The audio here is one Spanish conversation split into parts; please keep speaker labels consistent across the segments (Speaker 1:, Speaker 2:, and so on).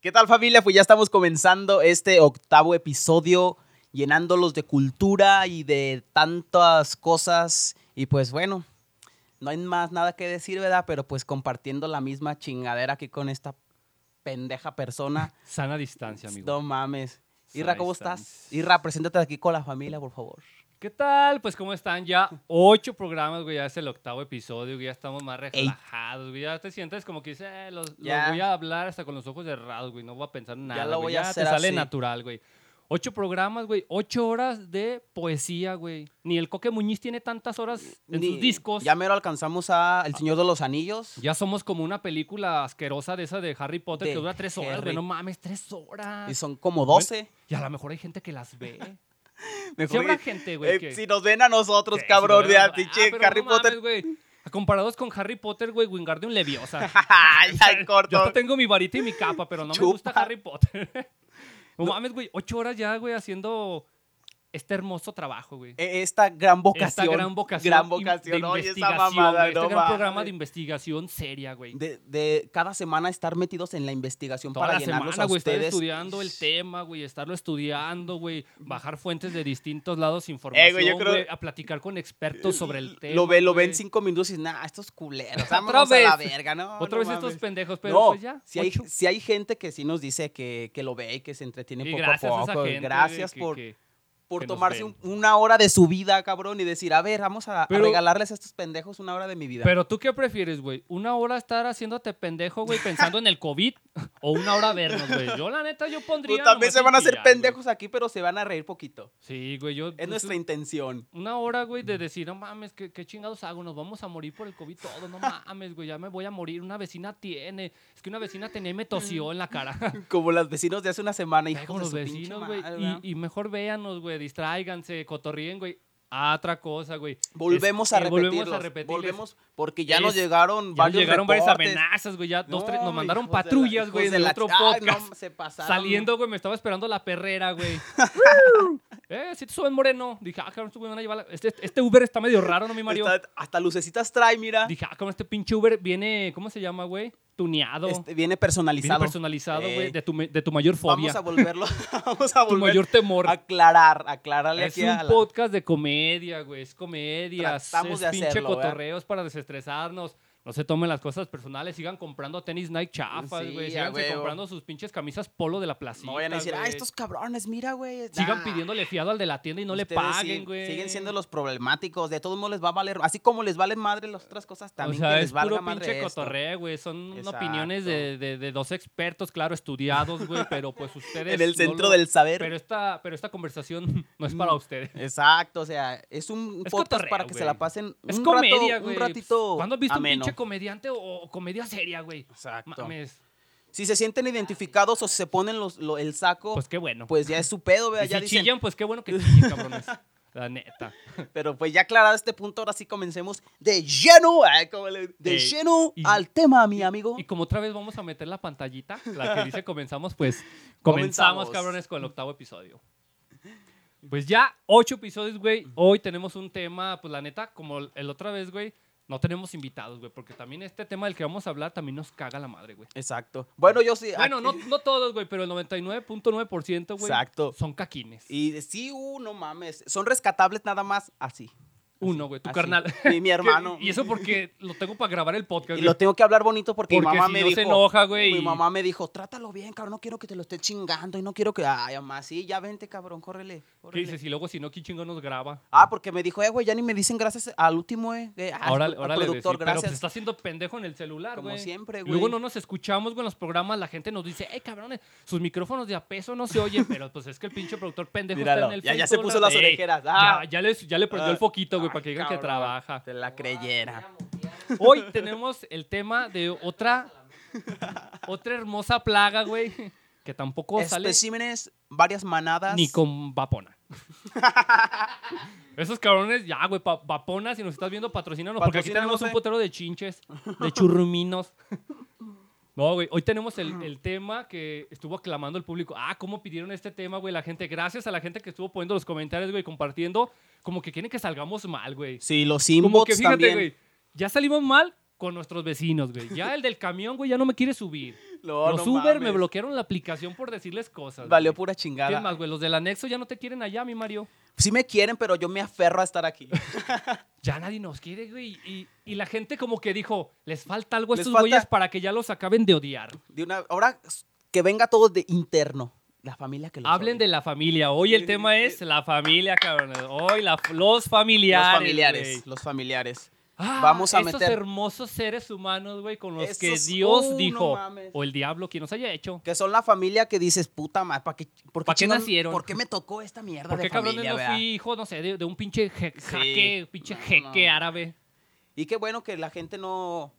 Speaker 1: ¿Qué tal familia? Pues ya estamos comenzando este octavo episodio llenándolos de cultura y de tantas cosas. Y pues bueno, no hay más nada que decir, ¿verdad? Pero pues compartiendo la misma chingadera aquí con esta pendeja persona.
Speaker 2: Sana distancia, amigo.
Speaker 1: No mames.
Speaker 2: Sana
Speaker 1: Irra, ¿cómo estás?
Speaker 2: distancia.
Speaker 1: Irra, preséntate aquí con la familia, por favor.
Speaker 2: ¿Qué tal? Pues, ¿cómo están? Ya ocho programas, güey. Ya es el octavo episodio, güey. Ya estamos más
Speaker 1: Ey.
Speaker 2: relajados, güey. Ya te sientes como que dices, eh, los, los
Speaker 1: Ya.
Speaker 2: voy a hablar hasta con los ojos cerrados, güey. No voy a pensar en nada.
Speaker 1: lo
Speaker 2: güey.
Speaker 1: voy a hacer
Speaker 2: te sale
Speaker 1: así.
Speaker 2: natural, güey. Ocho programas, güey. Ocho horas de poesía, güey. Ni el Coque Muñiz tiene tantas horas en
Speaker 1: Ni-
Speaker 2: sus discos.
Speaker 1: Ya
Speaker 2: Ya,
Speaker 1: mero alcanzamos a El Señor de los Anillos.
Speaker 2: somos como una película asquerosa de esa de Harry Potter
Speaker 1: De
Speaker 2: que dura tres horas,
Speaker 1: Harry-
Speaker 2: güey. No mames, tres horas.
Speaker 1: Y son como 12.
Speaker 2: Y a lo mejor hay gente que las ve.
Speaker 1: Mejor
Speaker 2: Sí habrá
Speaker 1: que-
Speaker 2: gente, güey,
Speaker 1: eh,
Speaker 2: que-
Speaker 1: si nos ven a nosotros,
Speaker 2: Sí,
Speaker 1: cabrón,
Speaker 2: sí,
Speaker 1: ya,
Speaker 2: no, ah,
Speaker 1: pinche
Speaker 2: pero
Speaker 1: Harry
Speaker 2: no
Speaker 1: Potter.
Speaker 2: mames, güey. Comparados con Harry Potter, güey, Wingardium Leviosa.
Speaker 1: Ay, ay,
Speaker 2: Yo
Speaker 1: corto.
Speaker 2: hasta tengo mi varita y mi capa, pero no me
Speaker 1: Chupa.
Speaker 2: gusta Harry Potter. no mames, güey, ocho horas ya, güey, haciendo este hermoso trabajo, güey.
Speaker 1: E- Esta gran vocación.
Speaker 2: Esta gran vocación.
Speaker 1: Gran
Speaker 2: in-
Speaker 1: vocación.
Speaker 2: de
Speaker 1: Oye, esa
Speaker 2: investigación,
Speaker 1: mamada,
Speaker 2: güey, Este
Speaker 1: no
Speaker 2: gran programa
Speaker 1: mames.
Speaker 2: de investigación seria, güey.
Speaker 1: de, de cada semana estar metidos en la investigación
Speaker 2: Toda
Speaker 1: para
Speaker 2: la
Speaker 1: llenarlos
Speaker 2: semana,
Speaker 1: a
Speaker 2: güey, estar
Speaker 1: ustedes.
Speaker 2: estudiando el tema, güey, estarlo estudiando, güey, bajar fuentes de distintos lados
Speaker 1: Eh, yo
Speaker 2: información,
Speaker 1: creo-
Speaker 2: güey, a platicar con expertos sobre el tema.
Speaker 1: Lo, ve, lo ven
Speaker 2: güey.
Speaker 1: cinco minutos y dicen, nah, estos culeros, vámonos a la
Speaker 2: vez.
Speaker 1: verga, ¿no?
Speaker 2: Otra
Speaker 1: no
Speaker 2: vez
Speaker 1: mames".
Speaker 2: estos pendejos, pero
Speaker 1: no,
Speaker 2: pues ya.
Speaker 1: Si hay,
Speaker 2: ocho.
Speaker 1: si hay gente que sí nos dice que, que lo ve y que se entretiene
Speaker 2: Y
Speaker 1: poco
Speaker 2: gracias
Speaker 1: a
Speaker 2: a esa
Speaker 1: poco.
Speaker 2: gente,
Speaker 1: gracias
Speaker 2: güey, que-
Speaker 1: por,
Speaker 2: que-
Speaker 1: por
Speaker 2: que nos
Speaker 1: tomarse
Speaker 2: ven.
Speaker 1: un- una hora de su vida, cabrón, y decir, a ver, vamos a, a
Speaker 2: Pero-
Speaker 1: regalarles a estos pendejos una hora de mi vida.
Speaker 2: Pero tú qué prefieres, güey? ¿Una hora estar haciéndote pendejo, güey, pensando en el COVID? ¿O una hora vernos, güey? Yo, la neta, yo pondría.
Speaker 1: Pues también
Speaker 2: nomás
Speaker 1: se van a hacer
Speaker 2: chillar, güey.
Speaker 1: pendejos aquí, pero se van a reír poquito.
Speaker 2: Sí, güey, yo.
Speaker 1: Es
Speaker 2: pues,
Speaker 1: nuestra intención.
Speaker 2: Una hora, güey, de decir, no mames, ¿qué, qué chingados hago? Nos vamos a morir por el COVID todo, no mames, güey, ya me voy a morir. Una vecina tiene. Es que una vecina tenía y me tosió en la cara.
Speaker 1: Como los vecinos de hace una semana,
Speaker 2: Ay, con
Speaker 1: hijos de
Speaker 2: los
Speaker 1: su pinche
Speaker 2: vecinos, güey.
Speaker 1: madre,
Speaker 2: y-
Speaker 1: ¿verdad?
Speaker 2: Y, mejor véanos, güey. Distráiganse, cotorríen, güey. A otra cosa, güey.
Speaker 1: Volvemos
Speaker 2: Es-
Speaker 1: a
Speaker 2: eh,
Speaker 1: repetirlos.
Speaker 2: Volvemos a repetirles.
Speaker 1: Volvemos, porque ya nos
Speaker 2: Es-
Speaker 1: llegaron
Speaker 2: Ya
Speaker 1: varios
Speaker 2: llegaron
Speaker 1: reportes.
Speaker 2: varias amenazas, güey. Ya dos,
Speaker 1: No,
Speaker 2: tres, nos mandaron
Speaker 1: hijos de la-
Speaker 2: patrullas,
Speaker 1: hijos
Speaker 2: güey,
Speaker 1: de
Speaker 2: del
Speaker 1: la
Speaker 2: otro
Speaker 1: ch- Ay, no,
Speaker 2: podcast.
Speaker 1: se pasaron.
Speaker 2: Saliendo, güey, me estaba esperando la perrera, güey. eh, si te suben moreno. Dije, ah, cabrón, estos güey me van a llevar. la- Este, este Uber está medio raro, ¿no, mi Mario?
Speaker 1: Está- hasta lucecitas trae, mira.
Speaker 2: Dije, ah, cabrón, este pinche Uber viene, ¿cómo se llama, güey? Tuneado.
Speaker 1: Este, viene
Speaker 2: viene
Speaker 1: personalizado.
Speaker 2: personalizado, güey,
Speaker 1: Ey.
Speaker 2: de, tu, me- de tu mayor
Speaker 1: Vamos
Speaker 2: fobia.
Speaker 1: a volverlo. Vamos a
Speaker 2: tu
Speaker 1: volver.
Speaker 2: mayor temor.
Speaker 1: a Aclarar, aclararle
Speaker 2: Es
Speaker 1: aquí
Speaker 2: un
Speaker 1: a la-
Speaker 2: podcast de comedia, güey. Es comedia. Es
Speaker 1: Tratamos de
Speaker 2: pinche
Speaker 1: hacerlo, ¿eh? ¿verdad?
Speaker 2: cotorreos para desestresarnos. No se tomen las cosas personales. Sigan comprando tenis Nike chafas,
Speaker 1: Sí,
Speaker 2: güey.
Speaker 1: a
Speaker 2: Sigan
Speaker 1: huevo.
Speaker 2: comprando sus pinches camisas polo de la placita.
Speaker 1: No vayan a decir, ah,
Speaker 2: güey.
Speaker 1: estos cabrones, mira, güey.
Speaker 2: Sigan
Speaker 1: nah.
Speaker 2: pidiéndole fiado al de la tienda y no le
Speaker 1: Ustedes
Speaker 2: paguen,
Speaker 1: sí,
Speaker 2: güey.
Speaker 1: Siguen siendo los problemáticos. De todos modos les va a valer. Así como les valen madre las otras cosas, también
Speaker 2: o sea,
Speaker 1: que les
Speaker 2: es
Speaker 1: valga
Speaker 2: puro
Speaker 1: madre
Speaker 2: pinche
Speaker 1: esto.
Speaker 2: cotorreo, güey. Son
Speaker 1: Exacto.
Speaker 2: opiniones de, de- de dos expertos, claro, estudiados, güey, pero pues ustedes...
Speaker 1: En el
Speaker 2: no
Speaker 1: centro
Speaker 2: lo-
Speaker 1: del Mm. saber.
Speaker 2: Pero esta, pero esta conversación no es para ustedes.
Speaker 1: Exacto, o sea, es un
Speaker 2: Es
Speaker 1: podcast
Speaker 2: cotorreo,
Speaker 1: para que se
Speaker 2: güey.
Speaker 1: la pasen
Speaker 2: Es
Speaker 1: un
Speaker 2: comedia,
Speaker 1: rato,
Speaker 2: güey. pues,
Speaker 1: un ratito
Speaker 2: ¿Cuándo has visto un
Speaker 1: ameno.
Speaker 2: pinche comediante o, o comedia seria, güey?
Speaker 1: Exacto.
Speaker 2: Mames.
Speaker 1: Si se sienten identificados o si se ponen los- lo- el saco,
Speaker 2: Pues
Speaker 1: pues,
Speaker 2: qué bueno.
Speaker 1: ya es su pedo, vea,
Speaker 2: y si
Speaker 1: ya dicen.
Speaker 2: chillan, pues qué bueno que chillen, cabrones. La neta.
Speaker 1: Pero pues ya aclarado este punto, ahora sí comencemos de lleno, ay, como le- de
Speaker 2: Ey,
Speaker 1: lleno
Speaker 2: y-
Speaker 1: al tema, mi amigo.
Speaker 2: Y como otra vez vamos a meter la pantallita, la que dice comenzamos, pues comenzamos,
Speaker 1: Comenzamos.
Speaker 2: cabrones, con el octavo episodio. Pues ya, ocho episodios, güey. Hoy tenemos un tema, pues la neta, como el- el otra vez, güey, no tenemos invitados, güey, porque también este tema del que vamos a hablar también nos caga la madre, güey.
Speaker 1: Exacto. Bueno, yo Ah, sí.
Speaker 2: Bueno,
Speaker 1: aquí-
Speaker 2: no, no todos, güey, pero el 99.9%, güey,
Speaker 1: Exacto.
Speaker 2: son caquines.
Speaker 1: Y de- sí, uh, no mames. Son rescatables nada más así.
Speaker 2: Uno, güey, tu
Speaker 1: así.
Speaker 2: carnal.
Speaker 1: Mi- mi hermano.
Speaker 2: y eso porque lo tengo para grabar el podcast.
Speaker 1: Y
Speaker 2: güey.
Speaker 1: lo tengo que hablar bonito porque, mi
Speaker 2: Porque
Speaker 1: mamá
Speaker 2: si
Speaker 1: me
Speaker 2: no se
Speaker 1: dijo.
Speaker 2: enoja, güey,
Speaker 1: Mi
Speaker 2: y-
Speaker 1: mamá me dijo, trátalo bien, cabrón. No quiero que te lo esté chingando y no quiero que. Ay, mamá, sí, ya vente, cabrón, córrele.
Speaker 2: ¿Qué
Speaker 1: córrele".
Speaker 2: dices? Y luego, si no, ¿quién chingón nos graba?
Speaker 1: Ah, porque me dijo, eh, güey, ya ni me dicen gracias al último, eh. eh, al-
Speaker 2: Ahora,
Speaker 1: al
Speaker 2: ahora le decís,
Speaker 1: productor,
Speaker 2: pero se
Speaker 1: gracias.
Speaker 2: está haciendo pendejo en el celular,
Speaker 1: Como
Speaker 2: güey.
Speaker 1: siempre, güey.
Speaker 2: Luego no nos escuchamos, güey, en los programas. La gente nos dice, eh, cabrones, sus micrófonos de a peso no se oyen. Pero pues es que el pinche productor pendejo
Speaker 1: Míralo,
Speaker 2: está en el
Speaker 1: ya- ya
Speaker 2: Face
Speaker 1: se
Speaker 2: todo
Speaker 1: puso
Speaker 2: el
Speaker 1: las
Speaker 2: rato. Ey,
Speaker 1: orejeras, ah.
Speaker 2: Ya, ya, les- ya le prendió el foquito, güey,
Speaker 1: Ay,
Speaker 2: para que digan que
Speaker 1: cabrón,
Speaker 2: trabaja.
Speaker 1: Te la creyera.
Speaker 2: Hoy tenemos el tema de otra, otra hermosa plaga, güey, que tampoco Pues, sale
Speaker 1: Especímenes, varias manadas.
Speaker 2: Ni con Vapona. Esos cabrones, ya, güey, pa- Vapona, si nos estás viendo, patrocínanos, porque aquí
Speaker 1: Patrocínanos,
Speaker 2: tenemos un
Speaker 1: eh.
Speaker 2: putero de chinches, de churruminos. No, güey, hoy tenemos el, el tema que estuvo aclamando el público. Ah, cómo pidieron este tema, güey, la gente. Gracias a la gente que estuvo poniendo los comentarios, güey, compartiendo. Como que quieren que salgamos mal, güey.
Speaker 1: Sí, los
Speaker 2: Como
Speaker 1: inbots
Speaker 2: que fíjate,
Speaker 1: también.
Speaker 2: güey, ya salimos mal con nuestros vecinos, güey. Ya el del camión, güey, ya no me quiere subir.
Speaker 1: No,
Speaker 2: Los
Speaker 1: no
Speaker 2: Uber me
Speaker 1: mames.
Speaker 2: bloquearon la aplicación por decirles cosas.
Speaker 1: Valió
Speaker 2: güey.
Speaker 1: pura
Speaker 2: ¿Qué más,
Speaker 1: chingada.
Speaker 2: güey? Los del anexo ya no te quieren allá, mi Mario.
Speaker 1: Sí me quieren, pero yo me aferro a estar aquí.
Speaker 2: Ya nadie nos quiere, güey. Y, y la gente como que dijo, les falta algo a
Speaker 1: Les
Speaker 2: estos
Speaker 1: falta-
Speaker 2: güeyes para que ya los acaben de odiar.
Speaker 1: De una, ahora que venga todo de interno. La familia que los
Speaker 2: Hablen
Speaker 1: odia.
Speaker 2: de la familia. Hoy el tema es la familia, cabrón. Hoy la- los familiares.
Speaker 1: los familiares.
Speaker 2: güey.
Speaker 1: Los familiares.
Speaker 2: Ah,
Speaker 1: Vamos a
Speaker 2: esos
Speaker 1: meter-
Speaker 2: hermosos seres humanos, güey, con los que
Speaker 1: Esos-
Speaker 2: Dios
Speaker 1: uh, no
Speaker 2: dijo,
Speaker 1: mames.
Speaker 2: o el diablo, quien nos haya hecho.
Speaker 1: Que son la familia que dices, puta madre, ¿para qué, por
Speaker 2: ¿Pa' qué
Speaker 1: chingón-
Speaker 2: nacieron?
Speaker 1: ¿Por qué me tocó esta mierda
Speaker 2: Porque
Speaker 1: de
Speaker 2: cabrón
Speaker 1: familia,
Speaker 2: no
Speaker 1: verdad?
Speaker 2: fui hijo, no sé, de, de un pinche je-
Speaker 1: Sí.
Speaker 2: jaque, pinche
Speaker 1: No,
Speaker 2: jeque
Speaker 1: no.
Speaker 2: árabe.
Speaker 1: Y qué bueno que la gente no,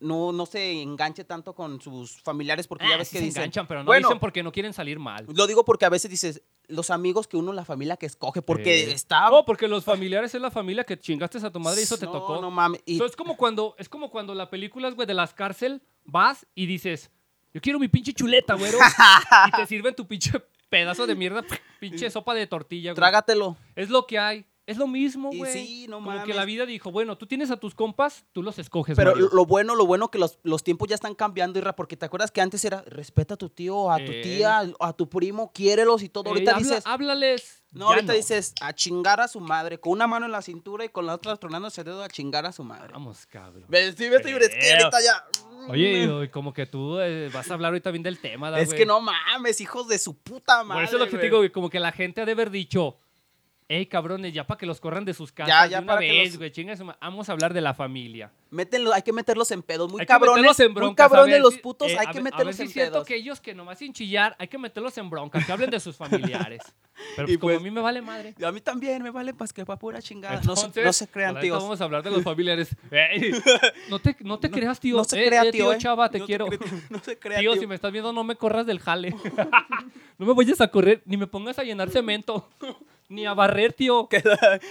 Speaker 1: no, no se enganche tanto con sus familiares porque ya
Speaker 2: Ah,
Speaker 1: ves
Speaker 2: sí
Speaker 1: que
Speaker 2: se
Speaker 1: dicen.
Speaker 2: enganchan, pero no
Speaker 1: bueno,
Speaker 2: dicen porque no quieren salir mal.
Speaker 1: Lo digo porque a veces dices, los amigos que uno, la familia que escoge, porque
Speaker 2: Eh.
Speaker 1: está.
Speaker 2: No, porque los familiares es la familia que chingaste a tu madre y eso te
Speaker 1: No,
Speaker 2: tocó.
Speaker 1: No mames. Y,
Speaker 2: So, es como cuando, es como cuando la película, güey, de las cárcel, vas y dices, yo quiero mi pinche chuleta, güero. y te sirven tu pinche pedazo de mierda, pinche sopa de tortilla, güey.
Speaker 1: trágatelo.
Speaker 2: Es lo que hay. Es lo mismo,
Speaker 1: Y
Speaker 2: güey.
Speaker 1: sí, no
Speaker 2: Como que
Speaker 1: mames.
Speaker 2: la vida dijo, bueno, tú tienes a tus compas, tú los escoges,
Speaker 1: Pero
Speaker 2: Mario.
Speaker 1: lo bueno, lo bueno que los, los tiempos ya están cambiando, Irra, porque te acuerdas que antes era respeta a tu tío, a tu
Speaker 2: Eh.
Speaker 1: tía, a tu primo, quiérelos y todo.
Speaker 2: Eh,
Speaker 1: ahorita
Speaker 2: habla-
Speaker 1: dices,
Speaker 2: Háblales.
Speaker 1: no,
Speaker 2: ya
Speaker 1: ahorita dices a chingar a su madre, con una mano en la cintura y con la otra tronándose el dedo a chingar a su madre.
Speaker 2: Vamos, cabrón.
Speaker 1: Ve- Sí, vete, Irra, es que
Speaker 2: Eh.
Speaker 1: ahorita ya.
Speaker 2: Oye, y- y como que tú eh, vas a hablar ahorita bien del tema, da,
Speaker 1: es
Speaker 2: güey.
Speaker 1: que no mames, hijos de su puta
Speaker 2: Por
Speaker 1: madre.
Speaker 2: eso es lo que te
Speaker 1: güey.
Speaker 2: digo, güey, como que la gente ha de haber dicho, hey, cabrones, ya para que los corran de sus casas
Speaker 1: Ya,
Speaker 2: de
Speaker 1: ya
Speaker 2: una
Speaker 1: para que
Speaker 2: vez,
Speaker 1: los-
Speaker 2: güey, chinga su ma- Vamos a hablar de la familia.
Speaker 1: Métenlo- hay que meterlos en pedos, muy
Speaker 2: Hay que
Speaker 1: cabrones.
Speaker 2: meterlos en
Speaker 1: muy
Speaker 2: broncas, a
Speaker 1: cabrones
Speaker 2: ver
Speaker 1: los
Speaker 2: si-
Speaker 1: putos,
Speaker 2: eh,
Speaker 1: hay
Speaker 2: a
Speaker 1: que
Speaker 2: ver-
Speaker 1: meterlos
Speaker 2: A ver
Speaker 1: en
Speaker 2: si es cierto
Speaker 1: pedos.
Speaker 2: que ellos que nomás sin chillar, hay que meterlos en bronca, que hablen de sus familiares. Pero
Speaker 1: Y
Speaker 2: pues, como
Speaker 1: pues-
Speaker 2: a mí me vale madre.
Speaker 1: A mí también me vale pas que pa' pura chingada. no, se,
Speaker 2: Entonces,
Speaker 1: no se crean,
Speaker 2: ahorita
Speaker 1: tíos.
Speaker 2: Vamos a hablar de los familiares. Ey, no te, no te creas, tío.
Speaker 1: No se
Speaker 2: Eh,
Speaker 1: crea,
Speaker 2: eh,
Speaker 1: tío. eh.
Speaker 2: Chava, te
Speaker 1: No se
Speaker 2: quiero.
Speaker 1: crea, tío. no se crea,
Speaker 2: tío,
Speaker 1: tío.
Speaker 2: si me estás viendo, no me corras del jale. no me vayas a correr, ni me pongas a llenar cemento, ni a barrer, tío.
Speaker 1: Que-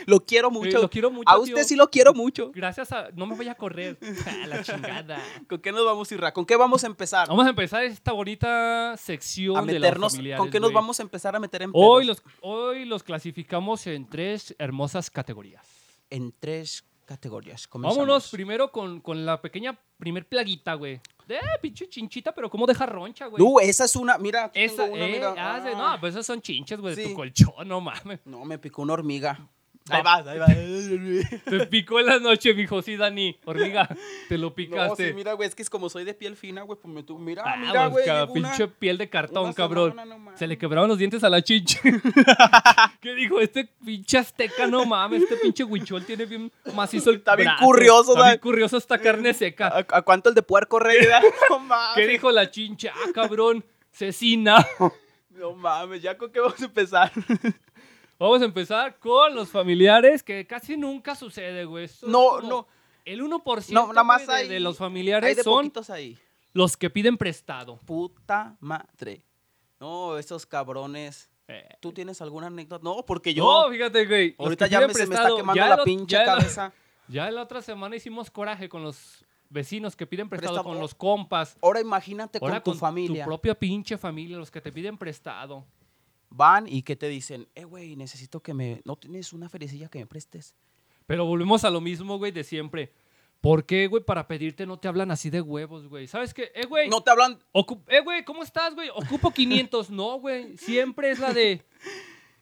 Speaker 1: lo quiero mucho.
Speaker 2: Eh, lo quiero mucho,
Speaker 1: A usted
Speaker 2: tío.
Speaker 1: sí lo quiero mucho.
Speaker 2: Gracias a. No me vaya a correr. A la chingada.
Speaker 1: ¿Con qué nos vamos, Irra? ¿Con qué vamos a empezar?
Speaker 2: Vamos a empezar esta bonita sección
Speaker 1: a
Speaker 2: de las
Speaker 1: meternos.
Speaker 2: familiares,
Speaker 1: ¿Con qué nos
Speaker 2: güey.
Speaker 1: vamos a empezar a meter en pedos?
Speaker 2: Hoy los, hoy los clasificamos en tres hermosas categorías.
Speaker 1: En tres categorías. Comenzamos.
Speaker 2: Vámonos primero con, con la pequeña primer plaguita, güey. De eh, pinche chinchita, pero cómo deja roncha, güey.
Speaker 1: No, esa es una. Mira, aquí
Speaker 2: Esa,
Speaker 1: tengo una,
Speaker 2: eh,
Speaker 1: mira.
Speaker 2: ah, sí,
Speaker 1: Ah.
Speaker 2: no, pues esas son chinches, güey, de
Speaker 1: Sí.
Speaker 2: tu colchón, no mames.
Speaker 1: no, me picó una hormiga.
Speaker 2: Va-
Speaker 1: Ahí va, ahí va.
Speaker 2: Te picó en la noche, mijo, sí, Dani, hormiga, te lo
Speaker 1: No,
Speaker 2: picaste.
Speaker 1: sí, mira, güey, es que es como soy de piel fina, güey, pues me tú, mira,
Speaker 2: Ah,
Speaker 1: mira,
Speaker 2: pues,
Speaker 1: güey,
Speaker 2: ca-
Speaker 1: llevo una-
Speaker 2: pinche piel de cartón,
Speaker 1: una
Speaker 2: cabrón.
Speaker 1: semana, no mames.
Speaker 2: Se le quebraron los dientes a la chinche. ¿Qué dijo? Este pinche azteca, no mames, este pinche huichol tiene bien macizo el
Speaker 1: Está bien
Speaker 2: brazo.
Speaker 1: curioso,
Speaker 2: Está bien
Speaker 1: da-
Speaker 2: curioso esta carne seca.
Speaker 1: ¿A, a cuánto el de puerco rey? da? No mames.
Speaker 2: ¿Qué dijo la chincha? Ah, cabrón, cecina.
Speaker 1: No mames, ya con qué vamos a empezar.
Speaker 2: Vamos a empezar con los familiares, que casi nunca sucede, güey. Esto es
Speaker 1: No,
Speaker 2: como
Speaker 1: no.
Speaker 2: El 1%
Speaker 1: No, nada más
Speaker 2: güey, de,
Speaker 1: hay-
Speaker 2: de los
Speaker 1: Hay
Speaker 2: familiares
Speaker 1: de
Speaker 2: son
Speaker 1: poquitos ahí.
Speaker 2: los que piden prestado.
Speaker 1: Puta madre. No, esos cabrones.
Speaker 2: Eh,
Speaker 1: ¿Tú tienes alguna anécdota? No, porque yo
Speaker 2: no, fíjate, güey. los
Speaker 1: ahorita
Speaker 2: que
Speaker 1: ya
Speaker 2: piden
Speaker 1: me, se me está
Speaker 2: prestado,
Speaker 1: quemando
Speaker 2: ya
Speaker 1: la
Speaker 2: lo-
Speaker 1: pinche
Speaker 2: ya lo-
Speaker 1: cabeza.
Speaker 2: Ya la otra semana hicimos coraje con los vecinos que piden prestado,
Speaker 1: Prestado.
Speaker 2: con los compas.
Speaker 1: Ahora imagínate
Speaker 2: Ahora
Speaker 1: con tu familia.
Speaker 2: Tu propia pinche familia, los que te piden prestado.
Speaker 1: Van y que te dicen, eh, güey, necesito que me... ¿No tienes una ferecilla que me prestes?
Speaker 2: Pero volvemos a lo mismo, güey, de siempre. ¿Por qué, güey, para pedirte no te hablan así de huevos, güey? ¿Sabes qué? Eh, güey.
Speaker 1: No te hablan...
Speaker 2: ocu- eh, güey, ¿cómo estás, güey? Ocupo 500. No, güey. Siempre es la de.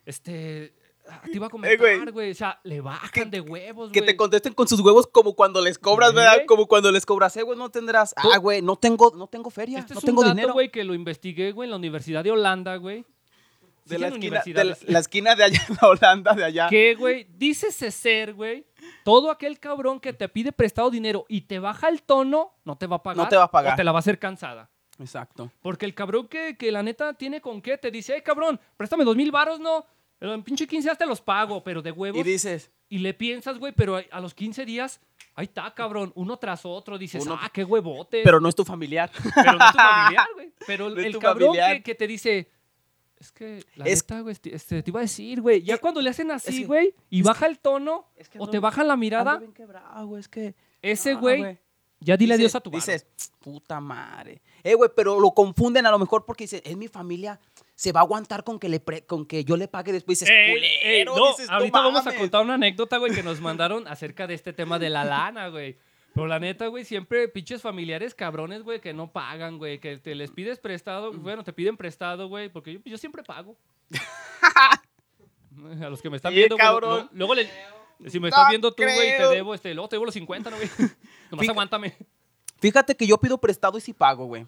Speaker 2: Este. ah, Te iba a comentar,
Speaker 1: Eh, güey.
Speaker 2: güey. O sea, le bajan de huevos,
Speaker 1: Que
Speaker 2: güey.
Speaker 1: te contesten con sus huevos como cuando les cobras,
Speaker 2: Güey.
Speaker 1: ¿verdad? Como cuando les cobras, eh, güey, no tendrás.
Speaker 2: Tú-
Speaker 1: Ah, güey, no tengo, no tengo feria,
Speaker 2: Este
Speaker 1: no
Speaker 2: es
Speaker 1: tengo
Speaker 2: un dato,
Speaker 1: dinero.
Speaker 2: güey, que lo investigué, güey, en la Universidad de Holanda, güey.
Speaker 1: de
Speaker 2: Sí,
Speaker 1: la
Speaker 2: en
Speaker 1: esquina, de la,
Speaker 2: universidades.
Speaker 1: la esquina de allá, la Holanda de allá.
Speaker 2: que, güey, dícese ser, güey, todo aquel cabrón que te pide prestado dinero y te baja el tono, no te va a pagar.
Speaker 1: No te va a pagar.
Speaker 2: O te la va a hacer cansada.
Speaker 1: Exacto.
Speaker 2: Porque el cabrón que, que la neta tiene con qué, te dice, hey, cabrón, préstame dos mil varos, no. Pero en pinche 15 días te los pago, pero de huevos.
Speaker 1: Y
Speaker 2: Y,
Speaker 1: dices,
Speaker 2: le piensas, güey, pero a, a los 15 días, ahí está, cabrón, uno tras otro. Dices,
Speaker 1: Uno-
Speaker 2: ah, qué huevote.
Speaker 1: pero no es tu familiar.
Speaker 2: Pero no es tu familiar, güey. Pero el,
Speaker 1: No es tu
Speaker 2: cabrón
Speaker 1: familiar.
Speaker 2: que, que te dice. Es que la
Speaker 1: Es-
Speaker 2: neta, güey, este, este, te iba a decir, güey. Ya
Speaker 1: Es-
Speaker 2: cuando le hacen así,
Speaker 1: que-
Speaker 2: güey, y
Speaker 1: es
Speaker 2: baja el tono
Speaker 1: es que
Speaker 2: o
Speaker 1: ando-
Speaker 2: te baja la mirada,
Speaker 1: Ando bien quebrado, güey, es que.
Speaker 2: ese
Speaker 1: Ah,
Speaker 2: güey, ya dile
Speaker 1: Dices-
Speaker 2: adiós a tu barrio.
Speaker 1: Dices, puta madre. Eh, güey, pero lo confunden a lo mejor porque dicen, es mi familia, se va a aguantar con que, le pre- con que yo le pague después. Dices,
Speaker 2: Ey, ey,
Speaker 1: culero,
Speaker 2: no,
Speaker 1: dices,
Speaker 2: ahorita vamos a
Speaker 1: mames.
Speaker 2: contar una anécdota, güey, que nos mandaron acerca de este tema de la lana, güey. Pero la neta, güey, siempre pinches familiares cabrones, güey, que no pagan, güey, que te les pides prestado.
Speaker 1: Mm.
Speaker 2: Bueno, te piden prestado, güey, porque yo, yo siempre pago. A los que me están
Speaker 1: Sí,
Speaker 2: viendo, güey,
Speaker 1: cabrón.
Speaker 2: lo- luego le- Si me
Speaker 1: No
Speaker 2: estás viendo tú, güey, te
Speaker 1: creo.
Speaker 2: debo, este, luego te debo los 50, ¿no, güey? Nomás
Speaker 1: Fíjate-
Speaker 2: aguántame.
Speaker 1: Fíjate que yo pido prestado y sí pago, güey.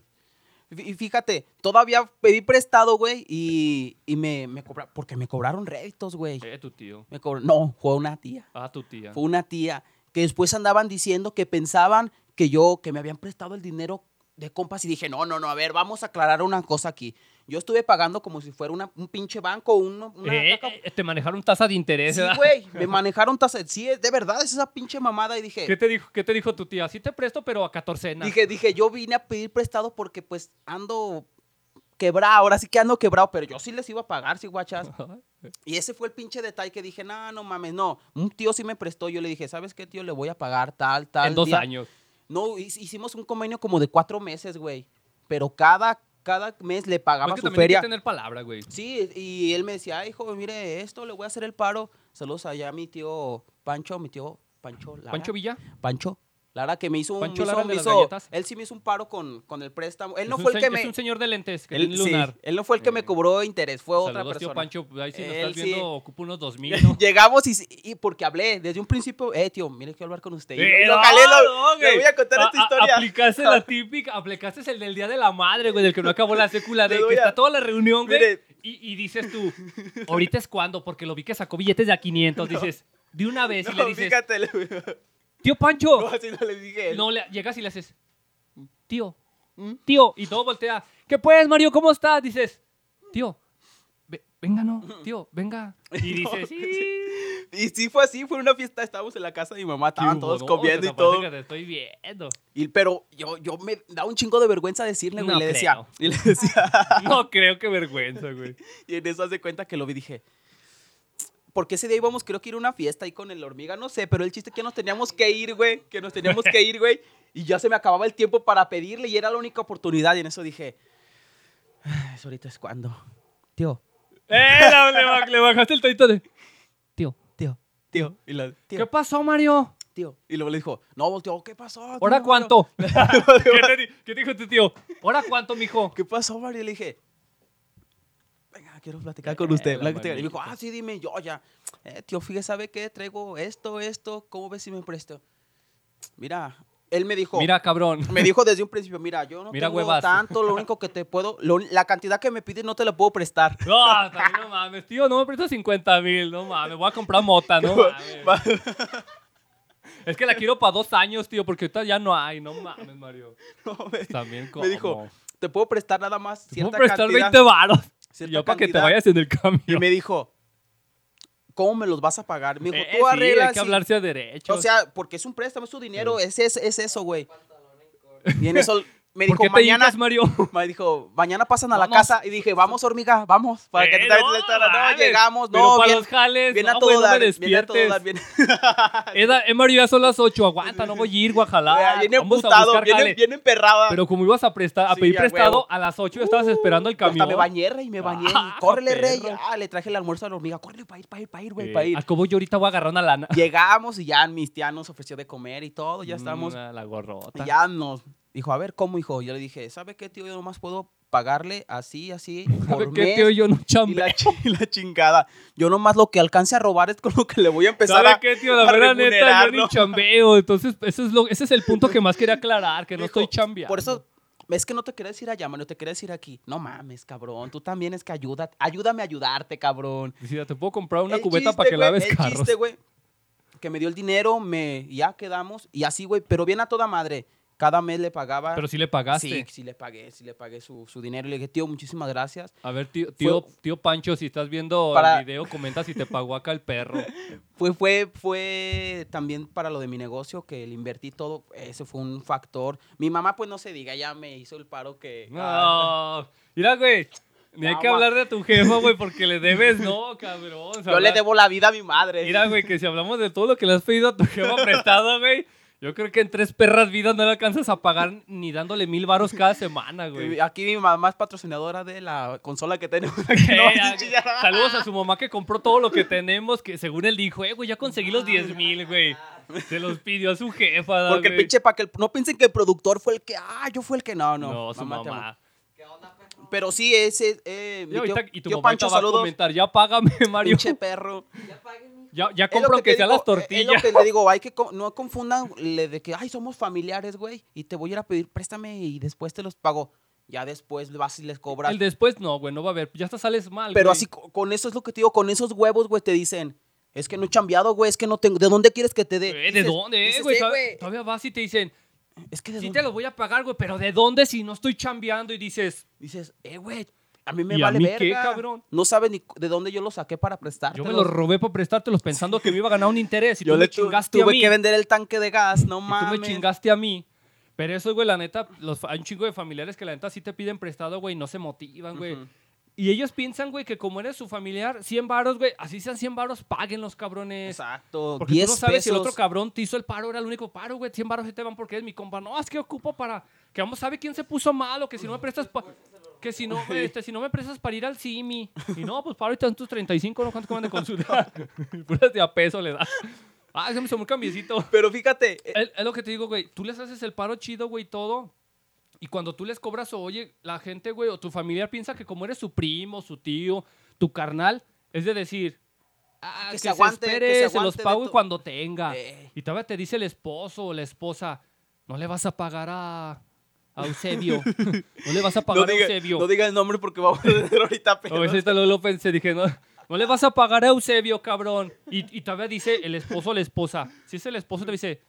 Speaker 1: Fí- Y fíjate, todavía pedí prestado, güey, y, y me, me cobraron, porque me cobraron réditos, güey.
Speaker 2: Eh, tu tío.
Speaker 1: Me cobr- no, fue una tía.
Speaker 2: Ah, tu tía.
Speaker 1: Fue una tía que después andaban diciendo que pensaban que yo, que me habían prestado el dinero de compas y dije, no, no, no, a ver, vamos a aclarar una cosa aquí. Yo estuve pagando como si fuera una- un pinche banco, un, una...
Speaker 2: Eh, eh, te manejaron tasa de interés,
Speaker 1: sí,
Speaker 2: ¿verdad?
Speaker 1: güey, me manejaron tasa, sí, es- de verdad, es esa pinche mamada y dije...
Speaker 2: ¿Qué te dijo, qué te dijo tu tía? Sí te presto, pero a catorcena.
Speaker 1: Dije, dije, yo vine a pedir prestado porque pues ando quebrado, ahora sí que ando quebrado, pero yo sí les iba a pagar, sí, guachas. Y ese fue el pinche detalle que dije, no, no mames, no. Un tío sí me prestó, yo le dije, ¿sabes qué, tío? Le voy a pagar tal, tal.
Speaker 2: en dos
Speaker 1: día".
Speaker 2: años.
Speaker 1: No, hi- hicimos un convenio como de cuatro meses, güey. Pero cada, cada mes le pagaba
Speaker 2: Pues Es
Speaker 1: su
Speaker 2: que también hay
Speaker 1: feria.
Speaker 2: que tener palabra, güey.
Speaker 1: Sí, y él me decía, ay, hijo, mire esto, le voy a hacer el paro. Saludos allá a mi tío Pancho, mi tío Pancho Lara.
Speaker 2: Pancho Villa.
Speaker 1: Pancho Lara, que me hizo un. me
Speaker 2: Pancho
Speaker 1: hizo-
Speaker 2: Lara de
Speaker 1: me
Speaker 2: las
Speaker 1: hizo-
Speaker 2: galletas.
Speaker 1: él sí me hizo un paro con, con el préstamo. Él no
Speaker 2: es
Speaker 1: fue
Speaker 2: un
Speaker 1: el
Speaker 2: se-
Speaker 1: que me.
Speaker 2: Es un señor de lentes, que
Speaker 1: él,
Speaker 2: tiene
Speaker 1: sí,
Speaker 2: lunar.
Speaker 1: él no fue el que me
Speaker 2: Eh.
Speaker 1: cobró interés, fue otra
Speaker 2: Saludos, tío
Speaker 1: persona.
Speaker 2: Pancho. Ahí si nos
Speaker 1: Él
Speaker 2: estás
Speaker 1: sí.
Speaker 2: viendo, ocupa unos 2000, ¿no?
Speaker 1: Llegamos y, y porque hablé desde un principio, eh, tío, mire, quiero hablar con usted. Y
Speaker 2: Eh,
Speaker 1: lo
Speaker 2: no,
Speaker 1: calé, lo-
Speaker 2: no,
Speaker 1: le
Speaker 2: güey.
Speaker 1: voy a contar
Speaker 2: A-
Speaker 1: esta
Speaker 2: a-
Speaker 1: historia.
Speaker 2: aplicaste la típica, aplicaste el del Día de la Madre, güey, del que no acabó la sécula,
Speaker 1: Le
Speaker 2: de que
Speaker 1: voy a-
Speaker 2: está toda la reunión, güey,
Speaker 1: Mire.
Speaker 2: y, y dices tú, ahorita es cuando, porque lo vi que sacó billetes de a 500, dices, de una vez, y le
Speaker 1: No,
Speaker 2: dices,
Speaker 1: fíjate, le-
Speaker 2: tío
Speaker 1: no,
Speaker 2: Pancho,
Speaker 1: así no le dije. él.
Speaker 2: no, le- llegas y le haces, tío,
Speaker 1: ¿Mm?
Speaker 2: tío, y todo voltea, ¿qué puedes, Mario, cómo estás? Dices, tío, ve- venga, no, tío, venga, y
Speaker 1: No,
Speaker 2: dices, sí.
Speaker 1: Y sí fue así, fue una fiesta, estábamos en la casa de mi mamá, estaban
Speaker 2: Qué
Speaker 1: todos
Speaker 2: hubo, no,
Speaker 1: comiendo
Speaker 2: se
Speaker 1: y
Speaker 2: te parece
Speaker 1: todo.
Speaker 2: que te estoy viendo.
Speaker 1: Y, pero yo, yo me da un chingo de vergüenza decirle, güey,
Speaker 2: No
Speaker 1: le
Speaker 2: creo.
Speaker 1: decía, y le decía,
Speaker 2: No creo que vergüenza, güey.
Speaker 1: y en eso hace cuenta que lo vi, dije, porque ese día íbamos, creo que ir a una fiesta ahí con el hormiga, no sé, pero el chiste es que nos teníamos que ir, güey, que nos teníamos que ir, güey, y ya se me acababa el tiempo para pedirle y era la única oportunidad, y en eso dije, "Ay, eso ahorita es cuando, tío,
Speaker 2: ¡Eh! la- Le, ba- le bajaste el tonito de. Tío,
Speaker 1: tío, tío, y la,
Speaker 2: ¿qué
Speaker 1: tío,
Speaker 2: pasó, Mario?
Speaker 1: tío, y luego le dijo, no, volteó, ¿qué pasó?
Speaker 2: ¿Ahora
Speaker 1: tío?
Speaker 2: cuánto? ¿Qué, te, di- qué te dijo tu tío? ¿Ahora cuánto, mijo?
Speaker 1: ¿Qué pasó, Mario? Le dije, venga, quiero platicar con usted.
Speaker 2: Eh, la
Speaker 1: platicar. Y me dijo,
Speaker 2: manita.
Speaker 1: ah, sí, dime, yo ya. Eh, tío, fíjese, ¿sabe qué? Traigo esto, esto, ¿cómo ves si me presto? Mira, él me dijo,
Speaker 2: Mira, cabrón.
Speaker 1: me dijo desde un principio, mira, yo no
Speaker 2: Mira,
Speaker 1: tengo
Speaker 2: huevazo.
Speaker 1: tanto, lo único que te puedo, lo uni- la cantidad que me pides no te la puedo prestar.
Speaker 2: No, también no mames, tío, no me prestas 50 mil, no mames, voy a comprar mota, no mames. Es que la quiero para dos años, tío, porque ahorita ya no hay, no mames, Mario.
Speaker 1: No, me,
Speaker 2: También como.
Speaker 1: me dijo, te puedo prestar nada más
Speaker 2: Voy a
Speaker 1: cierta
Speaker 2: prestar
Speaker 1: cantidad.
Speaker 2: 20 varos.
Speaker 1: Cierta
Speaker 2: Yo para que te
Speaker 1: cantidad.
Speaker 2: vayas en el camión.
Speaker 1: Y me dijo, ¿cómo me los vas a pagar? Me dijo, tú
Speaker 2: Eh, sí,
Speaker 1: arreglas.
Speaker 2: Hay que
Speaker 1: y-
Speaker 2: hablarse a derecho.
Speaker 1: O sea, porque es un préstamo, es su dinero, es, es, es eso, güey. Y en eso me
Speaker 2: ¿Por
Speaker 1: dijo,
Speaker 2: qué te
Speaker 1: mañana,
Speaker 2: hincas, Mario?
Speaker 1: me dijo, mañana pasan a la
Speaker 2: Vamos.
Speaker 1: casa. Y dije, vamos, hormiga, vamos. Para que
Speaker 2: Eh,
Speaker 1: te no, no,
Speaker 2: mames.
Speaker 1: llegamos,
Speaker 2: Pero
Speaker 1: no,
Speaker 2: para
Speaker 1: bien,
Speaker 2: los jales,
Speaker 1: bien
Speaker 2: no,
Speaker 1: a
Speaker 2: güey,
Speaker 1: todo
Speaker 2: no
Speaker 1: dar,
Speaker 2: me
Speaker 1: bien a todo
Speaker 2: despiertes.
Speaker 1: dar, bien.
Speaker 2: Eda- eh, Mario, ya son las 8, aguanta, no voy a ir, guajalá.
Speaker 1: Viene
Speaker 2: Vamos a
Speaker 1: emputado,
Speaker 2: buscar
Speaker 1: viene,
Speaker 2: jale.
Speaker 1: viene emperrada.
Speaker 2: Pero como ibas a, prestar, a
Speaker 1: Sí,
Speaker 2: pedir
Speaker 1: a
Speaker 2: prestado,
Speaker 1: huevo. Uh,
Speaker 2: a las 8 estabas esperando el
Speaker 1: Hasta
Speaker 2: camión.
Speaker 1: me bañé, rey, me bañé. y
Speaker 2: Ah,
Speaker 1: córrele, rey.
Speaker 2: perro.
Speaker 1: Ah, le traje el almuerzo a la hormiga. Córrele, para ir, para ir, para ir, güey,
Speaker 2: Eh,
Speaker 1: para ir.
Speaker 2: al cabo yo ahorita voy a agarrar una lana.
Speaker 1: Llegamos y ya mis tía nos ofreció de comer y todo. Ya estamos.
Speaker 2: Mm, la gorrota.
Speaker 1: Y ya nos dijo, a ver, ¿cómo, hijo? Yo le dije, ¿sabe qué, tío? Yo nomás puedo pagarle así, así,
Speaker 2: ¿Sabe
Speaker 1: por
Speaker 2: qué,
Speaker 1: mes.
Speaker 2: tío? Yo no
Speaker 1: y,
Speaker 2: chambeo.
Speaker 1: la, chi- y la chingada. Yo nomás lo que alcance a robar es con lo que le voy a empezar
Speaker 2: ¿Sabe
Speaker 1: a...
Speaker 2: qué, tío? La
Speaker 1: a
Speaker 2: verdad, neta, yo
Speaker 1: remunerar,
Speaker 2: ni
Speaker 1: ¿no?
Speaker 2: chambeo. Entonces, ese es, lo, ese es el punto que más quería aclarar, que no
Speaker 1: Dijo,
Speaker 2: estoy chambeando.
Speaker 1: Por eso, es que no te quería decir allá, mano, te quería decir aquí. No mames, cabrón, tú también es que ayuda, ayúdame a ayudarte, cabrón.
Speaker 2: Decía, te puedo comprar una
Speaker 1: El
Speaker 2: cubeta
Speaker 1: chiste,
Speaker 2: para que
Speaker 1: güey,
Speaker 2: laves
Speaker 1: el
Speaker 2: carros.
Speaker 1: chiste, güey, que me dio el dinero, me ya quedamos y así, güey, pero bien a toda madre. Cada mes le pagaba.
Speaker 2: Pero sí le pagaste.
Speaker 1: Sí, sí le pagué, sí le pagué su, su dinero. Y le dije, tío, muchísimas gracias.
Speaker 2: A ver, tío, tío, tío Pancho, si estás viendo
Speaker 1: Para-
Speaker 2: el video, comenta si te pagó acá el perro.
Speaker 1: Fue, fue, fue también para lo de mi negocio, que le invertí todo, ese fue un factor. Mi mamá, pues no se diga, ya me hizo el paro que... ah,
Speaker 2: No. Mira, güey. Ni hay que hablar de tu jefa, güey, porque le debes, no, cabrón.
Speaker 1: yo le debo la vida a mi madre.
Speaker 2: Mira, güey, que si hablamos de todo lo que le has pedido a tu jefa prestado, güey, Yo creo que en tres perras vidas no le alcanzas a pagar ni dándole mil varos cada semana, güey.
Speaker 1: Aquí mi mamá es patrocinadora de la consola que tenemos aquí.
Speaker 2: Eh,
Speaker 1: no,
Speaker 2: ah, Saludos a su mamá que compró todo lo que tenemos, que según él dijo, eh, güey, ya conseguí los 10 mil, güey. Se los pidió a su jefa, da,
Speaker 1: Porque el
Speaker 2: güey.
Speaker 1: pinche para que el- no piensen que el productor fue el que, ah, yo fue el que no, no.
Speaker 2: No, su
Speaker 1: mamá te
Speaker 2: mamá.
Speaker 1: amo. Pero sí ese eh, mi
Speaker 2: Y, ahorita-
Speaker 1: tío-
Speaker 2: y tu
Speaker 1: tío
Speaker 2: mamá te va a comentar, ya págame, Mario.
Speaker 1: pinche perro.
Speaker 2: Ya, ya
Speaker 1: Es lo
Speaker 2: compro
Speaker 1: te
Speaker 2: aunque sean
Speaker 1: digo,
Speaker 2: las
Speaker 1: Es lo
Speaker 2: tortillas.
Speaker 1: que le digo, hay que co- no confundan le de que, ay, somos familiares, güey, y te voy a ir a pedir préstame y después te los pago. Ya después vas y les cobras.
Speaker 2: El después no, güey, no va a haber. Ya hasta sales mal,
Speaker 1: Pero
Speaker 2: güey.
Speaker 1: así, co- con eso es lo que te digo, con esos huevos, güey, te dicen, es que no he chambeado, güey, es que no tengo, ¿de dónde quieres que te dé?
Speaker 2: Eh, ¿De
Speaker 1: Dices-
Speaker 2: dónde, eh,
Speaker 1: dices,
Speaker 2: güey?
Speaker 1: "Eh,
Speaker 2: Todavía- Todavía vas y te dicen,
Speaker 1: Es que de
Speaker 2: sí
Speaker 1: dónde.
Speaker 2: te los voy a pagar, güey, pero ¿de dónde si no estoy chambeando? Y dices,
Speaker 1: Dices, eh, güey, a mí me
Speaker 2: ¿Y a
Speaker 1: vale
Speaker 2: mí
Speaker 1: verga.
Speaker 2: qué, cabrón?
Speaker 1: No sabes ni de dónde yo lo saqué para prestarte.
Speaker 2: yo me los robé para prestártelos pensando que me iba a ganar un interés. Y
Speaker 1: Yo
Speaker 2: tú
Speaker 1: le
Speaker 2: me
Speaker 1: tu-
Speaker 2: chingaste a
Speaker 1: tuve
Speaker 2: mí.
Speaker 1: que vender el tanque de gas, no
Speaker 2: y tú
Speaker 1: mames.
Speaker 2: me chingaste a mí. Pero eso, güey, la neta, los, fa- hay un chingo de familiares que la neta sí te piden prestado, güey, y no se motivan, güey.
Speaker 1: Ujú.
Speaker 2: Y ellos piensan, güey, que como eres su familiar, 100 varos, güey, así sean 100 varos, paguen los cabrones.
Speaker 1: Exacto,
Speaker 2: Porque
Speaker 1: 10
Speaker 2: tú no sabes
Speaker 1: pesos.
Speaker 2: si el otro cabrón te hizo el paro, era el único paro, güey. 100 baros se te van porque es mi compa. No, es que ocupo para. Que vamos, sabe quién se puso malo, que si no me prestas. pa- Que si no, este, si no me prestas para ir al Simi. Y no, pues para ahorita son tus 35, ¿no? ¿Cuánto que van de consulta? Puras de a peso le da. Ah, se me sumó un cambiecito.
Speaker 1: Pero fíjate, eh,
Speaker 2: Es, es lo que te digo, güey. Tú les haces el paro chido, güey, todo. Y cuando tú les cobras, oye, la gente, güey, o tu familiar piensa que como eres su primo, su tío, tu carnal, es de decir, ah,
Speaker 1: Que
Speaker 2: que,
Speaker 1: se
Speaker 2: se,
Speaker 1: aguante, que
Speaker 2: espere,
Speaker 1: se
Speaker 2: se, los
Speaker 1: aguante de
Speaker 2: pago
Speaker 1: to- Eh.
Speaker 2: cuando tenga.
Speaker 1: Ey.
Speaker 2: Y todavía te dice el esposo o la esposa, no le vas a pagar a, a Eusebio. no le vas a pagar
Speaker 1: no, diga,
Speaker 2: a Eusebio.
Speaker 1: no diga el nombre porque vamos a hacer ahorita
Speaker 2: A
Speaker 1: pedo.
Speaker 2: veces te lo, lo pensé, dije, no, no le vas a pagar a Eusebio, cabrón. Y, y todavía dice el esposo o la esposa. Si es el esposo, te dice,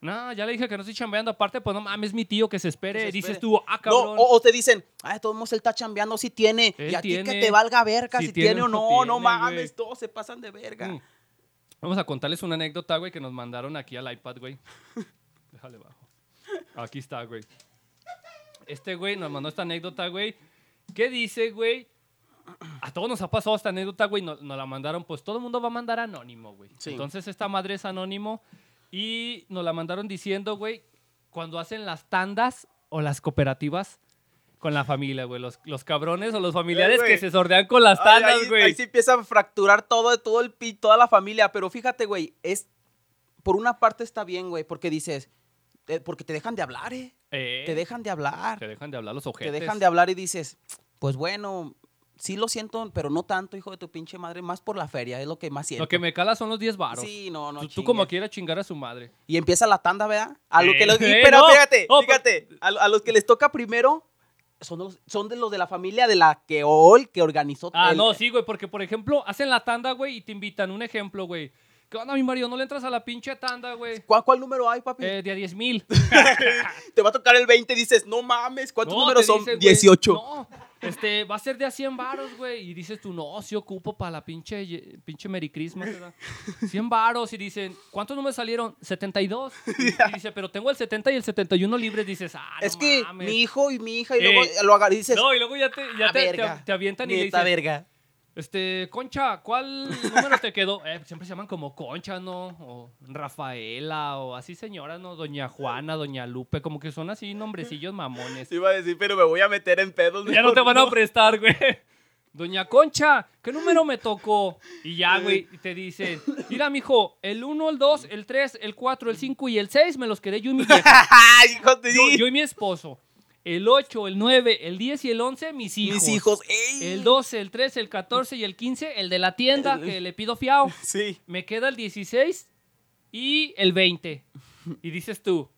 Speaker 2: no, ya le dije que no estoy chambeando. Aparte, pues no mames, mi tío que se espere.
Speaker 1: Que se
Speaker 2: Dices
Speaker 1: espere.
Speaker 2: tú, ah,
Speaker 1: No,
Speaker 2: cabrón.
Speaker 1: o, o te dicen, ay, de todos modos él está chambeando, si tiene.
Speaker 2: Él
Speaker 1: y a ti que
Speaker 2: tiene.
Speaker 1: te valga verga,
Speaker 2: Si
Speaker 1: si,
Speaker 2: tiene
Speaker 1: tiene,
Speaker 2: o
Speaker 1: o
Speaker 2: no
Speaker 1: no,
Speaker 2: tiene,
Speaker 1: no mames,
Speaker 2: güey.
Speaker 1: todos se pasan de verga.
Speaker 2: Mm. Vamos a contarles una anécdota, güey, que nos mandaron aquí al iPad, güey. Déjale bajo. Aquí está, güey. Este güey nos mandó esta anécdota, güey. ¿Qué dice, güey? A todos nos ha pasado esta anécdota, güey. Nos, nos la mandaron, pues todo el mundo va a mandar anónimo, güey.
Speaker 1: Sí.
Speaker 2: Entonces esta madre es anónimo y nos la mandaron diciendo, güey, cuando hacen las tandas o las cooperativas con la familia, güey. Los, los cabrones o los familiares que
Speaker 1: Eh, güey.
Speaker 2: se sordean con las
Speaker 1: Ay,
Speaker 2: tandas,
Speaker 1: ahí,
Speaker 2: güey.
Speaker 1: ahí se empieza a fracturar todo, todo el pi- toda la familia. Pero fíjate, güey, es. Por una parte está bien, güey, porque dices. eh, porque te dejan de hablar, ¿eh?
Speaker 2: Eh,
Speaker 1: Te dejan de hablar.
Speaker 2: te dejan de hablar los
Speaker 1: Te
Speaker 2: ojetes.
Speaker 1: dejan de hablar y dices, pues bueno, sí lo siento, pero no tanto, hijo de tu pinche madre, más por la feria, es lo que más siento.
Speaker 2: Lo que me cala son los 10 varos.
Speaker 1: Sí, no, no.
Speaker 2: tú, tú
Speaker 1: chingues.
Speaker 2: como quieras chingar a su madre.
Speaker 1: Y empieza la tanda, ¿verdad? A lo
Speaker 2: Eh,
Speaker 1: que los- y-
Speaker 2: eh,
Speaker 1: pero
Speaker 2: no,
Speaker 1: fíjate,
Speaker 2: no,
Speaker 1: fíjate, a, a los que les toca primero son, los- son de los de la familia de la que o el que organizó
Speaker 2: Ah,
Speaker 1: el- eh
Speaker 2: no, sí, güey, porque por ejemplo, hacen la tanda, güey, y te invitan. Un ejemplo, güey. ¿Qué onda, mi marido? No le entras a la pinche tanda, güey.
Speaker 1: ¿Cuál, cuál número hay, papi?
Speaker 2: Eh, de a 10 mil.
Speaker 1: Te va a tocar el 20 y dices, no mames, ¿cuántos
Speaker 2: No,
Speaker 1: números
Speaker 2: te
Speaker 1: son?
Speaker 2: dicen, güey,
Speaker 1: 18.
Speaker 2: no, este, va a ser de a 100 varos, güey. Y dices tú, no, sí ocupo para la pinche, ye- pinche Merry Christmas, ¿verdad? 100 varos. Y dicen, ¿cuántos números salieron? 72. Y, y dice, pero tengo el 70 y el 71 libres. Dices, ah, no
Speaker 1: es que
Speaker 2: mames.
Speaker 1: mi hijo y mi hija, y
Speaker 2: Eh,
Speaker 1: luego lo agarra y dices,
Speaker 2: No, y luego ya te, ya
Speaker 1: "Ah,
Speaker 2: te, te,
Speaker 1: verga,
Speaker 2: te avientan y le
Speaker 1: neta
Speaker 2: dices,
Speaker 1: verga.
Speaker 2: Este, Concha, ¿cuál número te quedó? Eh, siempre se llaman como Concha, ¿no? O Rafaela, o así señora, ¿no? Doña Juana, Doña Lupe, como que son así nombrecillos mamones.
Speaker 1: iba a decir, pero me voy a meter en pedos.
Speaker 2: Ya no te van a prestar, güey. Doña Concha, ¿qué número me tocó? Y ya, güey, y te dicen, mira, mijo, el 1, el 2, el 3, el 4, el 5 y el 6 me los quedé yo y mi vieja.
Speaker 1: ¡Ay, hijos de
Speaker 2: Yo, yo y mi esposo. El 8, el 9, el 10 y el 11, mis hijos.
Speaker 1: Mis hijos, ey.
Speaker 2: El 12, el 13, el 14 y el 15, el de la tienda que le pido fiao.
Speaker 1: Sí.
Speaker 2: Me queda el 16 y el 20. Y dices tú,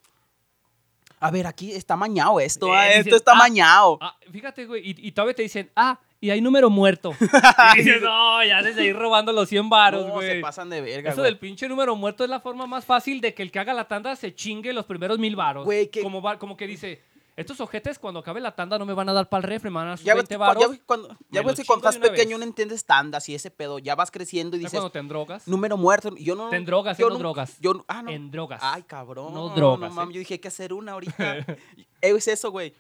Speaker 1: A ver, aquí está mañado esto.
Speaker 2: Eh,
Speaker 1: ah,
Speaker 2: dices,
Speaker 1: esto está
Speaker 2: ah,
Speaker 1: mañado.
Speaker 2: ah, fíjate, güey, y, y todavía te dicen, ah, y hay número muerto. Y dices, no, ya desde ahí robando los 100 varos,
Speaker 1: No,
Speaker 2: güey.
Speaker 1: se pasan de verga,
Speaker 2: Eso
Speaker 1: güey.
Speaker 2: del pinche número muerto es la forma más fácil de que el que haga la tanda se chingue los primeros mil varos.
Speaker 1: Güey, que-
Speaker 2: Como, va- como que dice, estos ojetes cuando acabe la tanda no me van a dar para el refri, me van a dar sus
Speaker 1: Ya ves,
Speaker 2: 20
Speaker 1: que,
Speaker 2: varos.
Speaker 1: cuando, ya
Speaker 2: Ya,
Speaker 1: ves que cuando- ya
Speaker 2: me
Speaker 1: ves
Speaker 2: los
Speaker 1: que
Speaker 2: chingo
Speaker 1: cuando
Speaker 2: de
Speaker 1: estás
Speaker 2: una vez.
Speaker 1: pequeño no entiendes tandas y ese pedo. Ya vas creciendo y dices,
Speaker 2: cuando te endrogas.
Speaker 1: número muerto. Yo no.
Speaker 2: Te endrogas,
Speaker 1: yo
Speaker 2: eh, no drogas.
Speaker 1: Yo no- ah, no.
Speaker 2: En drogas.
Speaker 1: Ay, cabrón.
Speaker 2: No
Speaker 1: No
Speaker 2: drogas,
Speaker 1: mames,
Speaker 2: eh.
Speaker 1: Yo dije, hay que hacer una ahorita. E, es eso, güey.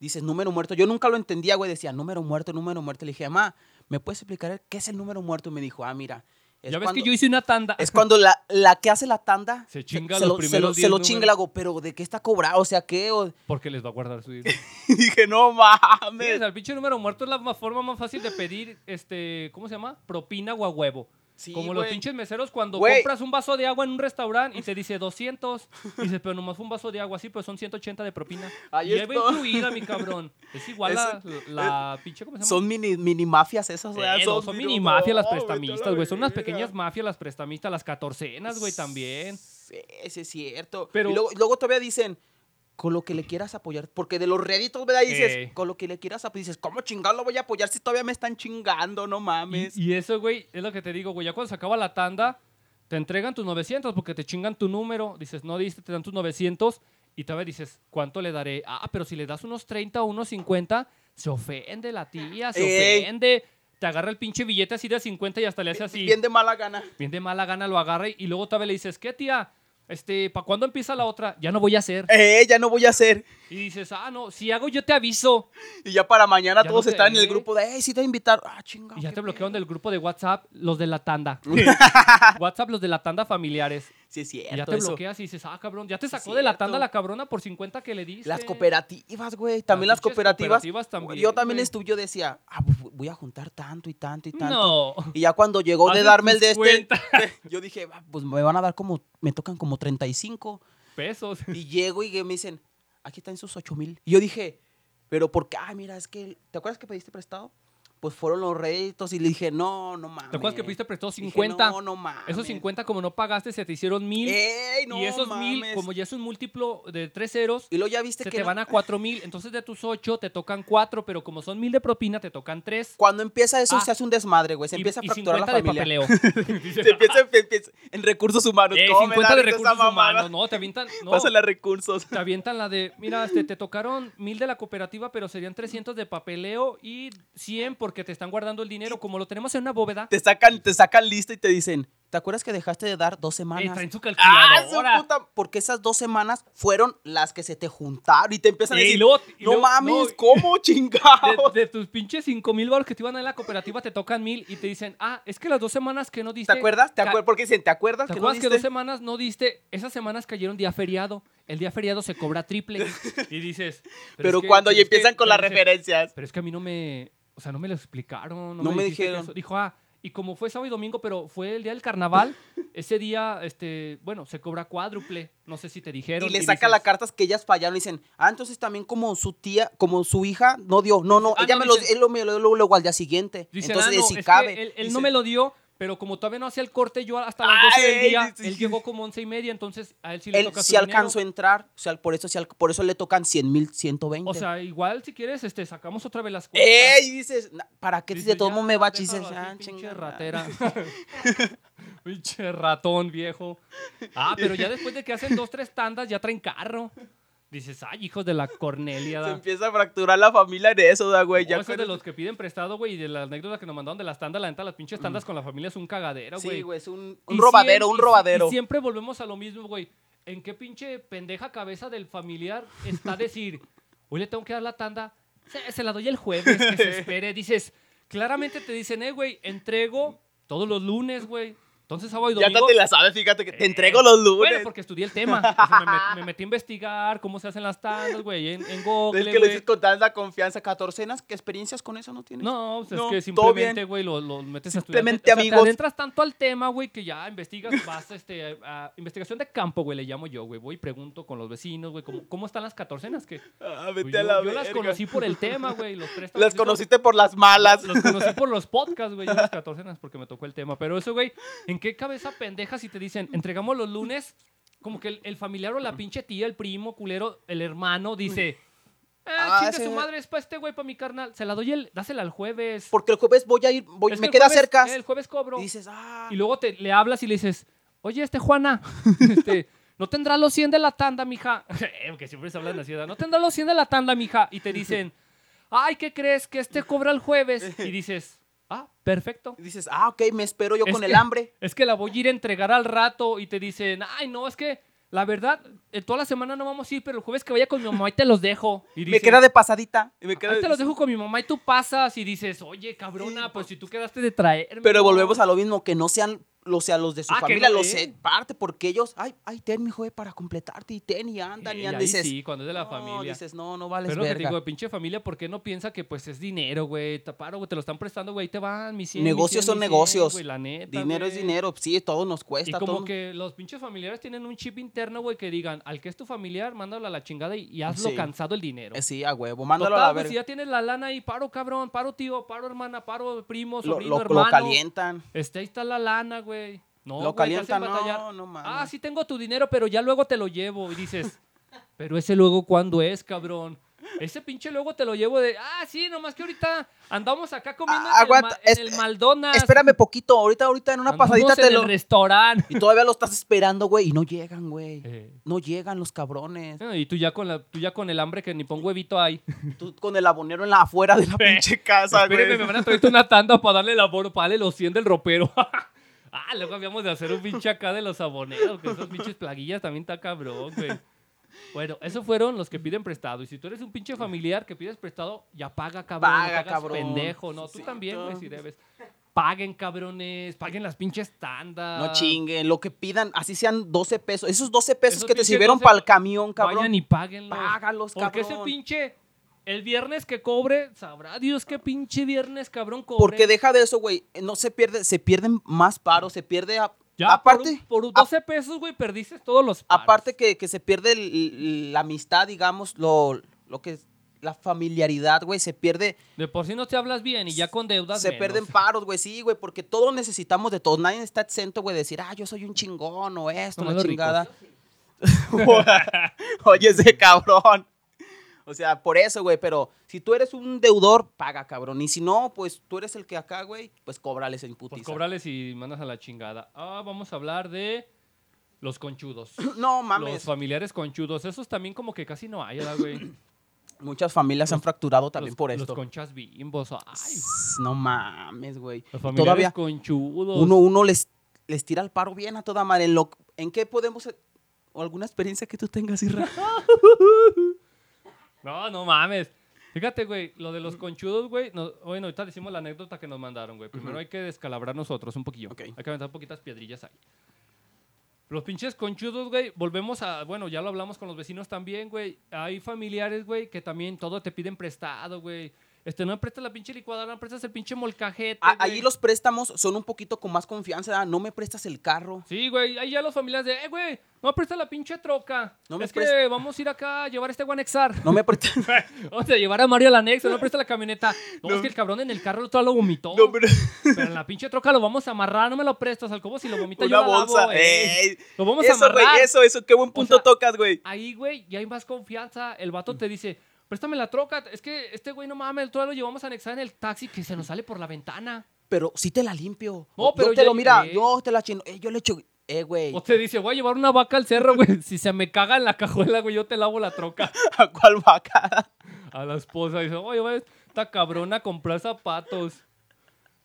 Speaker 1: Dices, número muerto. Yo nunca lo entendía, güey. Decía, número muerto, número muerto. Le dije, mamá, ¿me puedes explicar qué es el número muerto? Y me dijo, ah, mira, Es
Speaker 2: ya ves
Speaker 1: cuando-
Speaker 2: que yo hice una tanda.
Speaker 1: Es cuando la, la que hace la tanda
Speaker 2: Se chinga
Speaker 1: se
Speaker 2: los
Speaker 1: lo, se
Speaker 2: primeros
Speaker 1: lo- se
Speaker 2: diez
Speaker 1: lo
Speaker 2: números.
Speaker 1: chinga, le hago, pero ¿de qué está cobrado? O sea, ¿qué? O-
Speaker 2: Porque les va a guardar su dinero.
Speaker 1: Y dije, no
Speaker 2: Sí, o
Speaker 1: mames.
Speaker 2: sea, el pinche número muerto es la ma- forma más fácil de pedir, este, ¿cómo se llama? Propina o a huevo.
Speaker 1: Sí,
Speaker 2: Como los
Speaker 1: güey.
Speaker 2: pinches meseros cuando
Speaker 1: Güey.
Speaker 2: compras un vaso de agua en un restaurante y te dice 200. Y dices, pero nomás fue un vaso de agua, sí, pero son 180 de propina.
Speaker 1: Ahí
Speaker 2: y ahí va
Speaker 1: está.
Speaker 2: incluida, mi cabrón. Es igual la, la pinche, ¿cómo se llama?
Speaker 1: Son mini, mini mafias esas, o sea,
Speaker 2: Eh, no, son
Speaker 1: digo,
Speaker 2: mini mafias las
Speaker 1: no, vete a la
Speaker 2: prestamistas, güey. Son unas
Speaker 1: verga.
Speaker 2: pequeñas mafias las prestamistas, las catorcenas, güey, también.
Speaker 1: Sí, sí, es cierto.
Speaker 2: Pero-
Speaker 1: y luego, luego todavía dicen, con lo que le quieras apoyar. Porque de los réditos, ¿verdad? Dices,
Speaker 2: Ey.
Speaker 1: con lo que le quieras apoyar. Dices, ¿cómo chingado lo voy a apoyar si todavía me están chingando? No mames.
Speaker 2: Y, y eso, güey, es lo que te digo, güey. Ya cuando se acaba la tanda, te entregan tus 900 porque te chingan tu número. Dices, no diste, te dan tus 900. Y todavía dices, ¿cuánto le daré? Ah, pero si le das unos 30 o unos 50, se ofende la tía, se
Speaker 1: Ey.
Speaker 2: ofende. Te agarra el pinche billete así de 50 y hasta le hace así.
Speaker 1: Bien de mala gana.
Speaker 2: Bien de mala gana lo agarra y, y luego todavía le dices, ¿qué tía? Este, ¿para cuándo empieza la otra? Ya no voy a hacer.
Speaker 1: Eh, ya no voy a hacer.
Speaker 2: Y dices, ah, no, si hago yo te aviso.
Speaker 1: Y ya para mañana
Speaker 2: Ya
Speaker 1: todos
Speaker 2: no te-
Speaker 1: están en el grupo de, hey, sí te voy a invitar. Ah, chingado.
Speaker 2: Y ya
Speaker 1: qué
Speaker 2: te bloquearon
Speaker 1: pedo.
Speaker 2: del grupo de WhatsApp los de la tanda. WhatsApp los de la tanda familiares.
Speaker 1: Sí, es cierto.
Speaker 2: Y ya te
Speaker 1: eso.
Speaker 2: bloqueas y dices, ah, cabrón, ya te
Speaker 1: Sí,
Speaker 2: sacó de la
Speaker 1: cierto.
Speaker 2: tanda la cabrona por 50 que le diste.
Speaker 1: Las cooperativas, güey. También
Speaker 2: Las
Speaker 1: las,
Speaker 2: pinches
Speaker 1: cooperativas.
Speaker 2: cooperativas también,
Speaker 1: yo también
Speaker 2: güey.
Speaker 1: estuve, yo decía, ah, pues, voy a juntar tanto y tanto y tanto.
Speaker 2: No.
Speaker 1: Y ya cuando llegó de
Speaker 2: Hacen
Speaker 1: darme el
Speaker 2: tus
Speaker 1: de este,
Speaker 2: cuentas.
Speaker 1: yo dije, "Ah, pues me van a dar como, me tocan como 35.
Speaker 2: Pesos.
Speaker 1: Y llego y que me dicen, aquí están sus 8 mil. Y yo dije, pero porque, ah, mira, es que, ¿te acuerdas que pediste prestado? Pues fueron los réditos y le dije, no, no mames.
Speaker 2: ¿Te acuerdas que pediste prestado
Speaker 1: Dije,
Speaker 2: 50?
Speaker 1: no, no mames.
Speaker 2: Esos 50, como no pagaste, se te hicieron mil.
Speaker 1: Ey, no
Speaker 2: y esos mil,
Speaker 1: mames.
Speaker 2: como ya es un múltiplo de tres ceros,
Speaker 1: Y luego ya viste
Speaker 2: se
Speaker 1: que
Speaker 2: te
Speaker 1: no-
Speaker 2: van a cuatro mil. Entonces de tus ocho te tocan cuatro, pero como son mil de propina, te tocan tres.
Speaker 1: Cuando empieza eso
Speaker 2: Ah.
Speaker 1: se hace un desmadre, güey. Se
Speaker 2: y,
Speaker 1: empieza a
Speaker 2: y
Speaker 1: fracturar la
Speaker 2: 50 de
Speaker 1: familia.
Speaker 2: papeleo.
Speaker 1: Se empieza, empieza- en recursos humanos.
Speaker 2: Eh,
Speaker 1: ¿Cómo me
Speaker 2: 50
Speaker 1: da
Speaker 2: de
Speaker 1: risa esa
Speaker 2: recursos
Speaker 1: mamada?
Speaker 2: humanos. No, te avientan. No,
Speaker 1: Pásale a recursos.
Speaker 2: te avientan la de, mira, este, te tocaron mil de la cooperativa, pero serían 300 de papeleo y 100 porque te están guardando el dinero. Como lo tenemos en una bóveda,
Speaker 1: te sacan, te sacan lista y te dicen, ¿te acuerdas que dejaste de dar dos
Speaker 2: eh,
Speaker 1: semanas?
Speaker 2: traen su
Speaker 1: ¡Ah, su
Speaker 2: calculadora.
Speaker 1: puta! Porque esas dos semanas fueron las que se te juntaron y te empiezan a
Speaker 2: Eh, y
Speaker 1: decir,
Speaker 2: luego- y
Speaker 1: no
Speaker 2: luego-
Speaker 1: mames,
Speaker 2: no,
Speaker 1: ¿cómo chingados?
Speaker 2: De, de tus pinches 5 mil baros que te iban a dar en la cooperativa, te tocan mil y te dicen, ah, es que las dos semanas que no diste.
Speaker 1: ¿Te acuerdas? ¿Te
Speaker 2: ca-
Speaker 1: acuerdas? Porque dicen, ¿te acuerdas?
Speaker 2: ¿Te
Speaker 1: que no
Speaker 2: acuerdas que
Speaker 1: diste?
Speaker 2: dos semanas no diste? Esas semanas cayeron día feriado. El día feriado se cobra triple. Y dices.
Speaker 1: Pero,
Speaker 2: es que-
Speaker 1: cuando ya
Speaker 2: es que-
Speaker 1: empiezan con las
Speaker 2: pero es que-
Speaker 1: referencias.
Speaker 2: Pero es que a mí no me. O sea, no me lo explicaron. No,
Speaker 1: No me
Speaker 2: dijiste que
Speaker 1: dijeron.
Speaker 2: eso. Dijo, ah, y como fue sábado y domingo, pero fue el día del carnaval, ese día, este, bueno, se cobra cuádruple. No sé si te dijeron.
Speaker 1: Y le saca
Speaker 2: dices,
Speaker 1: las cartas que ellas fallaron y dicen, ah, entonces también como su tía, como su hija, no dio, no, no,
Speaker 2: Ah,
Speaker 1: ella
Speaker 2: no,
Speaker 1: me lo,
Speaker 2: dicen-
Speaker 1: él lo- me lo dio luego, luego al día siguiente.
Speaker 2: Dicen,
Speaker 1: entonces,
Speaker 2: ah, no,
Speaker 1: si
Speaker 2: es que
Speaker 1: cabe.
Speaker 2: él, él no
Speaker 1: Dicen,
Speaker 2: me lo dio, pero como todavía no hacía el corte, yo hasta las 12 del
Speaker 1: Ay,
Speaker 2: día,
Speaker 1: sí,
Speaker 2: él
Speaker 1: sí.
Speaker 2: llegó como 11 y media, entonces a él sí le
Speaker 1: él
Speaker 2: toca su
Speaker 1: sí alcanzó a
Speaker 2: dinero.
Speaker 1: entrar, o sea, por eso, sí al- por eso le tocan 100 mil 120.
Speaker 2: O sea, igual si quieres, este, sacamos otra vez las cuentas.
Speaker 1: ¡Ey! y Dices, "Na- ¿para qué
Speaker 2: Dice,
Speaker 1: de todo
Speaker 2: "Ya,
Speaker 1: modo me va?
Speaker 2: déjalo
Speaker 1: Dices,
Speaker 2: así,
Speaker 1: ah,
Speaker 2: pinche
Speaker 1: chinga".
Speaker 2: ratera. pinche ratón viejo. Ah, pero ya después de que hacen dos, tres tandas, ya traen carro. Dices, ay, hijos de la Cornelia.
Speaker 1: Se
Speaker 2: da".
Speaker 1: empieza a fracturar la familia de eso, da, güey.
Speaker 2: O
Speaker 1: ya
Speaker 2: eso de
Speaker 1: con-
Speaker 2: los que piden prestado, güey, y de la anécdota que nos mandaron de las tandas, la neta, las pinches tandas con la familia es un cagadero, güey.
Speaker 1: Sí, güey, es un,
Speaker 2: Y
Speaker 1: un robadero,
Speaker 2: siem-
Speaker 1: un
Speaker 2: y-
Speaker 1: robadero.
Speaker 2: Y siempre volvemos a lo mismo, güey. ¿En qué pinche pendeja cabeza del familiar está decir, hoy le tengo que dar la tanda? Se, se la doy el jueves, que se espere. Dices, claramente te dicen, eh, güey, entrego todos los lunes, güey. Entonces sábado y
Speaker 1: ya
Speaker 2: domingo.
Speaker 1: hasta te la sabes, fíjate que te
Speaker 2: Eh,
Speaker 1: entrego los lunes.
Speaker 2: Bueno, porque estudié el tema. O sea, me, met- me metí a investigar cómo se hacen las tandas, güey, en, en Google,
Speaker 1: es que lo
Speaker 2: güey.
Speaker 1: dices con tanta confianza. Catorcenas, ¿qué experiencias con eso no tienes?
Speaker 2: No, pues
Speaker 1: No,
Speaker 2: es que
Speaker 1: todo
Speaker 2: simplemente,
Speaker 1: bien.
Speaker 2: güey, lo, lo metes
Speaker 1: Simplemente
Speaker 2: a estudiar. O sea,
Speaker 1: amigos.
Speaker 2: te adentras tanto al tema, güey, que ya investigas, vas este, a investigación de campo, güey, le llamo yo, güey. Voy y pregunto con los vecinos, güey, ¿cómo, cómo están las catorcenas? Que,
Speaker 1: Ah,
Speaker 2: güey,
Speaker 1: vete
Speaker 2: pues yo
Speaker 1: a la
Speaker 2: yo las
Speaker 1: verga.
Speaker 2: conocí por el tema, güey. Los préstamos
Speaker 1: Las
Speaker 2: y eso,
Speaker 1: conociste por las malas.
Speaker 2: Los conocí por los podcasts, güey, yo las catorcenas porque me tocó el tema. Pero eso, güey, ¿en qué cabeza pendeja si te dicen, entregamos los lunes? Como que el, el familiar o la pinche tía, el primo, culero, el hermano, dice... Ah,
Speaker 1: Ah,
Speaker 2: chinga
Speaker 1: ese-
Speaker 2: su madre, es para este güey, para mi carnal. Se la doy el, dásela al jueves.
Speaker 1: Porque el jueves voy a ir, voy-
Speaker 2: Es que
Speaker 1: me
Speaker 2: el
Speaker 1: queda
Speaker 2: jueves-
Speaker 1: cerca.
Speaker 2: El jueves cobro.
Speaker 1: Y dices, ah.
Speaker 2: Y luego te, le hablas y le dices, oye, este Juana, este, no tendrá los 100 de la tanda, mija. Porque siempre se habla en la ciudad. No tendrá los 100 de la tanda, mija. Y te dicen, ay, ¿qué crees? Que este cobra el jueves. Y dices, ah, perfecto.
Speaker 1: y dices, ah, ok, me espero yo
Speaker 2: Es
Speaker 1: con
Speaker 2: que-
Speaker 1: el hambre.
Speaker 2: Es que la voy a ir a entregar al rato. Y te dicen, ay, no, es que la verdad, eh, toda la semana no vamos a ir, pero el jueves que vaya con mi mamá y te los dejo. Y
Speaker 1: me
Speaker 2: dices,
Speaker 1: queda de pasadita. y me queda
Speaker 2: Ahí te
Speaker 1: de-
Speaker 2: los dejo con mi mamá y tú pasas y dices, oye, cabrona, pues si tú quedaste de traerme.
Speaker 1: Pero
Speaker 2: ¿no?".
Speaker 1: volvemos a lo mismo, que no sean o sea, los de su
Speaker 2: Ah, que
Speaker 1: familia
Speaker 2: no,
Speaker 1: los
Speaker 2: ¿eh?
Speaker 1: separte porque ellos, ay, ay, ten, mi joven, para completarte y ten, y andan, y
Speaker 2: Eh, ahí
Speaker 1: andan. Dices,
Speaker 2: sí, cuando es de la
Speaker 1: no,
Speaker 2: familia.
Speaker 1: dices, no, no vales
Speaker 2: Pero lo que te
Speaker 1: verga.
Speaker 2: digo, de pinche familia, ¿por qué no piensa que pues es dinero, güey? Taparo, güey, te lo están prestando, güey, ahí te van, mis cien, mis
Speaker 1: Negocios
Speaker 2: cien,
Speaker 1: son
Speaker 2: mis cien,
Speaker 1: negocios.
Speaker 2: güey, la neta,
Speaker 1: dinero es
Speaker 2: güey.
Speaker 1: dinero, sí, todo nos
Speaker 2: Y
Speaker 1: cuesta.
Speaker 2: como
Speaker 1: todo-
Speaker 2: que los pinches familiares tienen un chip interno, güey, que digan, al que es tu familiar, mándalo a la chingada y, y hazlo
Speaker 1: Sí.
Speaker 2: cansado el dinero.
Speaker 1: Eh, sí, a huevo, mándalo
Speaker 2: Total,
Speaker 1: a la
Speaker 2: güey, si
Speaker 1: verga.
Speaker 2: ya tienes la lana ahí, paro, cabrón, paro, tío, paro, hermana, paro, primo,
Speaker 1: Lo,
Speaker 2: sobrino,
Speaker 1: lo- lo
Speaker 2: hermano.
Speaker 1: calientan.
Speaker 2: Este, ahí está la lana, güey. No,
Speaker 1: Lo
Speaker 2: güey, te hacen
Speaker 1: calientan, no,
Speaker 2: batallar.
Speaker 1: no mames.
Speaker 2: Ah, sí tengo tu dinero, pero ya luego te lo llevo. Y dices, pero ese luego cuándo es, cabrón. Ese pinche luego te lo llevo de, ah, sí, nomás que ahorita andamos acá comiendo
Speaker 1: Ah,
Speaker 2: en, el ma-
Speaker 1: aguanta,
Speaker 2: en
Speaker 1: es-
Speaker 2: el, Maldonald's.
Speaker 1: Espérame poquito, ahorita, ahorita en una
Speaker 2: andamos
Speaker 1: pasadita te
Speaker 2: en
Speaker 1: lo.
Speaker 2: el restaurante.
Speaker 1: Y todavía lo estás esperando, güey, y no llegan, güey.
Speaker 2: Eh,
Speaker 1: No llegan los cabrones.
Speaker 2: y tú ya, con la, tú ya con el hambre que ni pon huevito hay.
Speaker 1: Tú con el abonero en la afuera de la pinche casa, güey.
Speaker 2: Espérenme, Eh, me van a traer una tanda para darle el abono, para darle los 100 del ropero. ah, luego habíamos de hacer un pinche acá de los aboneros, que esos pinches plaguillas también está cabrón, güey. Bueno, esos fueron los que piden prestado. Y si tú eres un pinche familiar que pides prestado, ya paga, cabrón.
Speaker 1: Paga,
Speaker 2: no pagas
Speaker 1: cabrón.
Speaker 2: pendejo, ¿no? Tú
Speaker 1: Sí,
Speaker 2: también, güey,
Speaker 1: tú.
Speaker 2: si debes. Paguen, cabrones. Paguen las pinches tandas.
Speaker 1: No chinguen, lo que pidan, así sean 12 pesos. Esos 12 pesos
Speaker 2: Esos
Speaker 1: que te
Speaker 2: pinches
Speaker 1: sirvieron
Speaker 2: 12
Speaker 1: para el camión, cabrón.
Speaker 2: Vayan y páguenlos.
Speaker 1: Págalos,
Speaker 2: Porque ese
Speaker 1: cabrón.
Speaker 2: pinche... El viernes que cobre, sabrá Dios qué pinche viernes, cabrón, cobre.
Speaker 1: Porque deja de eso, güey. Eh, No se pierde, se pierden más paros, se pierde. a-
Speaker 2: Ya,
Speaker 1: aparte,
Speaker 2: por, un- por
Speaker 1: a-
Speaker 2: 12 pesos, güey, perdiste todos los paros.
Speaker 1: aparte que, que se pierde el- el- la amistad, digamos, lo, lo que es la familiaridad, güey. Se pierde,
Speaker 2: De por sí no te hablas bien y ya con deudas
Speaker 1: se
Speaker 2: menos.
Speaker 1: pierden paros, güey. Sí, güey, porque todos necesitamos de todos. Nadie está exento, güey, de decir, ah, yo soy un chingón o esto,
Speaker 2: Nomás
Speaker 1: la
Speaker 2: los ricos.
Speaker 1: chingada. Oye, ese cabrón. O sea, por eso, güey, pero si tú eres un deudor, paga, cabrón. Y si no, pues tú eres el que acá, güey, pues cóbrales en
Speaker 2: Pues
Speaker 1: putiza.
Speaker 2: cóbrales y mandas a la chingada. Ah, vamos a hablar de los conchudos.
Speaker 1: No
Speaker 2: Los
Speaker 1: mames.
Speaker 2: familiares conchudos. Esos también como que casi no hay, ¿verdad, güey?
Speaker 1: Muchas familias se han fracturado también
Speaker 2: Los-
Speaker 1: por
Speaker 2: Los
Speaker 1: esto.
Speaker 2: conchas bimbos. Ay,
Speaker 1: No mames, güey.
Speaker 2: los familiares
Speaker 1: Todavía
Speaker 2: conchudos.
Speaker 1: uno, uno les, les tira el paro bien a toda madre. ¿En, lo- en qué podemos... eh, o alguna experiencia que tú tengas, Irra?
Speaker 2: No, no mames. Fíjate, güey, lo de los conchudos, güey. no- bueno, ahorita decimos la anécdota que nos mandaron, güey. Primero hay que descalabrar nosotros un poquillo.
Speaker 1: Ok.
Speaker 2: Hay que aventar poquitas piedrillas ahí. Los pinches conchudos, güey, volvemos a. Bueno, ya lo hablamos con los vecinos también, güey. Hay familiares, güey, que también todo te piden prestado, güey. Este, no me prestas la pinche licuadora, no me prestas el pinche molcajete.
Speaker 1: A-
Speaker 2: güey.
Speaker 1: Ah, ahí los préstamos son un poquito con más confianza. ¿verdad? No me prestas el carro.
Speaker 2: Sí, güey, ahí ya los familiares de, eh, güey, no me prestas la pinche troca.
Speaker 1: No me
Speaker 2: es que
Speaker 1: prest-
Speaker 2: vamos a ir acá a llevar este guanexar.
Speaker 1: No me prestas...
Speaker 2: Vamos a llevar a Mario al anexo, no presta la camioneta. No, es que el cabrón en el carro el otro lo vomitó.
Speaker 1: No,
Speaker 2: pero...
Speaker 1: pero-
Speaker 2: en la pinche troca lo vamos a amarrar, no me lo prestas. Al cómo si lo vomita yo
Speaker 1: Una
Speaker 2: la lavo,
Speaker 1: bolsa.
Speaker 2: ey.
Speaker 1: ey.
Speaker 2: Lo vamos a
Speaker 1: eso,
Speaker 2: amarrar.
Speaker 1: güey, eso, eso. Qué buen punto
Speaker 2: sea,
Speaker 1: tocas, güey.
Speaker 2: Ahí, güey, ya hay más confianza. El vato te dice, préstame la troca. Es que este güey, no mames, el otro día lo llevamos a anexar en el taxi que se nos sale por la ventana.
Speaker 1: Pero sí te la limpio.
Speaker 2: No,
Speaker 1: No,
Speaker 2: pero
Speaker 1: pero yo te
Speaker 2: ya-
Speaker 1: lo mira,
Speaker 2: ey.
Speaker 1: yo te la chino. eh, yo le echo... Eh, güey.
Speaker 2: O te dice, voy a llevar una vaca al cerro, güey. Si se me caga en la cajuela, güey, yo te lavo la troca.
Speaker 1: ¿A cuál vaca?
Speaker 2: a la esposa. Dice, oye, va esta cabrona comprar zapatos.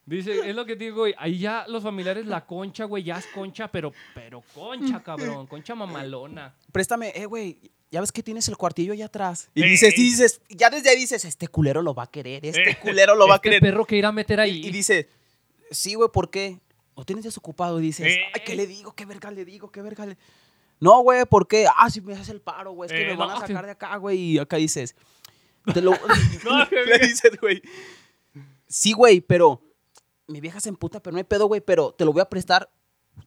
Speaker 2: Dice, es lo que te digo, güey. Ahí ya los familiares, la concha, güey, ya es concha, pero, pero concha, cabrón, concha mamalona.
Speaker 1: préstame, eh, güey, ya ves que tienes el cuartillo allá atrás. Y
Speaker 2: Ey.
Speaker 1: dices, y dices, ya desde ahí dices, este culero lo va a querer, este culero lo va a
Speaker 2: Este
Speaker 1: querer.
Speaker 2: perro que ir a meter ahí.
Speaker 1: Y dices, sí, güey, ¿por qué? Lo tienes desocupado y dices,
Speaker 2: Ey.
Speaker 1: ay, ¿qué le digo? ¿Qué verga le digo? ¿Qué verga le No, güey, ¿por qué? Ah, si me haces el paro, güey, es que
Speaker 2: Eh,
Speaker 1: me van
Speaker 2: no,
Speaker 1: a
Speaker 2: sí.
Speaker 1: sacar de acá, güey. Y acá dices, te lo...
Speaker 2: No, que
Speaker 1: le dices, güey, sí, güey, pero mi vieja se emputa, pero no hay pedo, güey, pero te lo voy a prestar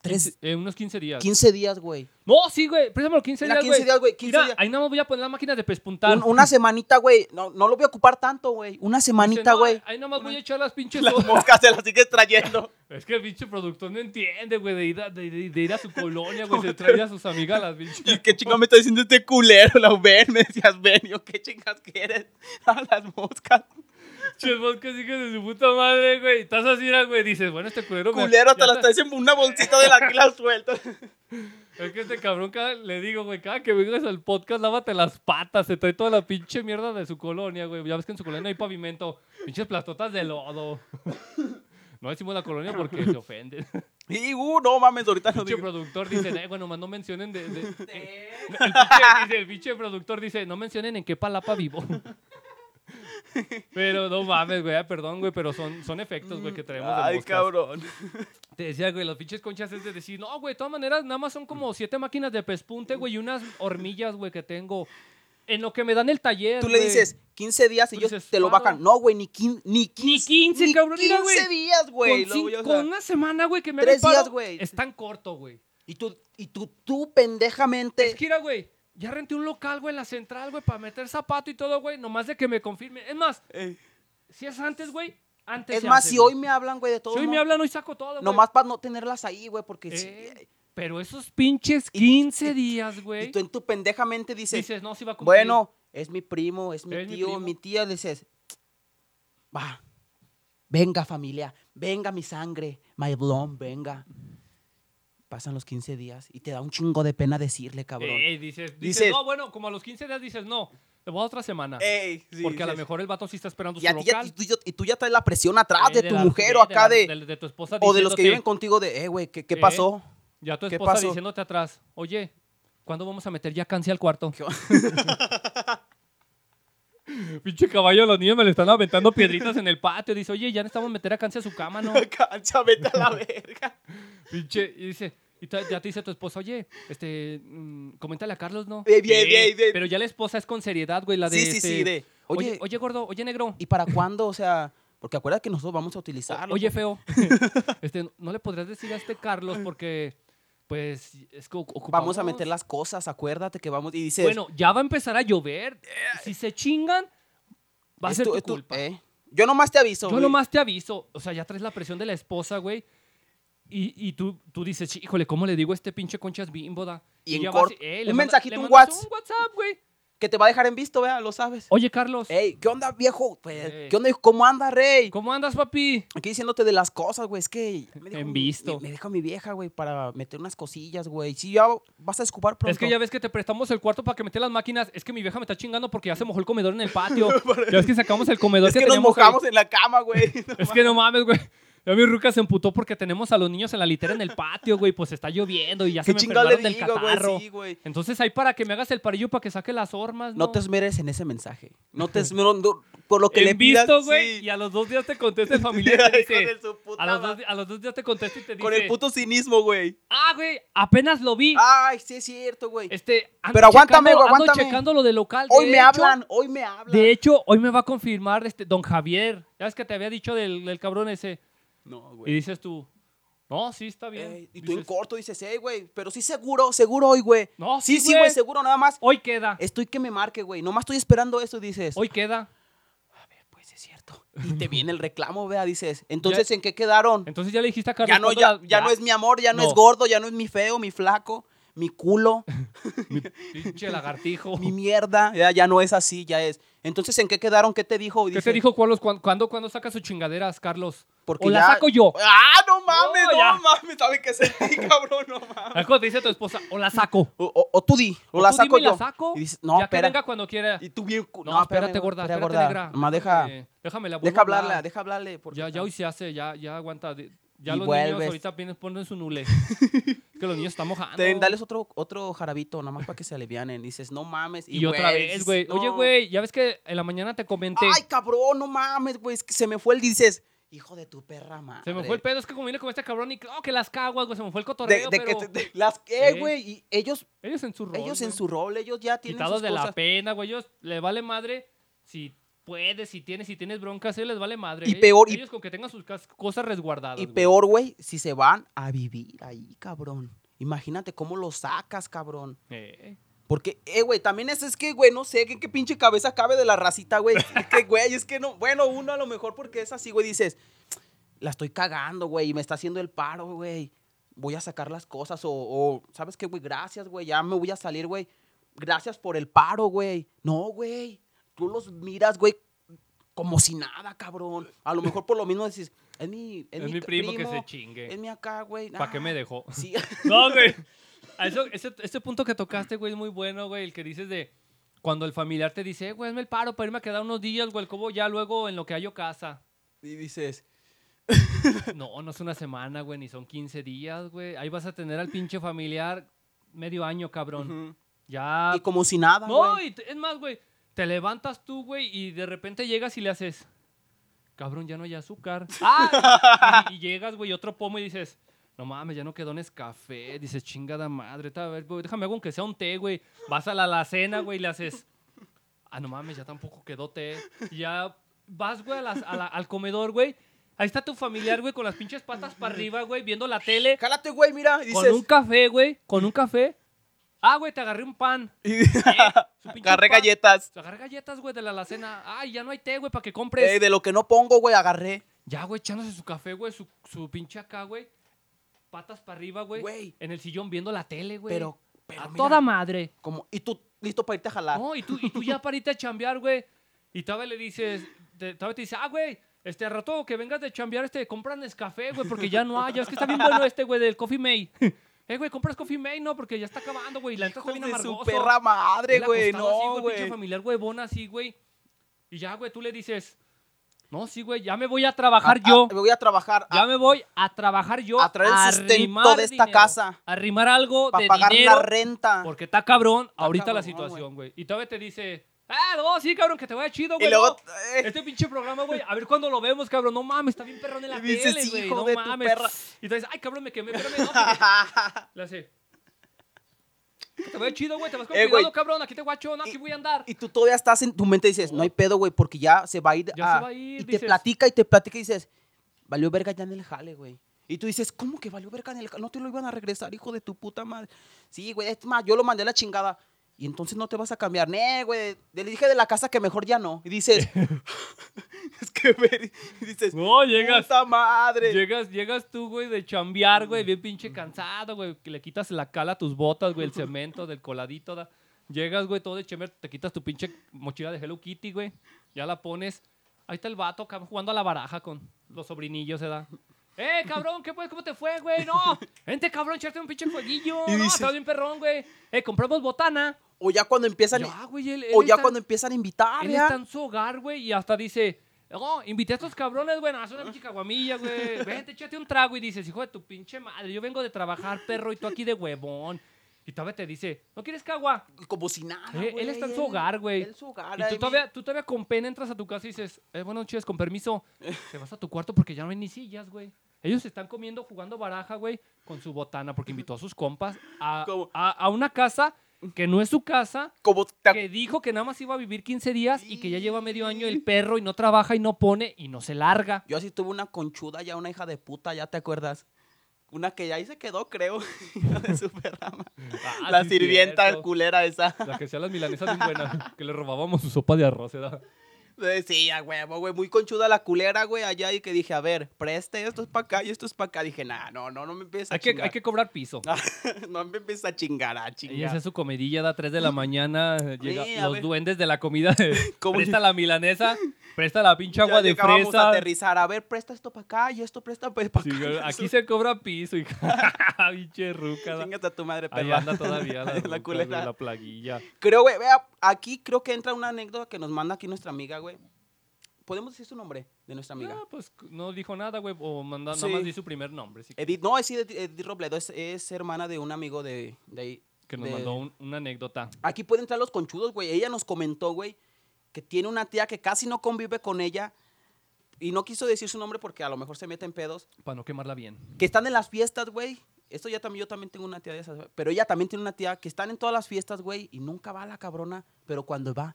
Speaker 1: tres,
Speaker 2: Eh, unos 15 días.
Speaker 1: 15 días, güey.
Speaker 2: No, sí, güey, préstamelo 15
Speaker 1: Mira,
Speaker 2: días,
Speaker 1: 15 días, güey, 15
Speaker 2: Mira,
Speaker 1: días.
Speaker 2: ahí nada más voy a poner la máquina de pespuntar.
Speaker 1: Un- una semanita, güey. No, no lo voy a ocupar tanto, güey. Una
Speaker 2: Dice,
Speaker 1: semanita,
Speaker 2: no,
Speaker 1: güey.
Speaker 2: Ahí nada más voy a echar las pinches...
Speaker 1: Las
Speaker 2: hojas.
Speaker 1: moscas se las sigues trayendo.
Speaker 2: Es que el pinche productor no entiende, güey, de ir a, de, de- de ir a su colonia, güey, se trae a sus amigas las pinches...
Speaker 1: ¿Y qué chingado me está diciendo este culero? La ven, me decías, ven. Yo, ¿qué chingas quieres? A las moscas.
Speaker 2: Pinches moscas, hijos de su puta madre, güey. Estás así, mira, güey. Dices, bueno, este culero. me-
Speaker 1: Culero,
Speaker 2: ya
Speaker 1: te las
Speaker 2: está-
Speaker 1: traes en una bolsita de la que las sueltas.
Speaker 2: Es que este cabrón, cada- le digo, güey, cada que vengas al podcast, lávate las patas. Se trae toda la pinche mierda de su colonia, güey. Ya ves que en su colonia no hay pavimento. Pinches plastotas de lodo. No decimos la colonia porque se ofenden.
Speaker 1: Y, uh, no mames, ahorita no
Speaker 2: El pinche
Speaker 1: digo.
Speaker 2: productor dice, eh, bueno, más no mencionen de. de- el, pinche, dice, el pinche productor dice, no mencionen en qué palapa vivo. Pero no mames, güey, ah, perdón, güey, pero son, son efectos, güey, que traemos de
Speaker 1: Ay,
Speaker 2: moscas.
Speaker 1: cabrón.
Speaker 2: Te decía, güey, las pinches conchas es de decir, no, güey, de todas maneras, nada más son como siete máquinas de pespunte, güey, y unas hormillas, güey, que tengo. En lo que me dan el taller.
Speaker 1: Tú le
Speaker 2: güey.
Speaker 1: dices 15 días y
Speaker 2: Tú
Speaker 1: ellos
Speaker 2: dices,
Speaker 1: te lo
Speaker 2: "Paro".
Speaker 1: bajan. No, güey, ni, quin- ni 15.
Speaker 2: 15, cabrón, mira,
Speaker 1: 15
Speaker 2: güey.
Speaker 1: días, güey.
Speaker 2: con,
Speaker 1: Luego
Speaker 2: cin-
Speaker 1: yo, o sea,
Speaker 2: con una semana, güey, que me
Speaker 1: tres
Speaker 2: hagan paro,
Speaker 1: días, güey.
Speaker 2: Es tan corto, güey.
Speaker 1: Y tú, y tú, tú pendejamente.
Speaker 2: Es que, mira, güey, ya renté un local, güey, en la central, güey, para meter zapato y todo, güey, nomás de que me confirme. Es más,
Speaker 1: Eh,
Speaker 2: si es antes, güey,
Speaker 1: es
Speaker 2: antes. este se
Speaker 1: más,
Speaker 2: hace,
Speaker 1: si
Speaker 2: güey.
Speaker 1: hoy me hablan, güey, de todo.
Speaker 2: Si hoy
Speaker 1: no-
Speaker 2: me hablan, hoy saco todo, güey.
Speaker 1: Nomás para no tenerlas ahí, güey, porque si-
Speaker 2: Eh, Pero esos pinches 15 días, güey.
Speaker 1: Y tú en tu pendejamente dices,
Speaker 2: Dices, no, si va a cumplir.
Speaker 1: bueno, es mi primo, es mi
Speaker 2: Es mi
Speaker 1: tío,
Speaker 2: primo.
Speaker 1: mi, tía. Dices, va, venga familia, venga mi sangre, my blonde, venga. Pasan los 15 días y te da un chingo de pena decirle, cabrón.
Speaker 2: Eh, dices, dices,
Speaker 1: Dices-
Speaker 2: no, bueno, como a los 15 días dices, no, te voy a otra semana.
Speaker 1: Ey, sí,
Speaker 2: porque a
Speaker 1: sí,
Speaker 2: lo
Speaker 1: sí.
Speaker 2: mejor el vato sí está
Speaker 1: Y,
Speaker 2: esperando su
Speaker 1: a ti ya-
Speaker 2: local.
Speaker 1: y tú, ya- y tú ya traes la presión atrás
Speaker 2: Eh,
Speaker 1: de tu
Speaker 2: la-
Speaker 1: mujer o
Speaker 2: la-
Speaker 1: acá de,
Speaker 2: de tu esposa
Speaker 1: O de los que
Speaker 2: diciéndote-
Speaker 1: viven contigo de, eh, güey, ¿qué, qué
Speaker 2: Eh.
Speaker 1: pasó?
Speaker 2: Ya tu
Speaker 1: ¿Qué
Speaker 2: esposa
Speaker 1: pasó?
Speaker 2: diciéndote atrás, oye, ¿cuándo vamos a meter ya cancia al cuarto?
Speaker 1: ¿Qué
Speaker 2: Pinche caballo, los niños me le están aventando piedritas en el patio. Dice, oye, ya necesitamos meter a cancia a su cama, ¿no?
Speaker 1: Cancha, vete a la verga.
Speaker 2: Pinche, y dice, y ta- ya te dice tu esposa, oye, este, mm, coméntale a Carlos, ¿no?
Speaker 1: Bien, bien,
Speaker 2: Eh,
Speaker 1: bien, bien.
Speaker 2: Pero ya la esposa es con seriedad, güey, la de.
Speaker 1: Sí, sí,
Speaker 2: este,
Speaker 1: sí, de,
Speaker 2: Oye,
Speaker 1: oye,
Speaker 2: oye, gordo, oye, negro.
Speaker 1: ¿y para cuándo? O sea, porque acuérdate que nosotros vamos a utilizarlo.
Speaker 2: Oye, feo, este, no le podrías decir a este Carlos porque, pues, es que oc- ocupamos.
Speaker 1: vamos a meter las cosas, acuérdate que vamos. Y dices,
Speaker 2: Bueno, ya va a empezar a llover. Si se chingan, va
Speaker 1: Eh,
Speaker 2: a
Speaker 1: es
Speaker 2: ser
Speaker 1: tu-
Speaker 2: tu,
Speaker 1: es tu-
Speaker 2: culpa.
Speaker 1: eh, Yo nomás te aviso.
Speaker 2: Yo
Speaker 1: güey.
Speaker 2: nomás te aviso. O sea, ya traes la presión de la esposa, güey. Y, y tú, tú dices, "Sí, híjole, ¿cómo le digo a este pinche conchas bímboda?
Speaker 1: Y en
Speaker 2: ya
Speaker 1: corto,
Speaker 2: vas y, eh,
Speaker 1: un
Speaker 2: le
Speaker 1: mensajito,
Speaker 2: le
Speaker 1: un
Speaker 2: mandas
Speaker 1: whats.
Speaker 2: Un WhatsApp, güey.
Speaker 1: Que te va a dejar en visto, vea, lo sabes.
Speaker 2: Oye, Carlos,
Speaker 1: Ey, ¿qué onda, viejo? Pues,
Speaker 2: Ey.
Speaker 1: ¿Qué onda, hijo? ¿Cómo anda, rey?
Speaker 2: Eh. ¿cómo andas, papi?
Speaker 1: Aquí diciéndote de las cosas, güey. Es que. Me
Speaker 2: En
Speaker 1: mi-
Speaker 2: visto.
Speaker 1: Me, me dijo mi vieja, güey, para meter unas cosillas, güey. Si ya vas a escupar pronto.
Speaker 2: Es que ya ves que te prestamos el cuarto para que meter las máquinas. Es que mi vieja me está chingando porque ya se mojó el comedor en el patio. ya ves que sacamos el comedor
Speaker 1: Es que, nos
Speaker 2: teníamos ahí.
Speaker 1: mojamos en la cama, güey.
Speaker 2: Es que no mames, güey. Ya mi ruca se emputó porque tenemos a los niños en la litera en el patio, güey. Pues está lloviendo y ya se
Speaker 1: ¿Qué
Speaker 2: me
Speaker 1: chingado le
Speaker 2: enfermaron del
Speaker 1: digo,
Speaker 2: catarro.
Speaker 1: güey? Sí, güey.
Speaker 2: Entonces ahí para que me hagas el parillo para que saque las hormas, ¿no?
Speaker 1: No te esmeres en ese mensaje. No te esmeres no, por lo que le
Speaker 2: En visto,
Speaker 1: pidas.
Speaker 2: güey.
Speaker 1: sí.
Speaker 2: Y a los dos días te contesta el familiar y te
Speaker 1: Hijo de
Speaker 2: dice...
Speaker 1: su puta
Speaker 2: A los,
Speaker 1: madre.
Speaker 2: dos, di- a los dos días te contesta y te dice...
Speaker 1: Con el puto cinismo, güey.
Speaker 2: Ah, güey, apenas lo vi.
Speaker 1: Ay, sí es cierto, güey.
Speaker 2: Este, ando
Speaker 1: Pero aguántame,
Speaker 2: checando-
Speaker 1: güey, aguántame.
Speaker 2: Ando checando lo de local.
Speaker 1: Hoy
Speaker 2: De
Speaker 1: me
Speaker 2: hecho-
Speaker 1: hablan, hoy me hablan.
Speaker 2: De hecho, hoy me va a confirmar este don Javier. Ya ves que te había dicho del, del cabrón ese.
Speaker 1: No,
Speaker 2: Y
Speaker 1: güey.
Speaker 2: dices tú... No, sí, está bien.
Speaker 1: Ey, y tú en
Speaker 2: Dices,
Speaker 1: corto dices, ey, güey, pero sí seguro, seguro hoy, güey.
Speaker 2: No, sí,
Speaker 1: sí, sí,
Speaker 2: güey.
Speaker 1: güey, seguro, nada más.
Speaker 2: Hoy queda.
Speaker 1: Estoy que me marque, güey. Nomás estoy esperando eso, dices.
Speaker 2: Hoy queda.
Speaker 1: Pues es cierto. Y te viene el reclamo, vea, dices. Entonces, ¿en qué quedaron?
Speaker 2: Entonces ya le dijiste a Carlos.
Speaker 1: Ya no,
Speaker 2: ¿cuándo
Speaker 1: ya,
Speaker 2: la-
Speaker 1: ya no es mi amor, ya no,
Speaker 2: No.
Speaker 1: es gordo, ya no es mi feo, mi flaco, mi culo,
Speaker 2: Pinche lagartijo.
Speaker 1: mi mierda. Ya, ya no es así, ya es. Entonces, ¿en qué quedaron? ¿Qué te dijo?
Speaker 2: ¿Qué
Speaker 1: Dice,
Speaker 2: te dijo Carlos? ¿Cuán- ¿Cuándo, cuándo sacas sus chingaderas, Carlos?
Speaker 1: Porque
Speaker 2: o la
Speaker 1: ya-
Speaker 2: saco yo.
Speaker 1: ¡Ah, no mames!
Speaker 2: No,
Speaker 1: ¡No,
Speaker 2: ya.
Speaker 1: mames! ¿Sabes qué sentí, cabrón? No mames.
Speaker 2: Es cuando te dice tu esposa, o la saco.
Speaker 1: O, o- o tú di, o,
Speaker 2: O
Speaker 1: la
Speaker 2: tú
Speaker 1: saco
Speaker 2: dime,
Speaker 1: yo.
Speaker 2: la saco.
Speaker 1: Y dices, no,
Speaker 2: ya que
Speaker 1: espera.
Speaker 2: venga cuando quiera.
Speaker 1: Y tú bien. cu-
Speaker 2: No, espérate, gorda. Espérate, negra.
Speaker 1: Nomás deja,
Speaker 2: Eh, déjame la vuelvo
Speaker 1: deja
Speaker 2: a
Speaker 1: hablarla,
Speaker 2: hablar.
Speaker 1: deja hablarle. porque-
Speaker 2: Ya, ya hoy se hace, ya, ya aguanta. de- Ya
Speaker 1: Y
Speaker 2: los niños
Speaker 1: vuelves.
Speaker 2: ahorita vienen ponen su nule. Es que los niños están mojando.
Speaker 1: Ten, dales otro, otro jarabito, nomás para que se alivianen. Dices, no mames.
Speaker 2: y otra vez,
Speaker 1: dices,
Speaker 2: güey. Oye,
Speaker 1: no.
Speaker 2: güey, ya ves que en la mañana te comenté.
Speaker 1: Ay, cabrón, no mames, güey. Es que se me fue el dices, hijo de tu perra madre.
Speaker 2: se me fue el pedo, es que conviene con este cabrón y oh, que las caguas, güey. Se me fue el
Speaker 1: de,
Speaker 2: cotorreo,
Speaker 1: de que
Speaker 2: pero
Speaker 1: te- de- las
Speaker 2: Eh.
Speaker 1: que, güey, y ellos,
Speaker 2: ellos en su rol.
Speaker 1: ellos en
Speaker 2: güey.
Speaker 1: su rol, ellos ya tienen
Speaker 2: quitados
Speaker 1: sus
Speaker 2: de la
Speaker 1: cosas.
Speaker 2: pena, güey. Ellos le vale madre si puedes, si tienes, si tienes broncas, a ellos les vale madre.
Speaker 1: Y
Speaker 2: Eh,
Speaker 1: peor, y-
Speaker 2: Ellos con que tengan sus cas- cosas resguardadas.
Speaker 1: Y
Speaker 2: güey.
Speaker 1: peor, güey, si se van a vivir ahí, cabrón. Imagínate cómo los sacas, cabrón.
Speaker 2: Eh,
Speaker 1: Porque, eh, güey, también es, es que, güey, no sé, ¿qué, qué pinche cabeza cabe de la racita, güey. Es que, güey, es que no. Bueno, uno a lo mejor porque es así, güey, dices, la estoy cagando, güey, y me está haciendo el paro, güey. Voy a sacar las cosas, o, o, ¿sabes qué, güey? Gracias, güey, ya me voy a salir, güey. Gracias por el paro, güey. No, güey. Tú los miras, güey, como si nada, cabrón. A lo mejor por lo mismo dices, es mi, Ah. es,
Speaker 2: es mi primo, que se
Speaker 1: Es
Speaker 2: chingue.
Speaker 1: mi acá, güey.
Speaker 2: ¿Para qué
Speaker 1: nah".
Speaker 2: me dejó?
Speaker 1: Sí.
Speaker 2: No, güey. A eso- ese, ese punto que tocaste, güey, es muy bueno, güey. El que dices de cuando el familiar te dice, "Eh, güey, hazme el paro para irme a quedar unos días, güey, como ya luego en lo que hallo casa.
Speaker 1: y dices,
Speaker 2: No, no es una semana, güey, ni son 15 días, güey. Ahí vas a tener al pinche familiar medio año, cabrón.
Speaker 1: ujú.
Speaker 2: Ya
Speaker 1: y como si nada,
Speaker 2: Ah, No,
Speaker 1: güey.
Speaker 2: y te- es más, güey. te levantas tú, güey, y de repente llegas y le haces, cabrón, ya no hay azúcar. ¡Ah! y, y llegas, güey, otro pomo y dices, no mames, ya no quedó en café. Dices, chingada madre, ta, a ver, güey, déjame algo que sea un té, güey. Vas a la alacena, güey, y le haces, ah, no mames, ya tampoco quedó té. Y ya vas, güey, a las- a la- al comedor, güey. Ahí está tu familiar, güey, con las pinches patas para arriba, güey, viendo la tele.
Speaker 1: Cálate, güey, mira. Y dices,
Speaker 2: Con un café, güey. Con un café. Ah, güey, te agarré un pan. Eh,
Speaker 1: y-
Speaker 2: Su pinche
Speaker 1: agarré
Speaker 2: pan.
Speaker 1: galletas. eh,
Speaker 2: Te agarré galletas, güey, de la alacena. Ay, ya no hay té, güey, para que compres.
Speaker 1: Eh, de lo que no pongo, güey, agarré.
Speaker 2: Ya, güey, echándose su café, güey, su, su pinche acá, güey. Patas para arriba, güey.
Speaker 1: Güey.
Speaker 2: En el sillón viendo la tele, güey.
Speaker 1: Pero, pero
Speaker 2: a
Speaker 1: mira,
Speaker 2: toda madre.
Speaker 1: como, y tú listo para irte a jalar.
Speaker 2: No, y tú, y tú ya pariste a chambear, güey. Y todavía le dices, te, todavía te dice, ah, güey, este al rato que vengas de chambear, este, compran café, güey, porque ya no hay. Ya es que está bien bueno este, güey, del Coffee May. eh, güey, compras Coffee May, no, porque ya está acabando, güey. La neta está
Speaker 1: Hijos
Speaker 2: bien
Speaker 1: de su
Speaker 2: amargoso.
Speaker 1: perra madre,
Speaker 2: Él
Speaker 1: güey.
Speaker 2: acostado así,
Speaker 1: No,
Speaker 2: el Pinche
Speaker 1: güey.
Speaker 2: familiar, güey, bona así, güey. Y ya, güey, tú le dices, no, sí, güey, ya me voy a trabajar
Speaker 1: Ah,
Speaker 2: yo.
Speaker 1: ah, me voy a trabajar.
Speaker 2: Ya
Speaker 1: Ah,
Speaker 2: me voy a trabajar yo.
Speaker 1: A traer el sustento
Speaker 2: arrimar
Speaker 1: de esta casa.
Speaker 2: A arrimar algo
Speaker 1: para
Speaker 2: de
Speaker 1: pagar
Speaker 2: dinero.
Speaker 1: la renta.
Speaker 2: Porque está cabrón ahorita la
Speaker 1: cabrón,
Speaker 2: situación, güey. Y todavía te dice, ah, no, sí, cabrón, que te vaya chido, güey.
Speaker 1: y luego.
Speaker 2: no.
Speaker 1: eh,
Speaker 2: Este pinche programa, güey, a ver cuándo lo vemos, cabrón. No mames, está bien perrón en la
Speaker 1: Y dices,
Speaker 2: tele, güey.
Speaker 1: "Hijo
Speaker 2: No
Speaker 1: de tu
Speaker 2: mames.
Speaker 1: perra.
Speaker 2: Y te dice, ay, cabrón, me quemé, espérame, no, porque- Le hace. Te vaya chido, güey, te vas con
Speaker 1: Eh,
Speaker 2: cuidado,
Speaker 1: güey.
Speaker 2: cabrón, aquí te guacho, no,
Speaker 1: Y-
Speaker 2: aquí voy a andar.
Speaker 1: y tú todavía estás en tu mente dices, no hay pedo, güey, porque ya se va a ir.
Speaker 2: Ya se
Speaker 1: a-
Speaker 2: va a ir,
Speaker 1: y te
Speaker 2: dices.
Speaker 1: platica y te platica y dices, valió verga ya en el jale, güey. Y tú dices, ¿cómo que valió verga en el jale? No te lo iban a regresar, hijo de tu puta madre. Sí, güey, es más, yo lo mandé a la chingada. Y entonces no te vas a cambiar, ne, güey. Le dije de la casa que mejor ya no. Y dices, es que, güey, y dices,
Speaker 2: No, llegas.
Speaker 1: puta madre.
Speaker 2: Llegas, llegas tú, güey, de chambear, güey, bien pinche cansado, güey, que le quitas la cala a tus botas, güey, el cemento del coladito. da- Llegas, güey, todo de chambear, te quitas tu pinche mochila de Hello Kitty, güey, ya la pones. Ahí está el vato, cabrón, jugando a la baraja con los sobrinillos, se da. ¡Eh, cabrón! ¿Qué pues? ¿Cómo te fue, güey? ¡No! ¡Vente, cabrón! ¡Echarte un pinche jueguillo!
Speaker 1: Y
Speaker 2: ¡No!
Speaker 1: dices-
Speaker 2: ¡Estás bien perrón, güey! ¡Eh, compramos botana!
Speaker 1: O ya cuando empiezan,
Speaker 2: Ya, güey, él-
Speaker 1: o
Speaker 2: él
Speaker 1: ya
Speaker 2: está-
Speaker 1: cuando empiezan a invitar,
Speaker 2: él
Speaker 1: ya.
Speaker 2: está en su hogar, güey, y hasta dice, no, invité a estos cabrones, güey, haz una pinche caguamilla, güey. Vente, échate un trago y dices, hijo de tu pinche madre, yo vengo de trabajar, perro, y tú aquí de huevón. Y todavía te dice, ¿no quieres cagua?
Speaker 1: como si nada,
Speaker 2: Eh, él
Speaker 1: güey,
Speaker 2: está en su hogar, güey.
Speaker 1: Él en su hogar.
Speaker 2: Y
Speaker 1: ahí
Speaker 2: tú todavía, tú todavía con pena entras a tu casa y dices, eh, buenas noches, con permiso. Te vas a tu cuarto porque ya no hay ni sillas, güey. Ellos están comiendo, jugando baraja, güey, con su botana, porque invitó a sus compas a,
Speaker 1: Como-
Speaker 2: a- a una casa que no es su casa,
Speaker 1: Como te
Speaker 2: que dijo que nada más iba a vivir 15 días y que ya lleva medio año el perro y no trabaja y no pone y no se larga.
Speaker 1: Yo así tuve una conchuda ya, una hija de puta, ya te acuerdas. Una que ya ahí se quedó, creo. hija de su perra madre.
Speaker 2: Ah,
Speaker 1: la
Speaker 2: sí,
Speaker 1: sirvienta
Speaker 2: cierto.
Speaker 1: culera esa.
Speaker 2: La que sea las milanesas bien buenas, que le robábamos su sopa de arroz, ¿eh? ¿verdad?
Speaker 1: Sí, a huevo, güey. Muy conchuda la culera, güey, allá. Y que dije, a ver, preste, esto es para acá y esto es para acá. Dije, nah, no, no, no me empieces a
Speaker 2: Hay que,
Speaker 1: chingar.
Speaker 2: hay que cobrar piso.
Speaker 1: no me empieces a chingar, a
Speaker 2: Y
Speaker 1: chingar.
Speaker 2: esa es su comedilla, da 3 de la mañana, eh, llega
Speaker 1: Sí, a
Speaker 2: los
Speaker 1: ver.
Speaker 2: duendes de la comida, eh,
Speaker 1: ¿Cómo
Speaker 2: presta la milanesa, presta la pinche
Speaker 1: Ya
Speaker 2: agua de
Speaker 1: llegábamos a
Speaker 2: fresa.
Speaker 1: aterrizar. A ver, presta esto para acá y esto presta para acá.
Speaker 2: Sí, güey, aquí se cobra piso, hija. pinche ruca. da.
Speaker 1: Chingate a tu madre,
Speaker 2: Ahí
Speaker 1: perra.
Speaker 2: anda todavía
Speaker 1: La
Speaker 2: la, ruca, güey,
Speaker 1: culera.
Speaker 2: la plaguilla.
Speaker 1: Creo, güey, vea, aquí creo que entra una anécdota que nos manda aquí nuestra amiga, güey. ¿Podemos decir su nombre de nuestra amiga?
Speaker 2: No, pues no dijo nada, güey, o manda,
Speaker 1: Sí.
Speaker 2: nada más di su primer nombre. sí.
Speaker 1: Edith, no, es Edith, Edith Robledo, es, es hermana de un amigo de, de ahí.
Speaker 2: Que nos
Speaker 1: de-
Speaker 2: mandó un- una anécdota.
Speaker 1: Aquí pueden entrar los conchudos, güey. Ella nos comentó, güey, que tiene una tía que casi no convive con ella y no quiso decir su nombre porque a lo mejor se mete en pedos.
Speaker 2: Para no quemarla bien.
Speaker 1: Que están en las fiestas, güey. Esto ya también, yo también tengo una tía de esas, güey. Pero ella también tiene una tía que están en todas las fiestas, güey, y nunca va la cabrona, pero cuando va,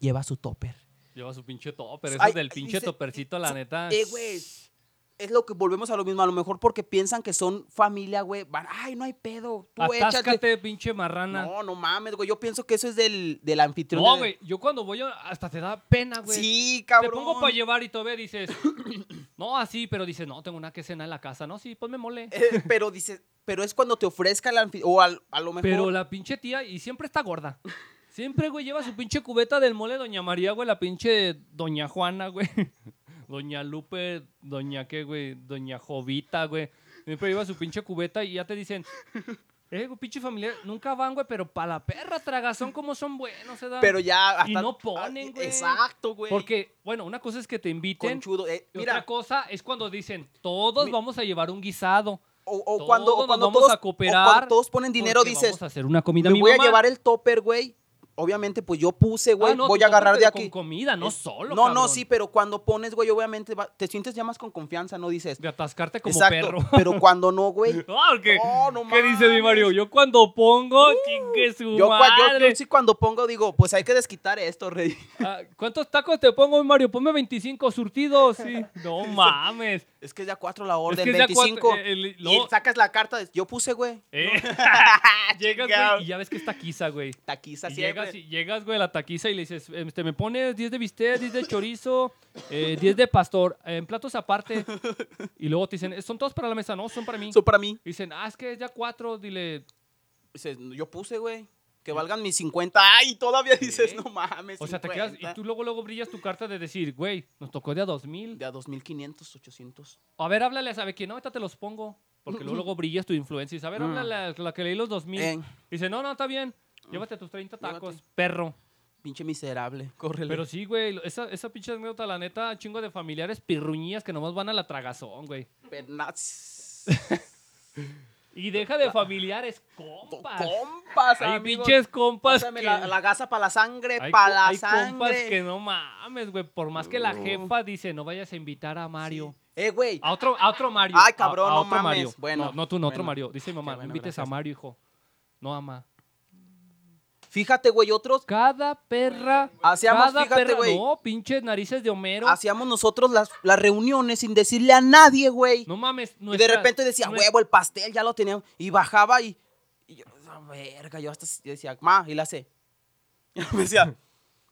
Speaker 1: lleva su topper.
Speaker 2: Lleva su pinche topper. Eso
Speaker 1: Ay,
Speaker 2: es del
Speaker 1: ay,
Speaker 2: pinche
Speaker 1: dice-
Speaker 2: topercito, la neta.
Speaker 1: Eh, güey. Es lo que volvemos a lo mismo. A lo mejor porque piensan que son familia, güey. Van, ay, no hay pedo. Tú échate.
Speaker 2: Atáscate, pinche marrana.
Speaker 1: No, no mames, güey. Yo pienso que eso es del, del anfitrión.
Speaker 2: No,
Speaker 1: de-
Speaker 2: güey. Yo cuando voy a- hasta te da pena, güey.
Speaker 1: Sí,
Speaker 2: Te
Speaker 1: cabrón.
Speaker 2: pongo para llevar y todavía dices, no, así, pero dices, no, tengo una que cena en la casa. No, sí, ponme mole.
Speaker 1: Eh, pero dice, pero es cuando te ofrezca el anfitrión. O al- a lo mejor.
Speaker 2: Pero la pinche tía, y siempre está gorda. Siempre, güey, lleva su pinche cubeta del mole Doña María, güey, la pinche Doña Juana, güey. Doña Lupe, Doña qué, güey, Doña Jovita, güey. Siempre lleva su pinche cubeta y ya te dicen, eh, güey, pinche familiar, nunca van, güey, pero para la perra tragazón como son buenos, ¿eh? da?
Speaker 1: Pero ya. Hasta,
Speaker 2: Y no ponen,
Speaker 1: Ah,
Speaker 2: güey.
Speaker 1: Exacto, güey.
Speaker 2: Porque, bueno, una cosa es que te inviten.
Speaker 1: Conchudo. Eh,
Speaker 2: y
Speaker 1: mira,
Speaker 2: otra cosa es cuando dicen, todos
Speaker 1: Mi-
Speaker 2: vamos a llevar un guisado.
Speaker 1: o, o
Speaker 2: todos
Speaker 1: cuando, o
Speaker 2: nos
Speaker 1: cuando
Speaker 2: vamos
Speaker 1: todos,
Speaker 2: a
Speaker 1: o
Speaker 2: cooperar
Speaker 1: cuando todos ponen dinero,
Speaker 2: porque
Speaker 1: dices,
Speaker 2: Vamos a hacer una comida
Speaker 1: me
Speaker 2: a mi
Speaker 1: voy a
Speaker 2: mamá".
Speaker 1: llevar el topper, güey. obviamente, pues yo puse, güey,
Speaker 2: Ah, no,
Speaker 1: voy
Speaker 2: tú
Speaker 1: a agarrar de
Speaker 2: cómpratelo
Speaker 1: aquí.
Speaker 2: Con comida, no
Speaker 1: Es-
Speaker 2: solo.
Speaker 1: No, no,
Speaker 2: cabrón.
Speaker 1: sí, pero cuando pones, güey, obviamente va- te sientes ya más con confianza, no dices.
Speaker 2: De atascarte como
Speaker 1: Exacto,
Speaker 2: perro.
Speaker 1: pero cuando no, güey.
Speaker 2: No, porque,
Speaker 1: No, no
Speaker 2: ¿Qué dice mi
Speaker 1: mames. Uh,
Speaker 2: Mario? Yo cuando pongo, chingue su
Speaker 1: Yo, cua- yo- yo
Speaker 2: madre.
Speaker 1: sí cuando pongo digo, pues hay que desquitar esto, rey.
Speaker 2: Ah, ¿Cuántos tacos te pongo, mi Mario? Ponme 25 surtidos. Sí. No mames.
Speaker 1: Es que es ya cuatro la orden,
Speaker 2: es que ya cuatro-
Speaker 1: 25.
Speaker 2: eh, el-
Speaker 1: Y
Speaker 2: luego-
Speaker 1: sacas la carta, de- yo puse, güey.
Speaker 2: eh, llegas,
Speaker 1: Chingado.
Speaker 2: güey, y ya ves que está taquiza, güey.
Speaker 1: Taquiza
Speaker 2: Y
Speaker 1: siempre.
Speaker 2: llegas, y llegas, güey, a la taquiza y le dices, este, me pones 10 de bistec, 10 de chorizo, eh, 10 de pastor, eh, en platos aparte. Y luego te dicen, son todos para la mesa, no, son para mí.
Speaker 1: Eso para mí.
Speaker 2: Y dicen, ah, es que es ya cuatro, dile.
Speaker 1: Dices, yo puse, güey. Que valgan mis 50. Ay, todavía dices,
Speaker 2: Sí.
Speaker 1: no mames.
Speaker 2: O sea, te
Speaker 1: 50.
Speaker 2: quedas, y tú luego, luego brillas tu carta de decir, güey, nos tocó de a 2000.
Speaker 1: De a 2500, 800.
Speaker 2: A ver, háblale a sabe quién, no, ahorita te los pongo. Porque luego, luego brillas tu influencia. Y dices, a ver,
Speaker 1: Mm.
Speaker 2: háblale a la que leí los 2000.
Speaker 1: Eh.
Speaker 2: Dice, no, no, está bien. Llévate tus 30 tacos,
Speaker 1: Llévate.
Speaker 2: perro.
Speaker 1: Pinche miserable. Córrele.
Speaker 2: Pero sí, güey, lo- esa, esa pinche anécdota, la neta, chingo de familiares pirruñías que nomás van a la tragazón, güey.
Speaker 1: Penaz-
Speaker 2: Y deja de familiares, compas.
Speaker 1: Oh, Compas,
Speaker 2: Hay
Speaker 1: amigos.
Speaker 2: pinches compas
Speaker 1: Pásame
Speaker 2: que...
Speaker 1: la, la gasa para la sangre,
Speaker 2: Hay,
Speaker 1: para
Speaker 2: co-
Speaker 1: la
Speaker 2: hay compas
Speaker 1: sangre.
Speaker 2: que no mames, güey. Por más que la
Speaker 1: No.
Speaker 2: jefa dice, no vayas a invitar a Mario. Ah.
Speaker 1: Eh, güey.
Speaker 2: A otro, a otro Mario.
Speaker 1: Ay, cabrón,
Speaker 2: a, a
Speaker 1: no
Speaker 2: otro
Speaker 1: mames.
Speaker 2: Mario.
Speaker 1: Bueno,
Speaker 2: no, no tú, no otro
Speaker 1: bueno.
Speaker 2: Mario. Dice mi mamá,
Speaker 1: Qué bueno,
Speaker 2: no invites
Speaker 1: gracias.
Speaker 2: a Mario, hijo. No, mamá.
Speaker 1: Fíjate, güey, otros.
Speaker 2: Cada perra.
Speaker 1: Hacíamos,
Speaker 2: cada
Speaker 1: fíjate,
Speaker 2: perra.
Speaker 1: güey.
Speaker 2: No, pinches narices de Homero.
Speaker 1: Hacíamos nosotros las, las reuniones sin decirle a nadie, güey.
Speaker 2: No mames.
Speaker 1: y de
Speaker 2: nuestras-
Speaker 1: repente decía,
Speaker 2: nues-
Speaker 1: huevo, el pastel ya lo teníamos. Y bajaba y, y yo, "Ah, verga, yo hasta yo decía, ma, y la sé. Y me decía,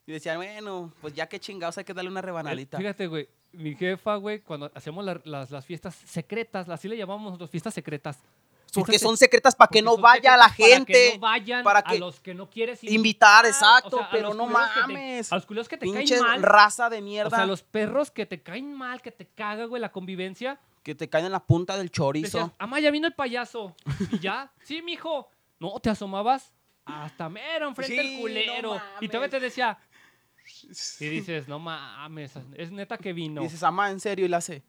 Speaker 1: y decía, bueno, pues ya que chingados hay que darle una rebanadita.
Speaker 2: eh, Fíjate, güey. Mi jefa, güey, cuando hacemos la- las, las fiestas secretas, así le llamamos nosotros, fiestas secretas.
Speaker 1: Porque
Speaker 2: Fiestas
Speaker 1: son secretas para que
Speaker 2: Porque
Speaker 1: no
Speaker 2: son
Speaker 1: vaya la
Speaker 2: secretos Para que
Speaker 1: gente.
Speaker 2: no vayan
Speaker 1: para
Speaker 2: a
Speaker 1: que-
Speaker 2: los que no quieres
Speaker 1: Invitar, exacto,
Speaker 2: o sea, a
Speaker 1: pero
Speaker 2: los
Speaker 1: no
Speaker 2: culeros que te-
Speaker 1: mames.
Speaker 2: a los culeros que te
Speaker 1: Pinche
Speaker 2: caen mal.
Speaker 1: raza de
Speaker 2: o
Speaker 1: mierda
Speaker 2: sea, los perros que te caen mal, que te caga, güey, la convivencia.
Speaker 1: que te caen en la punta del
Speaker 2: Decías,
Speaker 1: chorizo.
Speaker 2: Amá, ya vino el payaso. Y ya, sí, mijo. No, te asomabas hasta mero enfrente
Speaker 1: Sí,
Speaker 2: del
Speaker 1: no
Speaker 2: culero. y todavía
Speaker 1: mames.
Speaker 2: te decía. Y dices, no mames, es neta que vino.
Speaker 1: Dices, ama, en serio, y la hace.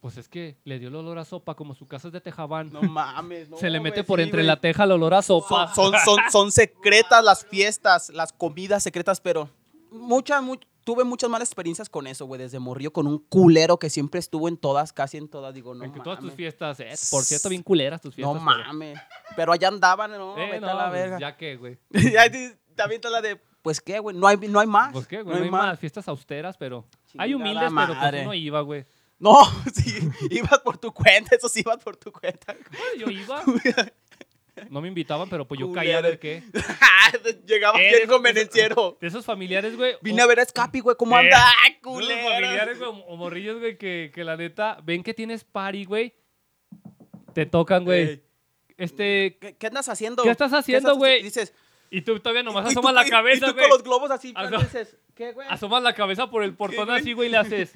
Speaker 2: Pues es que le dio el olor a sopa, como su casa es de Tejabán.
Speaker 1: No mames, no.
Speaker 2: Se le mete
Speaker 1: güey,
Speaker 2: por
Speaker 1: sí,
Speaker 2: entre
Speaker 1: güey.
Speaker 2: la teja el olor a sopa.
Speaker 1: Son, son, son- son secretas las fiestas, las comidas secretas, pero muchas, mu- tuve muchas malas experiencias con eso, güey, desde morrillo con un culero que siempre estuvo en todas, casi en todas, digo, no
Speaker 2: En que todas tus
Speaker 1: mames.
Speaker 2: fiestas, eh, por cierto, bien culeras tus
Speaker 1: No
Speaker 2: fiestas. pero-
Speaker 1: mames. Pero allá andaban, no,
Speaker 2: Eh,
Speaker 1: vete
Speaker 2: no,
Speaker 1: a la
Speaker 2: pues,
Speaker 1: verga.
Speaker 2: Ya que, güey.
Speaker 1: Y ahí di- También está la de, pues qué, güey, no hay, no hay más.
Speaker 2: Pues qué, güey. No hay más fiestas austeras, pero. hay
Speaker 1: Chingada
Speaker 2: humildes, pero pues
Speaker 1: madre.
Speaker 2: uno iba, güey.
Speaker 1: No, sí, ibas por tu cuenta, eso sí, ibas por tu cuenta.
Speaker 2: Bueno, Yo iba. No me invitaban, pero pues yo caía a
Speaker 1: Culero.
Speaker 2: ver qué.
Speaker 1: Llegaba
Speaker 2: Eh,
Speaker 1: bien
Speaker 2: de esos-
Speaker 1: convenenciero.
Speaker 2: De esos familiares, güey.
Speaker 1: Vine a
Speaker 2: o-
Speaker 1: ver a Scapi, güey, ¿cómo
Speaker 2: Eh,
Speaker 1: anda? ¡Ah,
Speaker 2: de esos
Speaker 1: culero!
Speaker 2: familiares, güey, o- o morrillos, güey, que, que la neta ven que tienes party, güey. Te tocan, güey.
Speaker 1: Ey.
Speaker 2: Este.
Speaker 1: ¿Qué, qué andas haciendo?
Speaker 2: ¿Qué estás haciendo, güey?
Speaker 1: Y Dices,
Speaker 2: Y tú todavía nomás
Speaker 1: y tú
Speaker 2: asomas
Speaker 1: con-
Speaker 2: la
Speaker 1: y- y
Speaker 2: cabeza,
Speaker 1: tú
Speaker 2: güey.
Speaker 1: con los globos así,
Speaker 2: Ah,
Speaker 1: y
Speaker 2: no.
Speaker 1: dices, ¿qué, güey?
Speaker 2: Asomas la cabeza por el portón
Speaker 1: güey?
Speaker 2: así, güey, y le haces.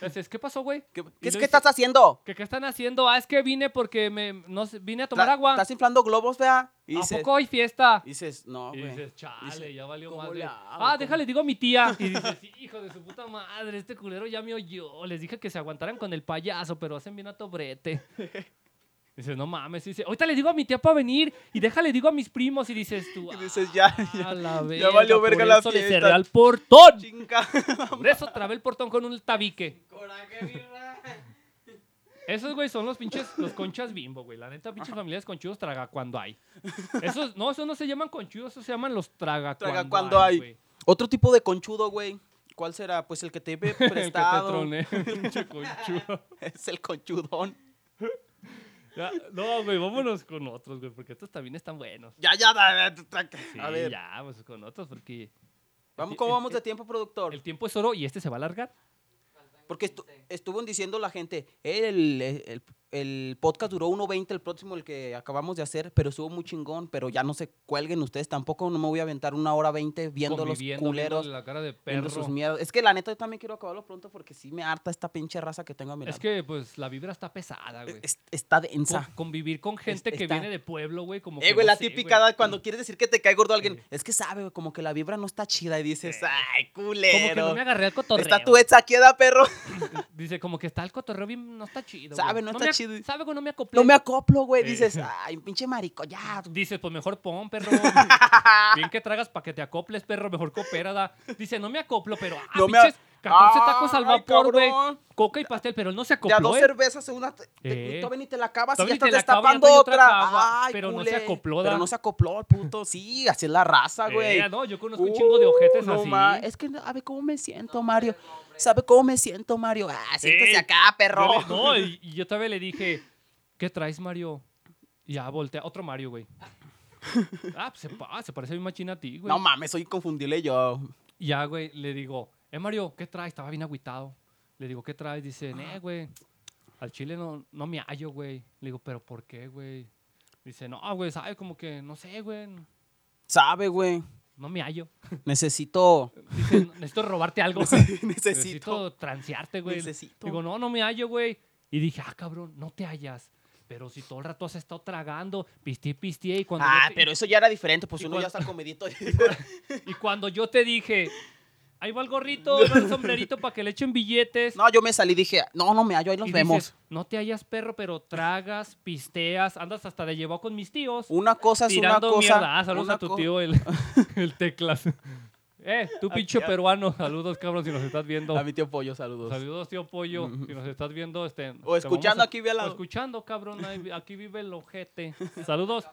Speaker 2: Le haces, ¿qué pasó, güey?
Speaker 1: ¿Qué, qué
Speaker 2: Y
Speaker 1: es
Speaker 2: le
Speaker 1: que
Speaker 2: dices,
Speaker 1: estás haciendo?
Speaker 2: ¿Qué, qué están haciendo? Ah, es que vine porque me, no sé, vine a tomar
Speaker 1: Tra-
Speaker 2: agua.
Speaker 1: ¿Estás inflando globos, vea? Y
Speaker 2: ¿A
Speaker 1: dices,
Speaker 2: poco hay fiesta?
Speaker 1: y dices, no,
Speaker 2: Y
Speaker 1: güey.
Speaker 2: dices, chale,
Speaker 1: Dices,
Speaker 2: ya valió
Speaker 1: ¿cómo
Speaker 2: madre.
Speaker 1: le hago?
Speaker 2: Ah,
Speaker 1: ¿Cómo?
Speaker 2: déjale, digo a mi tía. Y dices, hijo de su puta madre, este culero ya me oyó. Les dije que se aguantaran con el payaso, pero hacen bien a tobrete. Dices, no mames. Y dice, ahorita le digo a mi tía para venir y déjale, digo a mis primos. Y dices tú,
Speaker 1: Y dices, ya,
Speaker 2: "Ah,
Speaker 1: ya,
Speaker 2: la
Speaker 1: ya valió
Speaker 2: por
Speaker 1: verga la
Speaker 2: eso le cerré
Speaker 1: fiesta".
Speaker 2: al portón.
Speaker 1: chinga.
Speaker 2: Por eso trabé el portón con un tabique.
Speaker 1: Coraje, birra.
Speaker 2: Esos, güey, son los pinches, los conchas bimbo, güey. La neta, pinches familiares conchudos traga cuando hay. Esos, no, esos no se llaman conchudos, esos se llaman los traga,
Speaker 1: Traga
Speaker 2: cuando,
Speaker 1: cuando hay.
Speaker 2: güey.
Speaker 1: Otro tipo de conchudo, güey. ¿Cuál será? Pues el que te ve
Speaker 2: El que te
Speaker 1: prestado.
Speaker 2: troné, pinche conchudo.
Speaker 1: es el conchudón.
Speaker 2: Ya, no, güey, vámonos con otros, güey, porque estos también están buenos.
Speaker 1: Ya, ya, da- da- da-
Speaker 2: Sí,
Speaker 1: a ver.
Speaker 2: ya, pues con otros, porque
Speaker 1: Vamos, ¿Cómo vamos de tiempo, productor?
Speaker 2: el tiempo es oro y este se va a alargar.
Speaker 1: Porque estu- estuvo diciendo la gente, "Eh, el, el- el podcast duró 1.20, el próximo, el que acabamos de hacer, pero estuvo muy chingón, pero ya no se cuelguen ustedes tampoco, no me voy a aventar una hora 20 viendo los
Speaker 2: Conviviendo,
Speaker 1: culeros,
Speaker 2: viéndole la cara de
Speaker 1: viendo sus
Speaker 2: perro.
Speaker 1: miedos. Es que la neta yo también quiero acabarlo pronto porque sí me harta esta pinche raza que tengo a mi lado.
Speaker 2: Es que, pues, la vibra está pesada, güey.
Speaker 1: Es- está
Speaker 2: Con-
Speaker 1: densa.
Speaker 2: convivir con gente que
Speaker 1: está-
Speaker 2: viene de pueblo, güey, como
Speaker 1: Eh,
Speaker 2: que
Speaker 1: güey,
Speaker 2: no
Speaker 1: la
Speaker 2: sé, güey.
Speaker 1: típica da- cuando quieres decir que te cae gordo alguien,
Speaker 2: Sí.
Speaker 1: es que sabe, güey, como que la vibra no está chida y dices,
Speaker 2: Sí.
Speaker 1: ay,
Speaker 2: Como que no
Speaker 1: culero.
Speaker 2: me agarré al cotorreo.
Speaker 1: Está tu ex aquí, da perro.
Speaker 2: Dice, como que está el cotorreo bien, no está chido.
Speaker 1: Sabe,
Speaker 2: güey.
Speaker 1: no
Speaker 2: no
Speaker 1: está
Speaker 2: me
Speaker 1: pinche.
Speaker 2: ¿Sabe que no me acoplé?
Speaker 1: No me acoplo, güey.
Speaker 2: Eh.
Speaker 1: Dices, ay, pinche marico, ya.
Speaker 2: Dices, pues mejor pon, perro. Bien que tragas para que te acoples, perro. Mejor coopera, da. Dice, no me acoplo, pero. Ah,
Speaker 1: No me a-
Speaker 2: pinches, 14 tacos al
Speaker 1: Ay,
Speaker 2: vapor, güey.
Speaker 1: cabrón.
Speaker 2: Coca y pastel, pero él no se acopló.
Speaker 1: Ya dos
Speaker 2: ¿eh?
Speaker 1: cervezas, una. Te, te-
Speaker 2: Eh.
Speaker 1: y todavía ni te la acabas y ya
Speaker 2: Todavía ni
Speaker 1: estás
Speaker 2: te la acabo, ya
Speaker 1: destapando
Speaker 2: trae
Speaker 1: otra.
Speaker 2: otra agua,
Speaker 1: Ay,
Speaker 2: pero no
Speaker 1: culé.
Speaker 2: se acopló,
Speaker 1: Pero
Speaker 2: da.
Speaker 1: no se acopló, el puto. Sí, así es la raza, güey. Uh,
Speaker 2: Eh, no, yo conozco un chingo de ojetes
Speaker 1: no
Speaker 2: así.
Speaker 1: ma- Es que no- sabe cómo me siento, Mario. ¿Sabe cómo me siento, Mario? Ah, siéntese
Speaker 2: Ey,
Speaker 1: acá, perro.
Speaker 2: Yo le- no, y, y yo todavía le dije, ¿qué traes, Mario? Y ya voltea, otro Mario, güey. Ah, pues se, pa- se parece bien machina a ti, güey.
Speaker 1: No mames, soy inconfundible yo.
Speaker 2: Y ya, güey, le digo, eh, Mario, ¿qué traes? Estaba bien agüitado. Le digo, ¿qué traes? Dice,
Speaker 1: Ah.
Speaker 2: eh, güey, al chile no, no me hallo, güey. Le digo, ¿pero por qué, güey? Dice, no, güey, sabe, como que, no sé, güey,
Speaker 1: Sabe, güey.
Speaker 2: no me hallo.
Speaker 1: Necesito.
Speaker 2: Dice, necesito robarte algo.
Speaker 1: Necesito.
Speaker 2: Necesito transearte, güey.
Speaker 1: Necesito.
Speaker 2: Digo, no, no me hallo, güey. Y dije, ah, cabrón, no te hallas. Pero si todo el rato has estado tragando, pisteé, pisteé. Y cuando,
Speaker 1: Ah,
Speaker 2: yo te,
Speaker 1: pero eso ya era diferente, pues
Speaker 2: y
Speaker 1: uno
Speaker 2: cuan-
Speaker 1: ya está comedito.
Speaker 2: y cuando yo te dije, ahí va el gorrito, ahí va el sombrerito para que le echen billetes.
Speaker 1: No, yo me salí y dije, no, no, me hallo, ahí nos
Speaker 2: y
Speaker 1: vemos.
Speaker 2: dices, no te hallas, perro, pero tragas, pisteas, andas hasta de llevado con mis tíos.
Speaker 1: Una cosa es una
Speaker 2: tirando
Speaker 1: cosa.
Speaker 2: mierda. Ah, saludos
Speaker 1: una
Speaker 2: a tu
Speaker 1: co-
Speaker 2: tío, el, el teclas. Eh, tú pinche peruano. Saludos, cabrón, si nos estás viendo.
Speaker 1: A mi tío Pollo, saludos.
Speaker 2: Saludos, tío Pollo. Si nos estás viendo, este. te
Speaker 1: O
Speaker 2: vamos
Speaker 1: escuchando
Speaker 2: a-
Speaker 1: aquí, ve al
Speaker 2: o
Speaker 1: lado.
Speaker 2: escuchando, cabrón. ahí- Aquí vive el ojete. Saludos.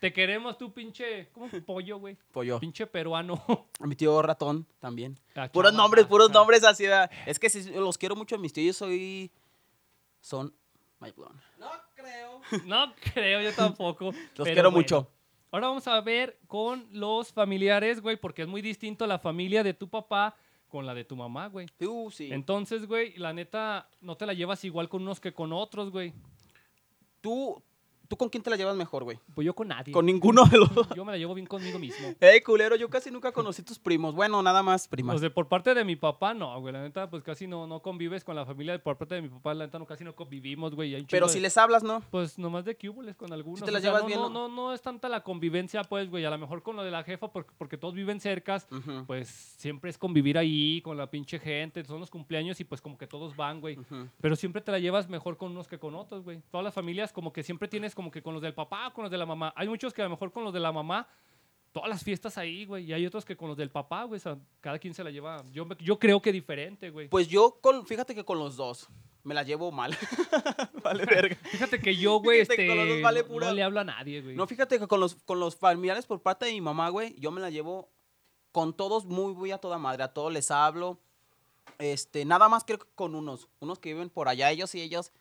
Speaker 2: Te queremos, tú, pinche. ¿Cómo pollo, güey?
Speaker 1: Pollo.
Speaker 2: Pinche peruano.
Speaker 1: A mi tío Ratón también.
Speaker 2: La
Speaker 1: Puros
Speaker 2: chava
Speaker 1: nombres, puros
Speaker 2: raza.
Speaker 1: nombres así. ¿verdad? Es que sí, los quiero mucho a mis tíos. Yo soy. Son. Ay, perdón.
Speaker 2: No creo, yo tampoco.
Speaker 1: Los
Speaker 2: pero
Speaker 1: quiero
Speaker 2: bueno.
Speaker 1: mucho.
Speaker 2: Ahora vamos a ver con los familiares, güey, porque es muy distinto la familia de tu papá con la de tu mamá, güey.
Speaker 1: Uh, sí.
Speaker 2: Entonces, güey, la neta, no te la llevas igual con unos que con otros, güey.
Speaker 1: ¿Tú, ¿Tú con quién te la llevas mejor, güey?
Speaker 2: Pues yo con nadie.
Speaker 1: Con ninguno de los.
Speaker 2: Yo me la llevo bien conmigo mismo.
Speaker 1: Ey, culero, yo casi nunca conocí tus primos. Bueno, nada más primas.
Speaker 2: O sea, por parte de mi papá, no, güey. La neta, pues casi no, no convives con la familia. Por parte de mi papá, la neta, no, casi no convivimos, güey. y hay un
Speaker 1: Pero
Speaker 2: chingo
Speaker 1: si
Speaker 2: de-
Speaker 1: les hablas, ¿no?
Speaker 2: Pues nomás de cubules con algunos.
Speaker 1: te las
Speaker 2: o sea,
Speaker 1: llevas
Speaker 2: no,
Speaker 1: bien,
Speaker 2: no,
Speaker 1: ¿no?
Speaker 2: no, no es tanta la convivencia, pues, güey. A lo mejor con lo de la jefa, porque, porque todos viven cercas.
Speaker 1: Ujú,
Speaker 2: Pues siempre es convivir ahí con la pinche gente. Son los cumpleaños y pues como que todos van, güey.
Speaker 1: ujú.
Speaker 2: Pero siempre te la llevas mejor con unos que con otros, güey. Todas las familias como que siempre tienes como que con los del papá o con los de la mamá. Hay muchos que a lo mejor con los de la mamá, todas las fiestas ahí, güey. Y hay otros que con los del papá, güey. O sea, cada quien se la lleva. Yo, me- yo creo que diferente, güey.
Speaker 1: Pues yo, con, fíjate que con los dos. Me la llevo mal. vale, verga.
Speaker 2: Fíjate que yo, güey,
Speaker 1: Fíjate que con
Speaker 2: este,
Speaker 1: los dos vale
Speaker 2: no-
Speaker 1: pura-
Speaker 2: no le hablo a nadie, güey.
Speaker 1: No, fíjate que con los, con los familiares por parte de mi mamá, güey, yo me la llevo con todos muy, muy a toda madre. A todos les hablo. Este, nada más creo que con unos. Unos que viven por allá, ellos y ellos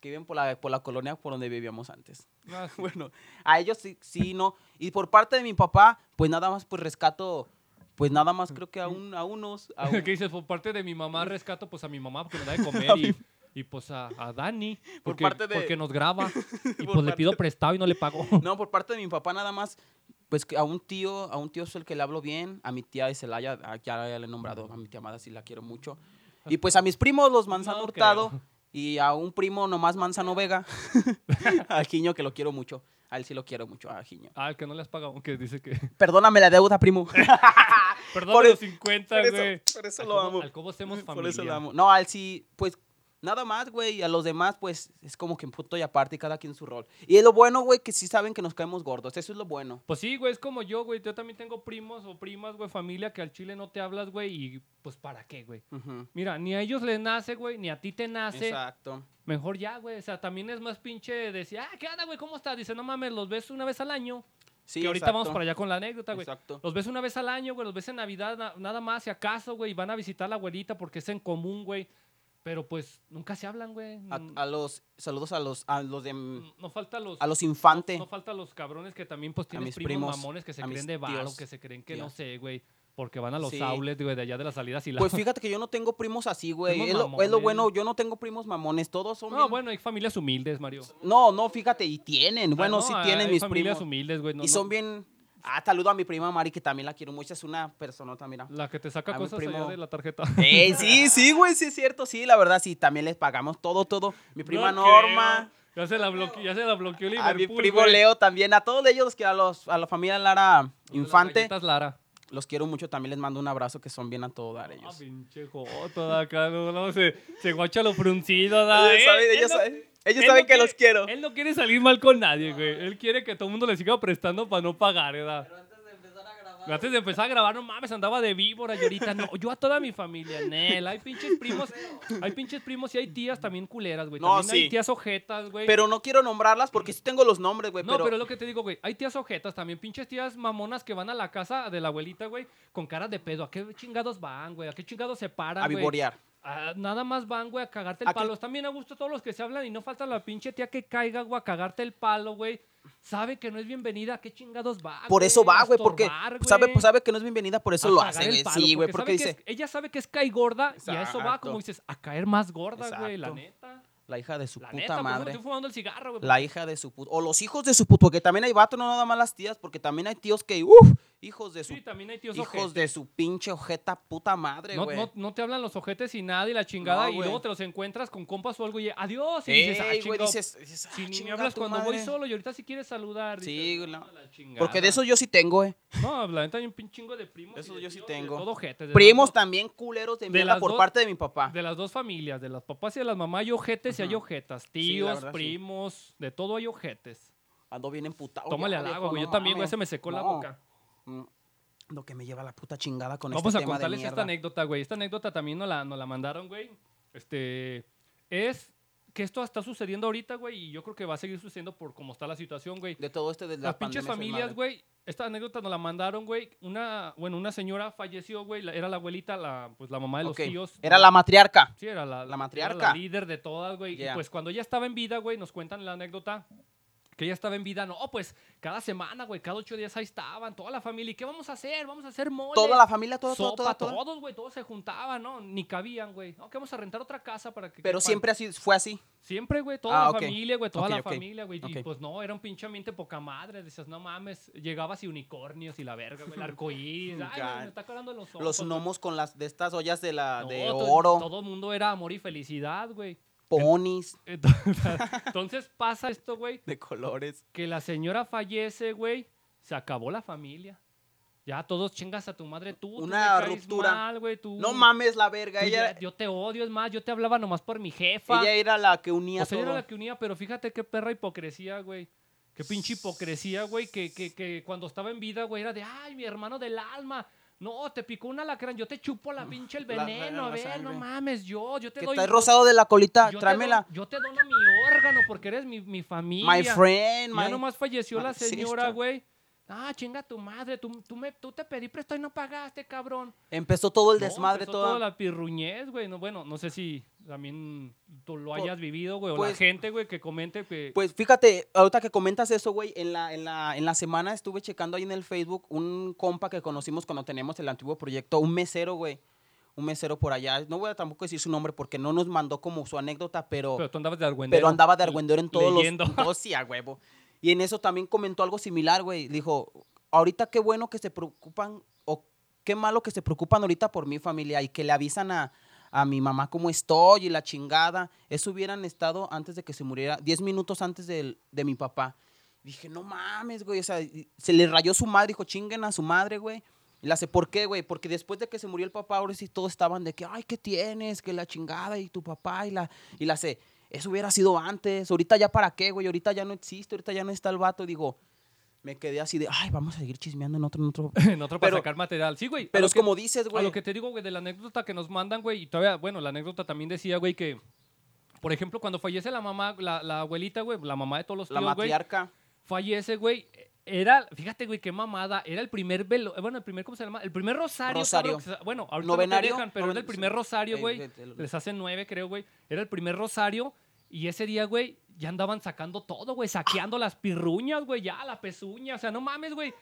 Speaker 1: que viven por la, por la colonia por donde vivíamos antes.
Speaker 2: Ah, sí.
Speaker 1: Bueno, a ellos sí, sí, no. Y por parte de mi papá, pues nada más, pues rescato, pues nada más creo que a, un, a unos. A un-
Speaker 2: que dices, por parte de mi mamá rescato pues a mi mamá porque me da de comer y, y, pues a, a Dani porque,
Speaker 1: parte de-
Speaker 2: porque nos graba y
Speaker 1: por
Speaker 2: pues le pido
Speaker 1: parte-
Speaker 2: prestado y no le pago.
Speaker 1: No, por parte de mi papá nada más, pues que a un tío, a un tío es el que le hablo bien, a mi tía de Celaya, a- ya la he nombrado, a mi tía Amada sí la quiero mucho. Y pues a mis primos, los Manzano
Speaker 2: No
Speaker 1: Hurtado,
Speaker 2: creo.
Speaker 1: y a un primo nomás Manzano Vega, a Giño que lo quiero mucho, a él sí lo quiero mucho, a Giño.
Speaker 2: Ah, el que no le has pagado, aunque dice que...
Speaker 1: Perdóname la deuda, primo.
Speaker 2: Perdón,
Speaker 1: Por
Speaker 2: los
Speaker 1: eso-
Speaker 2: 50, güey.
Speaker 1: por eso
Speaker 2: Al cabo- Al cómo hacemos familia.
Speaker 1: Por eso lo amo. No, al sí, pues nada más, güey. A los demás, pues es como que en punto y aparte, cada quien su rol. Y es lo bueno, güey, que sí saben que nos caemos gordos. Eso es lo bueno.
Speaker 2: Pues sí, güey, es como yo, güey. Yo también tengo primos o primas, güey, familia que al chile no te hablas, güey. Y pues, ¿para qué, güey?
Speaker 1: Ujú.
Speaker 2: Mira, ni a ellos les nace, güey, ni a ti te nace.
Speaker 1: Exacto.
Speaker 2: Mejor ya, güey. O sea, también es más pinche decir, ah, ¿qué onda, güey? ¿Cómo estás? Dice, no mames, los ves una vez al año.
Speaker 1: Sí,
Speaker 2: que ahorita
Speaker 1: exacto.
Speaker 2: vamos para allá con la anécdota, güey.
Speaker 1: Exacto.
Speaker 2: Los ves una vez al año, güey. Los ves en Navidad na- nada más, si acaso, güey. Y van a visitar a la abuelita porque es en común, güey. Pero pues nunca se hablan, güey.
Speaker 1: A, a los saludos a los a los de
Speaker 2: No no falta los...
Speaker 1: a los infantes.
Speaker 2: Mm. No faltan los cabrones que también pues
Speaker 1: mis
Speaker 2: tienes primos,
Speaker 1: primos,
Speaker 2: mamones que se
Speaker 1: a mis
Speaker 2: creen de varo,
Speaker 1: tíos,
Speaker 2: que se creen que no
Speaker 1: tías.
Speaker 2: sé, güey, porque van a los
Speaker 1: Sí.
Speaker 2: outlets, güey, de allá de las salidas y la...
Speaker 1: Pues fíjate que yo no tengo primos así, güey.
Speaker 2: Primos
Speaker 1: Es lo, es lo
Speaker 2: mamones.
Speaker 1: bueno, yo no tengo primos mamones, todos son
Speaker 2: no,
Speaker 1: bien-
Speaker 2: bueno, hay familias humildes, Mario.
Speaker 1: No, no, fíjate, y tienen. Bueno,
Speaker 2: Ah, no,
Speaker 1: sí
Speaker 2: hay-
Speaker 1: tienen
Speaker 2: hay
Speaker 1: mis
Speaker 2: familias
Speaker 1: primos.
Speaker 2: humildes, güey. no-
Speaker 1: y
Speaker 2: no-
Speaker 1: son bien Ah, saludo a mi prima Mari que también la quiero mucho, es una personota, mira.
Speaker 2: La que te
Speaker 1: a
Speaker 2: saca
Speaker 1: mi
Speaker 2: cosas allá
Speaker 1: primo.
Speaker 2: de la tarjeta.
Speaker 1: Ey, sí, sí, güey, sí es cierto, sí, la verdad, sí, también les pagamos todo, todo. Mi prima
Speaker 2: No
Speaker 1: Norma,
Speaker 2: creo. Ya se la bloqueó, ya se la bloqueó Liverpool,
Speaker 1: a mi primo
Speaker 2: güey.
Speaker 1: Leo también, a todos ellos, que a, los, a la familia Lara
Speaker 2: Los de las
Speaker 1: Infante,
Speaker 2: galletas Lara.
Speaker 1: los quiero mucho, también les mando un abrazo, que son bien a todo dar
Speaker 2: Ah,
Speaker 1: ellos.
Speaker 2: pinche joto de acá, no, no, se, se guacha lo fruncido, da,
Speaker 1: Ellos
Speaker 2: eh,
Speaker 1: saben,
Speaker 2: eh,
Speaker 1: ellos
Speaker 2: no-
Speaker 1: saben. Ellos
Speaker 2: Él
Speaker 1: saben
Speaker 2: no eh,
Speaker 1: que
Speaker 2: quiere-
Speaker 1: los quiero.
Speaker 2: Él no quiere salir mal con nadie, güey. Él quiere que todo el mundo le siga prestando para no pagar, ¿verdad? Antes de empezar a grabar, no mames, andaba de víbora y ahorita no. Yo a toda mi familia, Nel. Hay pinches primos. Hay pinches primos y hay tías también culeras, güey.
Speaker 1: No,
Speaker 2: también
Speaker 1: sí.
Speaker 2: hay tías ojetas, güey.
Speaker 1: Pero no quiero nombrarlas porque sí tengo los nombres, güey.
Speaker 2: no, pero... es lo que te digo, güey. Hay tías ojetas también. Pinches tías mamonas que van a la casa de la abuelita, güey, con cara de pedo. ¿A qué chingados van, güey? ¿A qué chingados se paran,
Speaker 1: a
Speaker 2: güey?
Speaker 1: vivorear.
Speaker 2: Ah, nada más van, güey, a cagarte el
Speaker 1: ¿A qué?
Speaker 2: palo. Están bien a gusto todos los que se hablan y no falta la pinche tía que caiga, güey, a cagarte el palo, güey. Sabe que no es bienvenida, ¿a qué chingados va?
Speaker 1: Por eso va,
Speaker 2: A
Speaker 1: güey, porque
Speaker 2: estorbar,
Speaker 1: sabe,
Speaker 2: Ah, güey,
Speaker 1: pues sabe que no es bienvenida, por eso
Speaker 2: a
Speaker 1: lo
Speaker 2: cagar
Speaker 1: hace,
Speaker 2: el
Speaker 1: güey.
Speaker 2: palo,
Speaker 1: Sí, güey, porque
Speaker 2: sabe que
Speaker 1: dice,
Speaker 2: es- ella sabe que es cae gorda y a eso va,
Speaker 1: Exacto.
Speaker 2: como dices, a caer más gorda, güey, la
Speaker 1: Exacto.
Speaker 2: neta.
Speaker 1: la hija de su
Speaker 2: La
Speaker 1: puta
Speaker 2: neta, pues, por eso me
Speaker 1: madre.
Speaker 2: estoy fumando el cigarro, güey.
Speaker 1: La hija de su puta. O los hijos de su puta. Porque también hay vato, no nada más las tías. Porque también hay tíos que, uff, hijos de su.
Speaker 2: Sí, también hay tíos
Speaker 1: hijos
Speaker 2: ojetes.
Speaker 1: de su pinche ojeta puta madre,
Speaker 2: No,
Speaker 1: güey.
Speaker 2: no- no te hablan los ojetes y nada y la chingada
Speaker 1: No,
Speaker 2: y
Speaker 1: güey.
Speaker 2: luego te los encuentras con compas o algo y adiós. Y
Speaker 1: Ey,
Speaker 2: dices, ah,
Speaker 1: güey,
Speaker 2: chingado,
Speaker 1: dices, dices, ah,
Speaker 2: si ni me
Speaker 1: chinga
Speaker 2: hablas
Speaker 1: tu
Speaker 2: cuando voy
Speaker 1: madre.
Speaker 2: solo y ahorita si quieres saludar.
Speaker 1: Sí,
Speaker 2: dices,
Speaker 1: güey,
Speaker 2: "Ah,
Speaker 1: no".
Speaker 2: la chingada".
Speaker 1: Porque de esos yo sí tengo, eh.
Speaker 2: No, la neta hay un pin- chingo de primos. y
Speaker 1: Eso
Speaker 2: de
Speaker 1: yo sí
Speaker 2: tíos y
Speaker 1: tengo.
Speaker 2: De todo ojete, de
Speaker 1: Primos
Speaker 2: las dos-
Speaker 1: también culeros de
Speaker 2: de
Speaker 1: mierda
Speaker 2: las
Speaker 1: por
Speaker 2: dos-
Speaker 1: parte de mi papá.
Speaker 2: De las dos familias, de las papás y de las mamás hay ojetes y hay
Speaker 1: Ujú.
Speaker 2: ojetas.
Speaker 1: la
Speaker 2: Tíos,
Speaker 1: verdad, sí.
Speaker 2: primos, de todo hay ojetes.
Speaker 1: Ando bien emputado.
Speaker 2: Tómale
Speaker 1: ya,
Speaker 2: al agua,
Speaker 1: viejo,
Speaker 2: güey.
Speaker 1: pues no
Speaker 2: Yo también, güey,
Speaker 1: mames.
Speaker 2: se me secó la
Speaker 1: No.
Speaker 2: boca.
Speaker 1: Mm. Lo que me lleva la puta chingada con
Speaker 2: Vamos
Speaker 1: este
Speaker 2: a
Speaker 1: tema de
Speaker 2: contarles esta
Speaker 1: mierda.
Speaker 2: anécdota, güey. Esta anécdota también nos la, nos la mandaron, güey. Este. Es que esto está sucediendo ahorita, güey, y yo creo que va a seguir sucediendo por cómo está la situación, güey.
Speaker 1: De todo este de la
Speaker 2: Las pinches
Speaker 1: pandemia, esa
Speaker 2: familias,
Speaker 1: madre.
Speaker 2: güey. Esta anécdota nos la mandaron, güey. Una, bueno, una señora falleció, güey. la- Era la abuelita, la, pues la mamá de los
Speaker 1: Ok,
Speaker 2: tíos.
Speaker 1: Era la matriarca.
Speaker 2: Sí, era la,
Speaker 1: La
Speaker 2: era
Speaker 1: matriarca.
Speaker 2: la líder de todas, güey. Y
Speaker 1: Ya.
Speaker 2: pues cuando ella estaba en vida, güey, nos cuentan la anécdota que ella estaba en vida. No, pues cada semana, güey, cada ocho días ahí estaban, toda la familia. ¿Y qué vamos a hacer? Vamos a hacer mole.
Speaker 1: Toda la familia, toda, toda,
Speaker 2: Sopa,
Speaker 1: toda, toda.
Speaker 2: todos, güey, todos se juntaban, ¿no? Ni cabían, güey. No, que vamos a rentar otra casa para que...
Speaker 1: Pero
Speaker 2: quepan.
Speaker 1: siempre así, fue así.
Speaker 2: Siempre, güey, toda
Speaker 1: Ah,
Speaker 2: la
Speaker 1: ok.
Speaker 2: familia, güey, toda
Speaker 1: Ok,
Speaker 2: la
Speaker 1: ok.
Speaker 2: familia, güey. Y
Speaker 1: Ok.
Speaker 2: pues no, era un pinche ambiente poca madre. Decías, no mames, llegabas y unicornios y la verga, güey, el arcoíris. Ay, güey,
Speaker 1: Chingada.
Speaker 2: me está acordando los ojos.
Speaker 1: Los
Speaker 2: güey.
Speaker 1: gnomos con las de estas ollas de la
Speaker 2: No,
Speaker 1: de
Speaker 2: todo-
Speaker 1: oro,
Speaker 2: Todo el mundo era amor y felicidad, güey.
Speaker 1: ponis
Speaker 2: Entonces, entonces pasa esto, güey,
Speaker 1: de colores.
Speaker 2: que la señora fallece, güey, se acabó la familia. Ya todos chingas a tu madre tú. tú
Speaker 1: Una
Speaker 2: me caes
Speaker 1: ruptura.
Speaker 2: mal, güey, tú-
Speaker 1: No mames la
Speaker 2: tú
Speaker 1: verga,
Speaker 2: ya-
Speaker 1: ella,
Speaker 2: yo te odio, es más, yo te hablaba nomás por mi jefa.
Speaker 1: ella era la que unía
Speaker 2: o sea, ella
Speaker 1: todo.
Speaker 2: era la que unía, pero fíjate qué perra hipocresía, güey. Qué pinche hipocresía, güey, que, que, que cuando estaba en vida, güey, era de, ay, mi hermano del alma. No, te picó un alacrán, yo te chupo la pinche el
Speaker 1: la- la-
Speaker 2: veneno, a
Speaker 1: la
Speaker 2: ver, no
Speaker 1: sangre.
Speaker 2: mames, yo, yo te
Speaker 1: Que
Speaker 2: doy...
Speaker 1: está rosado de la colita,
Speaker 2: yo te
Speaker 1: tráemela.
Speaker 2: doy- Yo te dono mi órgano porque eres mi, mi familia.
Speaker 1: My friend,
Speaker 2: Ya
Speaker 1: my...
Speaker 2: nomás falleció
Speaker 1: my
Speaker 2: la señora,
Speaker 1: sister.
Speaker 2: güey. Ah, chinga tu madre, tú, tú, me, tú te pedí presto y no pagaste, cabrón.
Speaker 1: Empezó todo el
Speaker 2: No,
Speaker 1: desmadre,
Speaker 2: empezó
Speaker 1: toda...
Speaker 2: toda la pirruñez, güey. No, bueno, no sé si también tú lo
Speaker 1: Pues-
Speaker 2: hayas vivido, güey, o la
Speaker 1: pues-
Speaker 2: gente, güey, que comente que...
Speaker 1: Pues fíjate, ahorita que comentas eso, güey, en la, en, la, en la semana estuve checando ahí en el Facebook un compa que conocimos cuando teníamos el antiguo proyecto, un mesero, güey. Un mesero por allá. No voy a tampoco decir su nombre porque no nos mandó como su anécdota, pero,
Speaker 2: pero
Speaker 1: pero,
Speaker 2: tú andabas de argüendero.
Speaker 1: andaba de argüendero en todos
Speaker 2: leyendo.
Speaker 1: los... Oh, sí, a huevo. Y en eso también comentó algo similar, güey. Dijo, ahorita qué bueno que se preocupan, o qué malo que se preocupan ahorita por mi familia y que le avisan a, a mi mamá cómo estoy y la chingada. Eso hubieran estado antes de que se muriera, 10 minutos antes del- de, mi papá. Dije, no mames, güey. O sea, y- se le rayó su madre, dijo, chinguen a su madre, güey. Y la sé, ¿por qué, güey? Porque después de que se murió el papá, ahora sí todos estaban de que, ay, ¿qué tienes? Que la chingada y tu papá y la, y la sé. Eso hubiera sido antes. Ahorita ya para qué, güey. Ahorita ya no existe, ahorita ya no está el vato. Digo, me quedé así de, ay, vamos a seguir chismeando en otro, en otro.
Speaker 2: en otro para
Speaker 1: Pero-
Speaker 2: sacar material. Sí, güey. a
Speaker 1: Pero
Speaker 2: lo
Speaker 1: es
Speaker 2: que-
Speaker 1: como dices,
Speaker 2: A
Speaker 1: güey.
Speaker 2: lo que te digo, güey, de la anécdota que nos mandan, güey, y todavía, bueno, la anécdota también decía, güey, que, por ejemplo, cuando fallece la mamá, la, la abuelita, güey, la mamá de todos los
Speaker 1: La
Speaker 2: tíos, güey,
Speaker 1: matriarca.
Speaker 2: fallece, güey, era, fíjate, güey, qué mamada, era el primer velo, eh, bueno, el primer, ¿cómo se llama? El primer rosario.
Speaker 1: Rosario.
Speaker 2: cabrón, que se- bueno, ahorita
Speaker 1: Novenario,
Speaker 2: no te dejan, pero era el
Speaker 1: noven-
Speaker 2: primer rosario,
Speaker 1: eh,
Speaker 2: güey,
Speaker 1: eh, eh,
Speaker 2: les hacen nueve, creo, güey, era el primer rosario, y ese día, güey, ya andaban sacando todo, güey, saqueando las pirruñas, güey, ya, la pezuña, o sea, no mames, güey.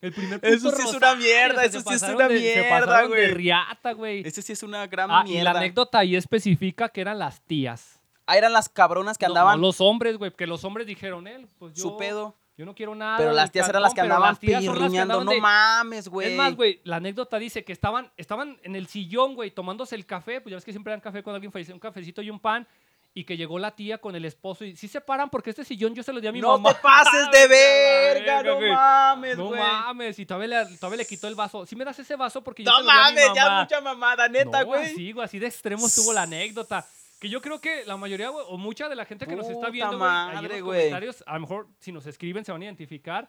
Speaker 2: El primer puto
Speaker 1: Eso sí es una
Speaker 2: rosario,
Speaker 1: mierda,
Speaker 2: o sea,
Speaker 1: eso
Speaker 2: se
Speaker 1: sí es
Speaker 2: pasaron
Speaker 1: una
Speaker 2: de- Se
Speaker 1: mierda,
Speaker 2: pasaron de
Speaker 1: güey.
Speaker 2: riata, güey.
Speaker 1: Ese sí es una gran
Speaker 2: Ah, y la
Speaker 1: mierda.
Speaker 2: anécdota ahí especifica que eran las tías.
Speaker 1: Ah, eran las cabronas que
Speaker 2: No,
Speaker 1: andaban
Speaker 2: no los hombres, güey, que los hombres dijeron, él, pues yo...
Speaker 1: su pedo.
Speaker 2: Yo no quiero nada.
Speaker 1: Pero las
Speaker 2: ni
Speaker 1: tías eran las que
Speaker 2: cantón, pero
Speaker 1: andaban
Speaker 2: las tías son las que
Speaker 1: pirriñando.
Speaker 2: andaban
Speaker 1: No
Speaker 2: de-
Speaker 1: mames, güey.
Speaker 2: Es más, güey, la anécdota dice que estaban, estaban en el sillón, güey, tomándose el café. Pues ya ves que siempre dan café cuando alguien fallece, un cafecito y un pan. Y que llegó la tía con el esposo y sí se paran porque este sillón yo se lo di a mi
Speaker 1: No te
Speaker 2: mamá.
Speaker 1: pases de verga,
Speaker 2: Verga,
Speaker 1: no
Speaker 2: güey.
Speaker 1: mames,
Speaker 2: No
Speaker 1: güey.
Speaker 2: mames, y todavía le, todavía le quitó el vaso. Si me das ese vaso porque yo se
Speaker 1: No
Speaker 2: lo di a mi
Speaker 1: mames, ya
Speaker 2: mamá.
Speaker 1: mucha mamada, neta,
Speaker 2: No,
Speaker 1: güey.
Speaker 2: así, güey, así de extremo estuvo la anécdota. Que yo creo que la mayoría güey, o mucha de la gente que nos
Speaker 1: Puta
Speaker 2: está viendo, güey, ahí en
Speaker 1: madre,
Speaker 2: los
Speaker 1: güey.
Speaker 2: comentarios, a lo mejor si nos escriben se van a identificar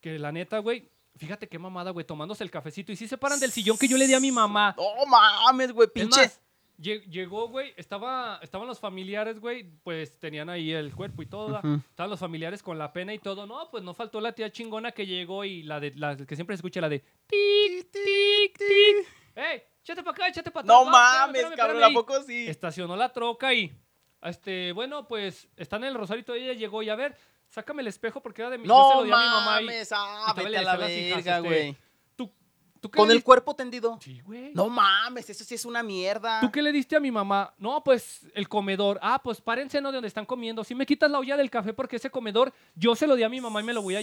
Speaker 2: que la neta, güey, fíjate qué mamada, güey, tomándose el cafecito y si se paran del sillón que yo le di a mi mamá.
Speaker 1: No mames, güey,
Speaker 2: Es
Speaker 1: pinche.
Speaker 2: más, lle- llegó, güey, estaba, estaban los familiares, güey, pues tenían ahí el cuerpo y todo. ¿da?
Speaker 1: Ujú.
Speaker 2: Estaban los familiares con la pena y todo. No, pues no faltó la tía chingona que llegó y la de la que siempre se escucha la de tic, tic, tic. ¡Ey! ¡Échate para acá, échate para
Speaker 1: No mames, cabrón, ¿a poco sí?
Speaker 2: Estacionó la troca y. Este, bueno, pues está en el rosarito y ella llegó y a ver, sácame el espejo porque era de mi. yo se lo
Speaker 1: No
Speaker 2: di a mi mamá y-
Speaker 1: mames, ah,
Speaker 2: y todavía
Speaker 1: vete
Speaker 2: le
Speaker 1: a la
Speaker 2: decía a las
Speaker 1: verga,
Speaker 2: hijas, este,
Speaker 1: güey.
Speaker 2: ¿Tú, tú qué
Speaker 1: Con
Speaker 2: le
Speaker 1: el
Speaker 2: diste?
Speaker 1: cuerpo tendido.
Speaker 2: Sí, güey.
Speaker 1: No mames, eso sí es una mierda.
Speaker 2: ¿Tú qué le diste a mi mamá? No, pues el comedor. Ah, pues párense no de donde están comiendo. Si me quitas la olla del café porque ese comedor yo se lo di a mi mamá y me lo voy a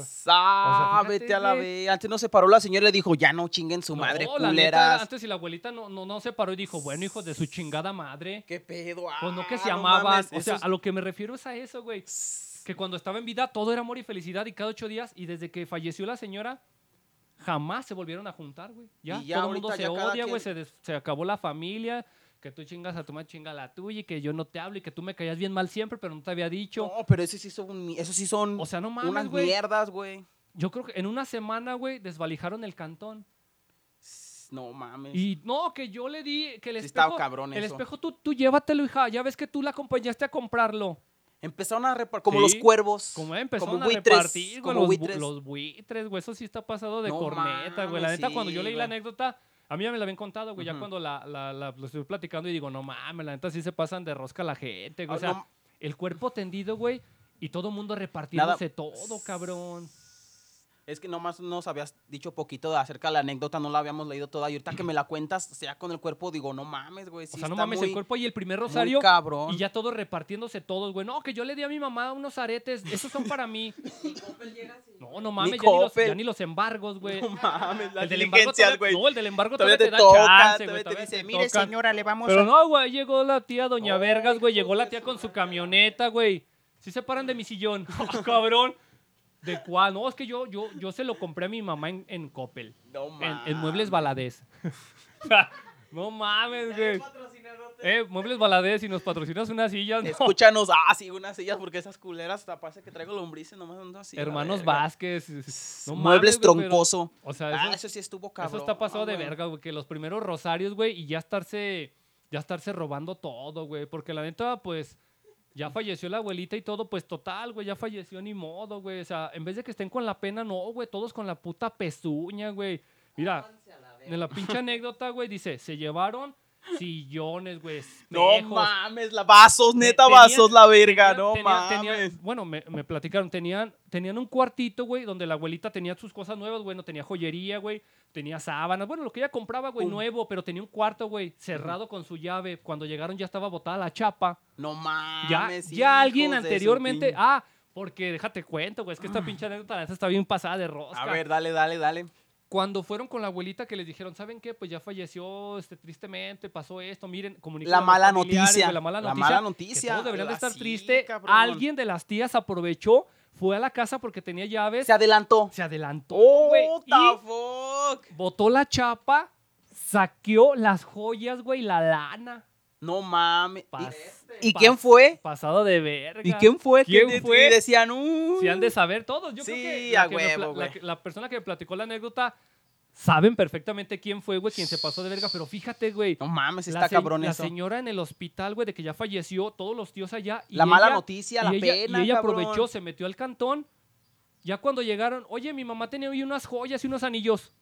Speaker 1: Ah,
Speaker 2: O sea, fíjate,
Speaker 1: vete a la
Speaker 2: güey.
Speaker 1: verga. Antes no se paró la señora y le dijo, ya no chinguen su madre,
Speaker 2: No, la neta,
Speaker 1: culeras.
Speaker 2: antes y la abuelita no, no, no se paró y dijo, bueno, hijo de su chingada madre.
Speaker 1: ¿Qué pedo? Ah,
Speaker 2: Pues no que se
Speaker 1: no
Speaker 2: amaban.
Speaker 1: mames,
Speaker 2: O sea,
Speaker 1: eso
Speaker 2: a lo que me refiero es a eso, güey.
Speaker 1: es-
Speaker 2: Que cuando estaba en vida todo era amor y felicidad y cada ocho días. Y desde que falleció la señora, jamás se volvieron a juntar, güey. Ya,
Speaker 1: Y ya
Speaker 2: todo el mundo
Speaker 1: ahorita
Speaker 2: se
Speaker 1: ya cada
Speaker 2: odia, güey.
Speaker 1: quien-
Speaker 2: Se, des- se acabó la familia. Que tú chingas a tu madre, chinga la tuya. Y que yo no te hablo y que tú me caías bien mal siempre, pero no te había dicho.
Speaker 1: No, pero eso sí son, mi- eso sí son
Speaker 2: O sea, no
Speaker 1: unas
Speaker 2: mames, güey.
Speaker 1: mierdas, güey.
Speaker 2: Yo creo que en una semana, güey, desvalijaron el cantón.
Speaker 1: No mames.
Speaker 2: Y no, que yo le di que el
Speaker 1: Sí
Speaker 2: espejo.
Speaker 1: estaba cabrón
Speaker 2: el
Speaker 1: eso.
Speaker 2: espejo tú, tú llévatelo, hija. Ya ves que tú la acompañaste a comprarlo.
Speaker 1: Empezaron a repartir, como
Speaker 2: Sí,
Speaker 1: los cuervos.
Speaker 2: Como empezaron
Speaker 1: como
Speaker 2: a
Speaker 1: buitres,
Speaker 2: repartir, güey,
Speaker 1: como
Speaker 2: los, bu-
Speaker 1: buitres.
Speaker 2: los buitres, güey. Eso sí está pasado de
Speaker 1: No
Speaker 2: corneta, güey. La
Speaker 1: mames,
Speaker 2: neta, cuando
Speaker 1: sí,
Speaker 2: yo leí la
Speaker 1: güey.
Speaker 2: anécdota, a mí ya me la habían contado, güey. Ya
Speaker 1: Ujú.
Speaker 2: cuando la, la- la- lo estoy platicando y digo, no mames, la neta sí se pasan de rosca la gente, güey.
Speaker 1: Ah,
Speaker 2: O sea,
Speaker 1: no-
Speaker 2: el cuerpo tendido, güey, y todo mundo repartiéndose todo, cabrón.
Speaker 1: Es que nomás nos habías dicho poquito de acerca de la anécdota, no la habíamos leído toda. Y ahorita que me la cuentas, sea con el cuerpo, digo, no mames, güey. sí
Speaker 2: o sea, no
Speaker 1: está
Speaker 2: mames,
Speaker 1: muy-
Speaker 2: el cuerpo y el primer
Speaker 1: muy
Speaker 2: rosario.
Speaker 1: cabrón.
Speaker 2: Y ya todos repartiéndose todos, güey. No, que yo le di a mi mamá unos aretes. Esos son para mí. No, no mames,
Speaker 1: Ni
Speaker 2: ya ni, los,
Speaker 1: Coppel.
Speaker 2: ya ni los embargos, güey.
Speaker 1: No mames, las
Speaker 2: el del embargo
Speaker 1: diligencias,
Speaker 2: todavía-
Speaker 1: güey.
Speaker 2: No, el del embargo
Speaker 1: Todavía
Speaker 2: todavía,
Speaker 1: te
Speaker 2: te da
Speaker 1: toca,
Speaker 2: chance,
Speaker 1: todavía
Speaker 2: güey.
Speaker 1: te
Speaker 2: todavía
Speaker 1: dice,
Speaker 2: te
Speaker 1: mire
Speaker 2: tocan".
Speaker 1: señora, le vamos
Speaker 2: Pero
Speaker 1: a...
Speaker 2: no, güey, llegó la tía Doña
Speaker 1: No,
Speaker 2: Vergas, güey.
Speaker 1: hijo
Speaker 2: Llegó
Speaker 1: de
Speaker 2: la tía
Speaker 1: su
Speaker 2: con su
Speaker 1: madre.
Speaker 2: camioneta, güey. Sí se paran de mi sillón. Ah, cabrón. ¿De cuál? No, es que yo, yo, yo se lo compré a mi mamá en, en Coppel.
Speaker 1: No
Speaker 2: En,
Speaker 1: mames.
Speaker 2: en Muebles Baladés. no mames, güey. Eh, Muebles Baladés, si nos patrocinas unas sillas, no.
Speaker 1: Escúchanos, ah, sí, unas sillas, porque esas culeras, hasta parece que traigo lombrices, nomás ando así. la
Speaker 2: Hermanos
Speaker 1: verga.
Speaker 2: Vázquez.
Speaker 1: Muebles
Speaker 2: no mames, güey, pero-
Speaker 1: troncoso.
Speaker 2: O sea, eso,
Speaker 1: Ah, eso sí estuvo cabrón.
Speaker 2: eso está pasado de
Speaker 1: güey.
Speaker 2: verga, güey. Que los primeros rosarios, güey, y ya estarse, ya estarse robando todo, güey. Porque la neta, pues, ya falleció la abuelita y todo, pues total, güey, ya falleció ni modo, güey. O sea, en vez de que estén con la pena, no, güey, todos con la puta pezuña, güey. Mira, en la pinche anécdota, güey, dice, se llevaron sillones, güey,
Speaker 1: No
Speaker 2: espejos,
Speaker 1: mames, la vasos, neta
Speaker 2: Tenían-
Speaker 1: vasos, la verga,
Speaker 2: Tenían-
Speaker 1: no
Speaker 2: tenían-
Speaker 1: mames.
Speaker 2: tenían- bueno, me, me platicaron, tenían, tenían un cuartito, güey, donde la abuelita tenía sus cosas nuevas, güey, no tenía joyería, güey, tenía sábanas, bueno, lo que ella compraba, güey,
Speaker 1: Pum.
Speaker 2: nuevo, pero tenía un cuarto, güey, cerrado con su llave. Cuando llegaron ya estaba botada la chapa.
Speaker 1: No
Speaker 2: Ya,
Speaker 1: mames.
Speaker 2: ya alguien
Speaker 1: hijos de su
Speaker 2: anteriormente,
Speaker 1: pin- Ah.
Speaker 2: ah, porque déjate cuento, güey, es que esta pinche anécdota la neta, está bien pasada de rosca.
Speaker 1: A ver, dale, dale, dale.
Speaker 2: Cuando fueron con la abuelita que les dijeron, ¿saben qué? Pues ya falleció, este, tristemente, pasó esto, miren, comunicaron.
Speaker 1: La
Speaker 2: a los
Speaker 1: mala
Speaker 2: familiares,
Speaker 1: noticia,
Speaker 2: güey, La mala
Speaker 1: la
Speaker 2: noticia.
Speaker 1: mala
Speaker 2: que
Speaker 1: noticia,
Speaker 2: todos deberían de
Speaker 1: la-
Speaker 2: estar
Speaker 1: Ah, sí,
Speaker 2: triste.
Speaker 1: cabrón.
Speaker 2: Alguien de las tías aprovechó, fue a la casa porque tenía llaves,
Speaker 1: Se adelantó.
Speaker 2: se adelantó, güey,
Speaker 1: Oh,
Speaker 2: y
Speaker 1: the fuck.
Speaker 2: botó la chapa, saqueó las joyas, güey, la lana.
Speaker 1: No mames.
Speaker 2: Pas-
Speaker 1: ¿Y, y
Speaker 2: pas-
Speaker 1: quién fue?
Speaker 2: Pasado de verga.
Speaker 1: ¿Y quién fue?
Speaker 2: ¿Quién
Speaker 1: Que de-
Speaker 2: fue?
Speaker 1: y decían, uh,
Speaker 2: Si han de saber todos. Yo creo que,
Speaker 1: Sí,
Speaker 2: la,
Speaker 1: a
Speaker 2: que me
Speaker 1: huevo,
Speaker 2: pla- la
Speaker 1: güey.
Speaker 2: que- la persona que me platicó la anécdota saben perfectamente quién fue, güey, quien se pasó de verga. Pero fíjate, güey.
Speaker 1: No mames,
Speaker 2: la
Speaker 1: está
Speaker 2: se-
Speaker 1: cabrón
Speaker 2: La
Speaker 1: eso.
Speaker 2: señora en el hospital, güey, de que ya falleció, todos los tíos allá. y
Speaker 1: la mala
Speaker 2: ella-
Speaker 1: noticia, la
Speaker 2: y ella,
Speaker 1: pena,
Speaker 2: Y ella
Speaker 1: cabrón.
Speaker 2: aprovechó, se metió al cantón. Ya cuando llegaron, oye, mi mamá tenía hoy unas joyas y unos anillos.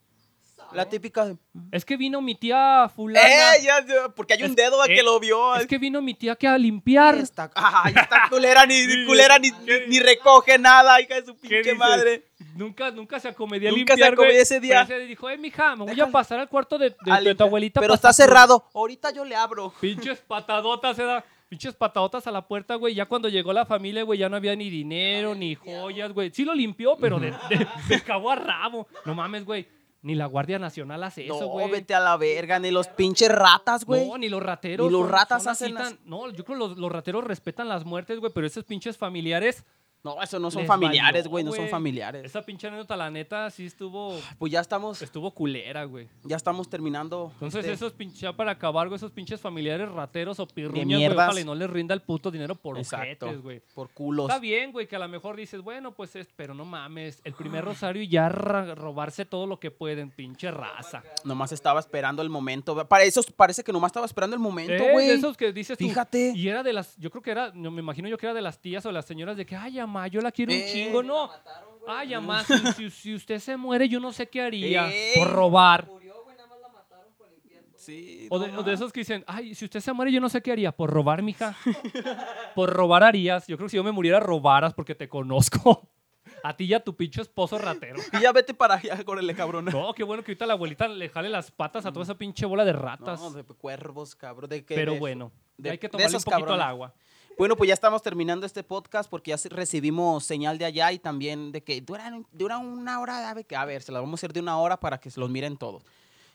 Speaker 1: La típica de...
Speaker 2: Es que vino mi tía fulana.
Speaker 1: ¡Eh! ya, ya, porque hay un
Speaker 2: Es-
Speaker 1: dedo al
Speaker 2: eh,
Speaker 1: que lo vio.
Speaker 2: es que vino mi tía que a limpiar.
Speaker 1: Esta, ay, esta culera ni,
Speaker 2: Sí,
Speaker 1: culera ni,
Speaker 2: ¿qué-
Speaker 1: ni recoge nada, hija de su
Speaker 2: ¿Qué
Speaker 1: pinche
Speaker 2: dices?
Speaker 1: madre.
Speaker 2: Nunca, nunca se acomedió a
Speaker 1: Nunca
Speaker 2: limpiar,
Speaker 1: se acomedió
Speaker 2: güey.
Speaker 1: ese día.
Speaker 2: Pero ese dijo, eh, mija, me voy
Speaker 1: Déjala.
Speaker 2: a pasar al cuarto de, de- de
Speaker 1: Alita.
Speaker 2: tu abuelita.
Speaker 1: Pero
Speaker 2: para
Speaker 1: está
Speaker 2: sacar-".
Speaker 1: cerrado. Ahorita yo le abro.
Speaker 2: Pinches patadotas, se da. Pinches patadotas a la puerta, güey. Ya cuando llegó la familia, güey, ya no había ni dinero, ni joyas, güey. Sí lo limpió, pero de, de, de cabo a rabo. No mames, güey. Ni la Guardia Nacional hace eso,
Speaker 1: no,
Speaker 2: güey.
Speaker 1: vete a la verga, ni los pinches ratas, güey.
Speaker 2: No, ni los rateros.
Speaker 1: Ni los
Speaker 2: son-
Speaker 1: ratas
Speaker 2: son
Speaker 1: hacen
Speaker 2: así tan-
Speaker 1: las-
Speaker 2: No, yo creo que los, los rateros respetan las muertes, güey, pero esos pinches familiares
Speaker 1: No, eso no son
Speaker 2: Les
Speaker 1: familiares,
Speaker 2: valió,
Speaker 1: güey, no son
Speaker 2: güey.
Speaker 1: familiares.
Speaker 2: Esa pinche anécdota, la neta, sí estuvo,
Speaker 1: Pues ya estamos,
Speaker 2: estuvo culera, güey.
Speaker 1: ya estamos terminando.
Speaker 2: Entonces,
Speaker 1: este-
Speaker 2: esos pinches, ya para acabar, güey, esos pinches familiares rateros o pirruñas, güey,
Speaker 1: mierdas.
Speaker 2: ojalá y no les rinda el puto dinero por
Speaker 1: Exacto.
Speaker 2: ojetes, güey.
Speaker 1: Por culos.
Speaker 2: Está bien, güey, que a lo mejor dices, bueno, pues, es, pero no mames, el primer rosario y ya ra- robarse todo lo que pueden, pinche raza.
Speaker 1: Nomás estaba esperando el momento. güey. Para eso parece que nomás estaba esperando el momento,
Speaker 2: Eh,
Speaker 1: güey.
Speaker 2: de esos que dices tú,
Speaker 1: Fíjate.
Speaker 2: Y era de las, yo creo que era, no me imagino yo que era de las tías o las señoras de que, ay, mamá, yo la quiero un
Speaker 1: Eh.
Speaker 2: chingo, no. Ay, mamá, si, si- si usted se muere, yo no sé qué haría
Speaker 1: Eh.
Speaker 2: por robar.
Speaker 1: Sí,
Speaker 2: O
Speaker 1: no
Speaker 2: de, o
Speaker 1: mames.
Speaker 2: de esos que dicen, ay, si usted se muere, yo no sé qué haría. Por robar, mija. por robar harías. Yo creo que si yo me muriera, robaras porque te conozco. A ti y a tu pinche esposo ratero.
Speaker 1: Y ya vete para allá, córrele, cabrón.
Speaker 2: No, qué bueno que ahorita la abuelita le jale las patas a toda esa pinche bola de ratas.
Speaker 1: Mm. No, de cuervos, cabrón. De que
Speaker 2: Pero
Speaker 1: de-
Speaker 2: bueno,
Speaker 1: de-
Speaker 2: hay que
Speaker 1: de
Speaker 2: tomarle un
Speaker 1: esos
Speaker 2: poquito
Speaker 1: cabrones.
Speaker 2: al agua.
Speaker 1: Bueno, pues ya estamos terminando este podcast porque ya se- recibimos señal de allá y también de que dura, dura una hora. A ver, que- a ver, se la vamos a hacer de una hora para que se los miren todos.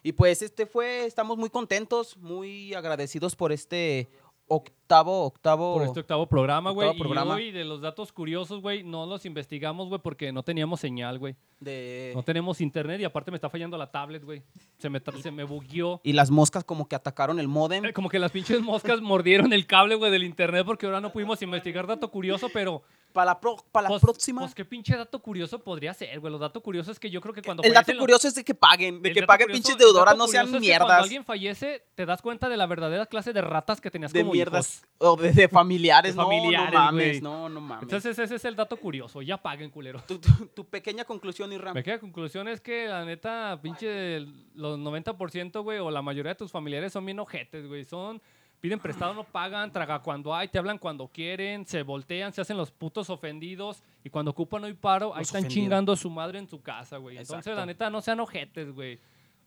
Speaker 1: Y pues este fue, estamos muy contentos, muy agradecidos por este octavo, octavo.
Speaker 2: Por este octavo programa, güey.
Speaker 1: Octavo programa.
Speaker 2: Y hoy de los datos curiosos, güey, no los investigamos, güey, porque no teníamos señal, güey.
Speaker 1: de-
Speaker 2: No tenemos internet y aparte me está fallando la tablet, güey. Se me, tra- se me bugueó.
Speaker 1: Y las moscas como que atacaron el modem.
Speaker 2: Eh, Como que las pinches moscas mordieron el cable, güey, del internet porque ahora no pudimos investigar dato curioso, pero...
Speaker 1: Para la, pro- para la
Speaker 2: pues-
Speaker 1: próxima.
Speaker 2: Pues qué pinche dato curioso podría ser, güey. Los datos curiosos es que yo creo que cuando...
Speaker 1: el dato
Speaker 2: fallecen los-
Speaker 1: curioso es de que paguen, de
Speaker 2: el
Speaker 1: que
Speaker 2: dato
Speaker 1: paguen
Speaker 2: curioso-
Speaker 1: pinches
Speaker 2: el dato
Speaker 1: deudoras, no sean
Speaker 2: curioso es que Cuando
Speaker 1: mierdas.
Speaker 2: alguien fallece, te das cuenta de la verdadera clase de ratas que tenías
Speaker 1: De
Speaker 2: como
Speaker 1: mierdas.
Speaker 2: hijos.
Speaker 1: O de, de familiares,
Speaker 2: De
Speaker 1: no,
Speaker 2: familiares,
Speaker 1: no mames,
Speaker 2: güey.
Speaker 1: no, no mames.
Speaker 2: Entonces ese es el dato curioso. Ya paguen, culero.
Speaker 1: tu, tu- tu pequeña conclusión, Irram.
Speaker 2: Me queda conclusión es que la neta, pinche, el- los 90%, güey, o la mayoría de tus familiares son bien ojetes, güey. Son, piden prestado, no pagan, traga cuando hay, te hablan cuando quieren, se voltean, se hacen los putos ofendidos y cuando ocupan no hay paro, ahí
Speaker 1: Los
Speaker 2: están
Speaker 1: ofendidos.
Speaker 2: chingando a su madre en su casa, güey. Entonces,
Speaker 1: Exacto.
Speaker 2: la neta, no sean ojetes, güey.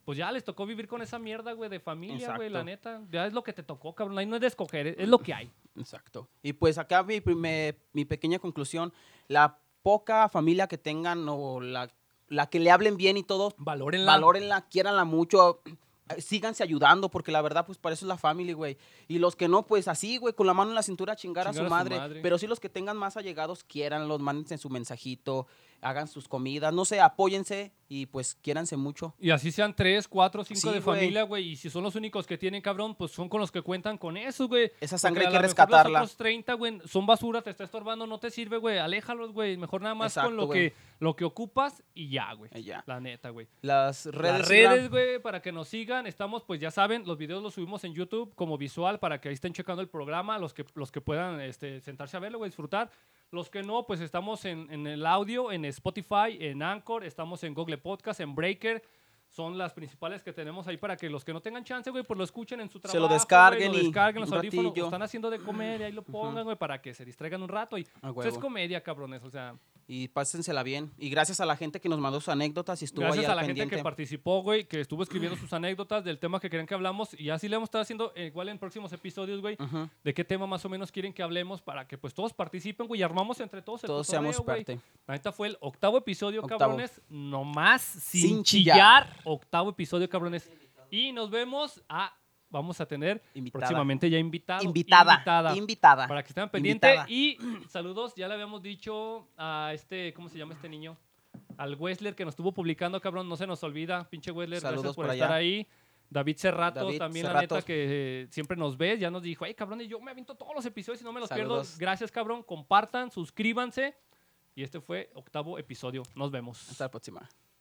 Speaker 2: Pues ya les tocó vivir con esa mierda, güey, de familia, güey, la neta. Ya es lo que te tocó, cabrón. Ahí no es de escoger, es lo que hay.
Speaker 1: Exacto. Y pues acá mi, prime- mi pequeña conclusión, la poca familia que tengan o la, la que le hablen bien y todo,
Speaker 2: Valórenla.
Speaker 1: valórenla, quiéranla mucho, eh, síganse ayudando, porque la verdad, pues para eso es la family, güey. Y los que no, pues así, güey, con la mano en la cintura chingar, a, su madre. Pero sí los que tengan más allegados, quiéranlos, mándense su mensajito, hagan sus comidas, no sé, apóyense y pues quiéranse mucho.
Speaker 2: Y así sean tres, cuatro, cinco
Speaker 1: Sí,
Speaker 2: de
Speaker 1: güey.
Speaker 2: familia, güey. Y si son los únicos que tienen, cabrón, pues son con los que cuentan con eso, güey.
Speaker 1: Esa sangre hay
Speaker 2: Porque a
Speaker 1: que
Speaker 2: lo mejor los
Speaker 1: rescatarla.
Speaker 2: otros 30, güey, son basura, te está estorbando, no te sirve, güey. Aléjalos, güey. Mejor nada más
Speaker 1: Exacto,
Speaker 2: con lo
Speaker 1: güey.
Speaker 2: que, lo que ocupas y ya, güey.
Speaker 1: Y ya.
Speaker 2: La neta, güey.
Speaker 1: Las redes.
Speaker 2: Las
Speaker 1: Irra.
Speaker 2: redes, güey, para que nos sigan. Estamos, pues ya saben, los videos los subimos en YouTube como visual para que ahí estén checando el programa, los que, los que puedan este, sentarse a verlo, güey, disfrutar. Los que no, pues estamos en, en el audio, en Spotify, en Anchor, estamos en Google Podcast, en Breaker. Son las principales que tenemos ahí para que los que no tengan chance, güey, pues lo escuchen en su trabajo.
Speaker 1: Se lo
Speaker 2: güey,
Speaker 1: descarguen
Speaker 2: lo
Speaker 1: y
Speaker 2: descarguen los
Speaker 1: un
Speaker 2: audífonos,
Speaker 1: ratillo.
Speaker 2: o están haciendo de comer y ahí lo pongan, güey, para que se distraigan un rato. Y
Speaker 1: A
Speaker 2: pues, es
Speaker 1: huevo.
Speaker 2: comedia, cabrones, o sea.
Speaker 1: Y pásensela bien. Y gracias a la gente que nos mandó sus anécdotas y estuvo ahí
Speaker 2: Gracias a
Speaker 1: al
Speaker 2: la
Speaker 1: pendiente.
Speaker 2: gente que participó, güey, que estuvo escribiendo sus anécdotas del tema que querían que hablamos y así le hemos estado haciendo eh, igual en próximos episodios, güey,
Speaker 1: Ujú.
Speaker 2: de qué tema más o menos quieren que hablemos para que pues todos participen, güey, y armamos entre todos el
Speaker 1: Todos seamos
Speaker 2: cotorreo, güey.
Speaker 1: parte.
Speaker 2: La neta fue el octavo episodio,
Speaker 1: Octavo.
Speaker 2: cabrones, nomás sin,
Speaker 1: Sin
Speaker 2: chillar.
Speaker 1: chillar.
Speaker 2: octavo episodio, cabrones. Y nos vemos a vamos a tener
Speaker 1: Invitada.
Speaker 2: próximamente ya invitado
Speaker 1: Invitada.
Speaker 2: invitada,
Speaker 1: Invitada.
Speaker 2: para que estén pendientes
Speaker 1: Invitada.
Speaker 2: y saludos, ya le habíamos dicho a este, ¿cómo se llama este niño? Al Wessler que nos estuvo publicando, cabrón, no se nos olvida, pinche Wessler, gracias
Speaker 1: Saludos
Speaker 2: por,
Speaker 1: por
Speaker 2: estar
Speaker 1: allá.
Speaker 2: ahí. David Cerratos
Speaker 1: David
Speaker 2: también, la
Speaker 1: Cerratos.
Speaker 2: neta, que eh, siempre nos ve, ya nos dijo, ay, cabrón, y yo me aviento todos los episodios y no me los
Speaker 1: Saludos.
Speaker 2: pierdo. Gracias, cabrón, compartan, suscríbanse. Y este fue octavo episodio. Nos vemos.
Speaker 1: Hasta la próxima.